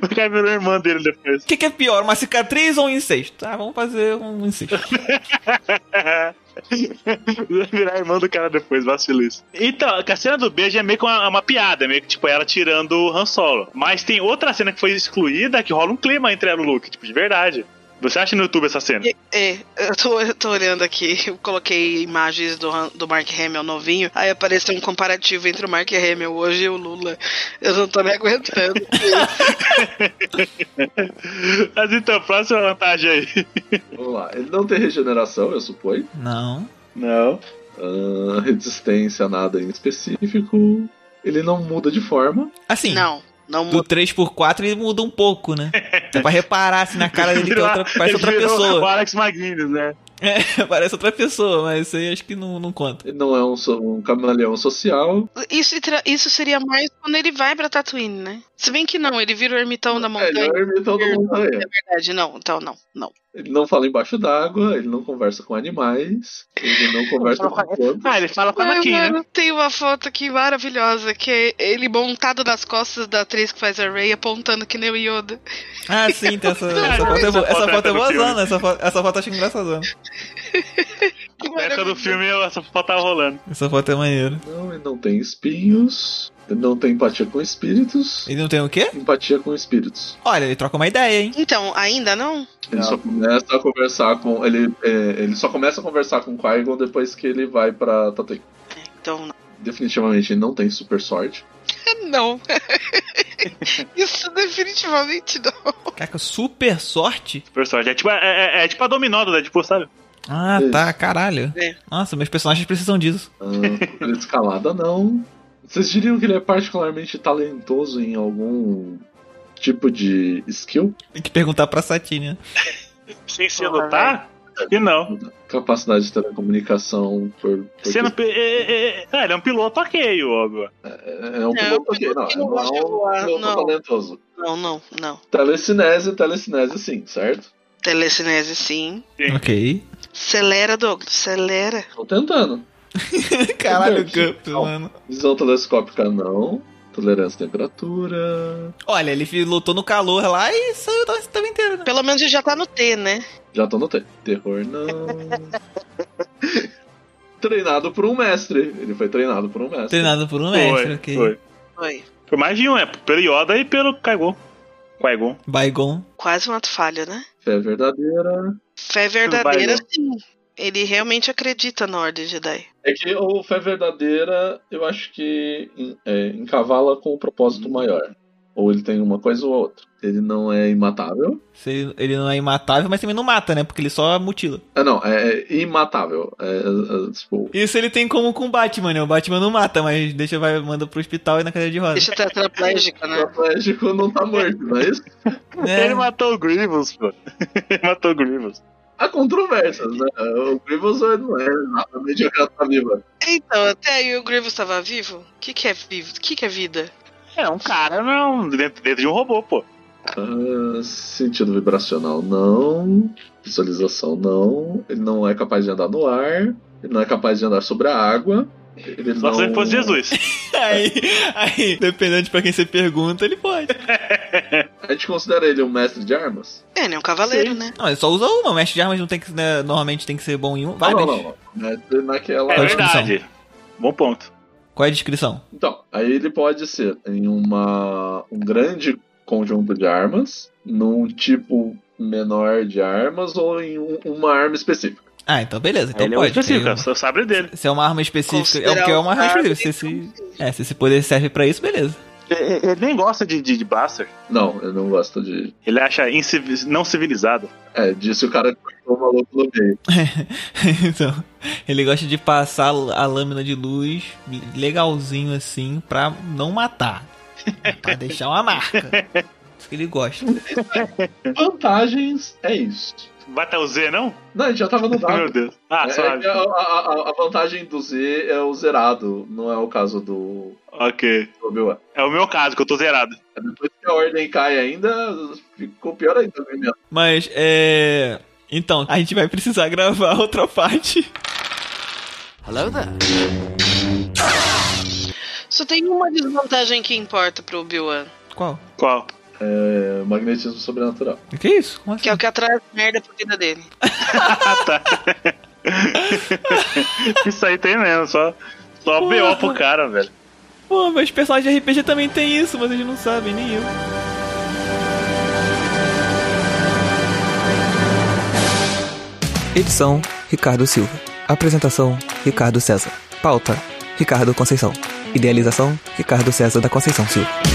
Speaker 6: O cara virou irmã dele depois.
Speaker 3: O que, que é pior, uma cicatriz ou um incesto? Ah, vamos fazer um incesto.
Speaker 6: Vai virar irmã do cara depois, vacilo isso. Então, a cena do beijo é meio que uma, uma piada, meio que tipo ela tirando o Han Solo. Mas tem outra cena que foi excluída que rola um clima entre ela e o Luke, tipo, de verdade. Você acha no YouTube essa cena?
Speaker 4: E- É, eu tô, eu tô olhando aqui, eu coloquei imagens do, Han- do Mark Hamill novinho, aí apareceu um comparativo entre o Mark Hamill hoje e o Lula. Eu não tô me aguentando.
Speaker 6: Mas então, próxima vantagem aí.
Speaker 5: Vamos lá. Ele não tem regeneração, eu suponho.
Speaker 3: Não.
Speaker 6: Não.
Speaker 5: Ah, resistência a nada em específico. Ele não muda de forma.
Speaker 3: Assim,
Speaker 4: Não, não
Speaker 3: do
Speaker 4: muda.
Speaker 3: 3x4 ele muda um pouco, né? Dá pra reparar assim na cara dele que é outra, parece
Speaker 6: Ele
Speaker 3: outra
Speaker 6: virou O
Speaker 3: pessoa.
Speaker 6: Alex Maguines, né?
Speaker 3: É, parece outra pessoa, mas isso aí acho que não, não conta.
Speaker 5: Ele não é um, so- um camaleão social.
Speaker 4: Isso, tra- isso seria mais quando ele vai pra Tatooine, né? Se bem que não, ele vira o ermitão da
Speaker 5: É,
Speaker 4: montanha.
Speaker 5: ele é o ermitão da montanha.
Speaker 4: Na verdade, não, então não, não.
Speaker 5: Ele não fala embaixo d'água, ele não conversa com animais, ele não conversa com corpos.
Speaker 7: Ah, ele fala com a
Speaker 4: Ai,
Speaker 7: Anakin, né?
Speaker 4: mano, tem uma foto aqui maravilhosa, que é ele montado nas costas da atriz que faz a Ray, apontando que nem o Yoda.
Speaker 3: Ah, sim, tem essa, essa foto é boa. Essa foto é boazona, essa foto, essa foto eu acho engraçadona.
Speaker 4: Que
Speaker 10: Na época do Né, filme, é eu- essa foto tava tá rolando.
Speaker 3: Essa foto é maneira.
Speaker 5: Não, ele não tem espinhos, ele não tem empatia com espíritos.
Speaker 3: Ele não tem o quê?
Speaker 5: Empatia com espíritos.
Speaker 3: Olha, ele troca uma ideia, hein?
Speaker 4: Então, ainda não?
Speaker 5: Ele só começa a conversar com. Ele, é, ele só começa a conversar com Qui-Gon depois que ele vai pra Tatooine.
Speaker 4: Então, não.
Speaker 5: Definitivamente ele não tem super sorte.
Speaker 4: não. Isso definitivamente não.
Speaker 3: Caraca, super sorte.
Speaker 10: Super sorte. É tipo, é, é- é tipo a dominó do Deadpool, sabe?
Speaker 3: Ah,
Speaker 5: Isso.
Speaker 3: tá, caralho.
Speaker 4: É.
Speaker 3: Nossa, meus personagens precisam disso.
Speaker 5: Ah, ele é escalada não. Vocês diriam que ele é particularmente talentoso em algum tipo de skill?
Speaker 3: Tem que perguntar pra Satine.
Speaker 10: Sem se
Speaker 4: Ah,
Speaker 10: lutar? E não.
Speaker 5: Capacidade de telecomunicação por. por
Speaker 10: Sendo. pe- É, é, é, ah, ele é um piloto ok, óbvio.
Speaker 5: É
Speaker 4: Não,
Speaker 5: um piloto ok,
Speaker 4: piloto
Speaker 5: não.
Speaker 4: que
Speaker 5: É
Speaker 4: não
Speaker 5: não, é
Speaker 4: gosta de
Speaker 5: um
Speaker 4: voar,
Speaker 5: piloto
Speaker 4: não.
Speaker 5: talentoso.
Speaker 4: Não, não, não.
Speaker 5: Telecinese, telecinese sim, certo?
Speaker 4: Telecinese, sim.
Speaker 3: Ok.
Speaker 4: Acelera, Douglas, acelera.
Speaker 5: Tô tentando.
Speaker 3: Caralho,
Speaker 5: Não,
Speaker 3: Cup,
Speaker 5: não.
Speaker 3: mano.
Speaker 5: Visão telescópica não. Tolerância à temperatura.
Speaker 3: Olha, ele lutou no calor lá e saiu da também inteiro, né?
Speaker 4: Pelo menos ele já tá no T, né?
Speaker 5: Já tô no te- terror, não. treinado por um mestre. Ele foi treinado por um mestre.
Speaker 3: Treinado por um mestre,
Speaker 10: Foi,
Speaker 3: ok.
Speaker 10: foi.
Speaker 4: Foi.
Speaker 10: Por mais de um, é pelo Yoda e pelo Qui-Gon. Qui-Gon.
Speaker 3: Baigon.
Speaker 4: Quase um ato falho, né?
Speaker 5: Fé verdadeira.
Speaker 4: Fé verdadeira,
Speaker 10: Vai, né?
Speaker 4: sim. Ele realmente acredita na Ordem Jedi.
Speaker 5: É que o fé verdadeira, eu acho que em- é, encavala com o propósito maior. Ou ele tem uma coisa ou a outra. Ele não é imatável.
Speaker 3: Se Ele, ele não é imatável, mas também não mata, né? Porque ele só mutila.
Speaker 5: Ah, não, é, é imatável. É, é, é, tipo,
Speaker 3: Isso ele tem como com o Batman, né? O Batman não mata, mas deixa, vai, manda pro hospital e na cadeira de
Speaker 10: É.
Speaker 3: rodas.
Speaker 4: Deixa tetraplégico, né?
Speaker 5: o Atlético não tá morto, não é isso?
Speaker 3: É.
Speaker 10: Ele matou o Grievous, pô. Ele matou o Grievous.
Speaker 5: Há controvérsias, né? O Grievous não é nada mediocrata tá viva.
Speaker 10: É.
Speaker 4: Então, até aí o Grievous estava vivo? O que, que é vivo? O que, que é vida?
Speaker 10: É um cara, não. Dentro, dentro de um robô, pô.
Speaker 5: Ah, sentido vibracional, não. Visualização, não. Ele não é capaz de andar no ar. Ele não é capaz de andar sobre a água. Ele
Speaker 10: Só
Speaker 5: não...
Speaker 10: se ele fosse Jesus.
Speaker 3: Aí, aí, dependendo de pra quem você pergunta, ele pode.
Speaker 5: A gente considera ele um mestre de armas?
Speaker 4: É, ele é um cavaleiro,
Speaker 10: Sim.
Speaker 4: né?
Speaker 3: Não, ele só usa uma. O mestre de armas não tem que, né, normalmente tem que ser bom em um.
Speaker 5: Ah,
Speaker 3: Várias.
Speaker 5: não, não, não. Mestre naquela.
Speaker 10: É
Speaker 3: Qual a descrição?
Speaker 10: verdade. Bom ponto.
Speaker 3: Qual é a descrição?
Speaker 5: Então, aí ele pode ser em uma um grande conjunto de armas, num tipo menor de armas ou em um- uma arma específica.
Speaker 3: Ah, então beleza. Então
Speaker 10: ele é um
Speaker 3: pode.
Speaker 10: específico,
Speaker 3: Tem
Speaker 6: né?
Speaker 10: é o sabre dele.
Speaker 3: um- Se é uma arma específica. É
Speaker 4: Considerar
Speaker 3: porque é uma arma
Speaker 4: arma
Speaker 3: específica. Se esse, é, se esse poder serve pra isso, beleza.
Speaker 10: Ele, ele nem gosta de, de, de Buster.
Speaker 5: Não, eu não gosto de.
Speaker 10: Ele acha incivi- não civilizado.
Speaker 5: É, disse o cara que cortou o maluco no meio.
Speaker 3: então, ele gosta de passar a lâmina de luz legalzinho assim pra não matar. pra deixar uma marca. Isso que ele gosta.
Speaker 5: Vantagens é isso.
Speaker 10: Vai até o Z, não?
Speaker 5: Não, a gente já tava
Speaker 10: Meu
Speaker 5: no dado.
Speaker 10: Deus. Ah,
Speaker 5: É,
Speaker 10: suave.
Speaker 5: é, a, a- a- a vantagem do Z é o zerado, não é o caso do
Speaker 10: Ok.
Speaker 5: do Obi-Wan.
Speaker 10: É o meu caso, que eu tô zerado.
Speaker 5: Depois que a ordem cai ainda, ficou pior ainda. né?
Speaker 3: Mas é. Então, a gente vai precisar gravar outra parte.
Speaker 4: Só tem uma desvantagem que importa pro Obi-Wan.
Speaker 3: Qual?
Speaker 10: Qual?
Speaker 5: É, magnetismo sobrenatural.
Speaker 3: O que é isso? Como assim?
Speaker 4: Que é o que atrai merda pra vida dele.
Speaker 10: Isso aí tem mesmo, só. Só
Speaker 3: Porra.
Speaker 10: BO pro cara, velho.
Speaker 3: Pô, mas personagens de RPG também tem isso, mas eles não sabem, nem eu.
Speaker 11: Edição: Ricardo Silva. Apresentação: Ricardo César. Pauta: Ricardo Conceição. Idealização: Ricardo César da Conceição Silva.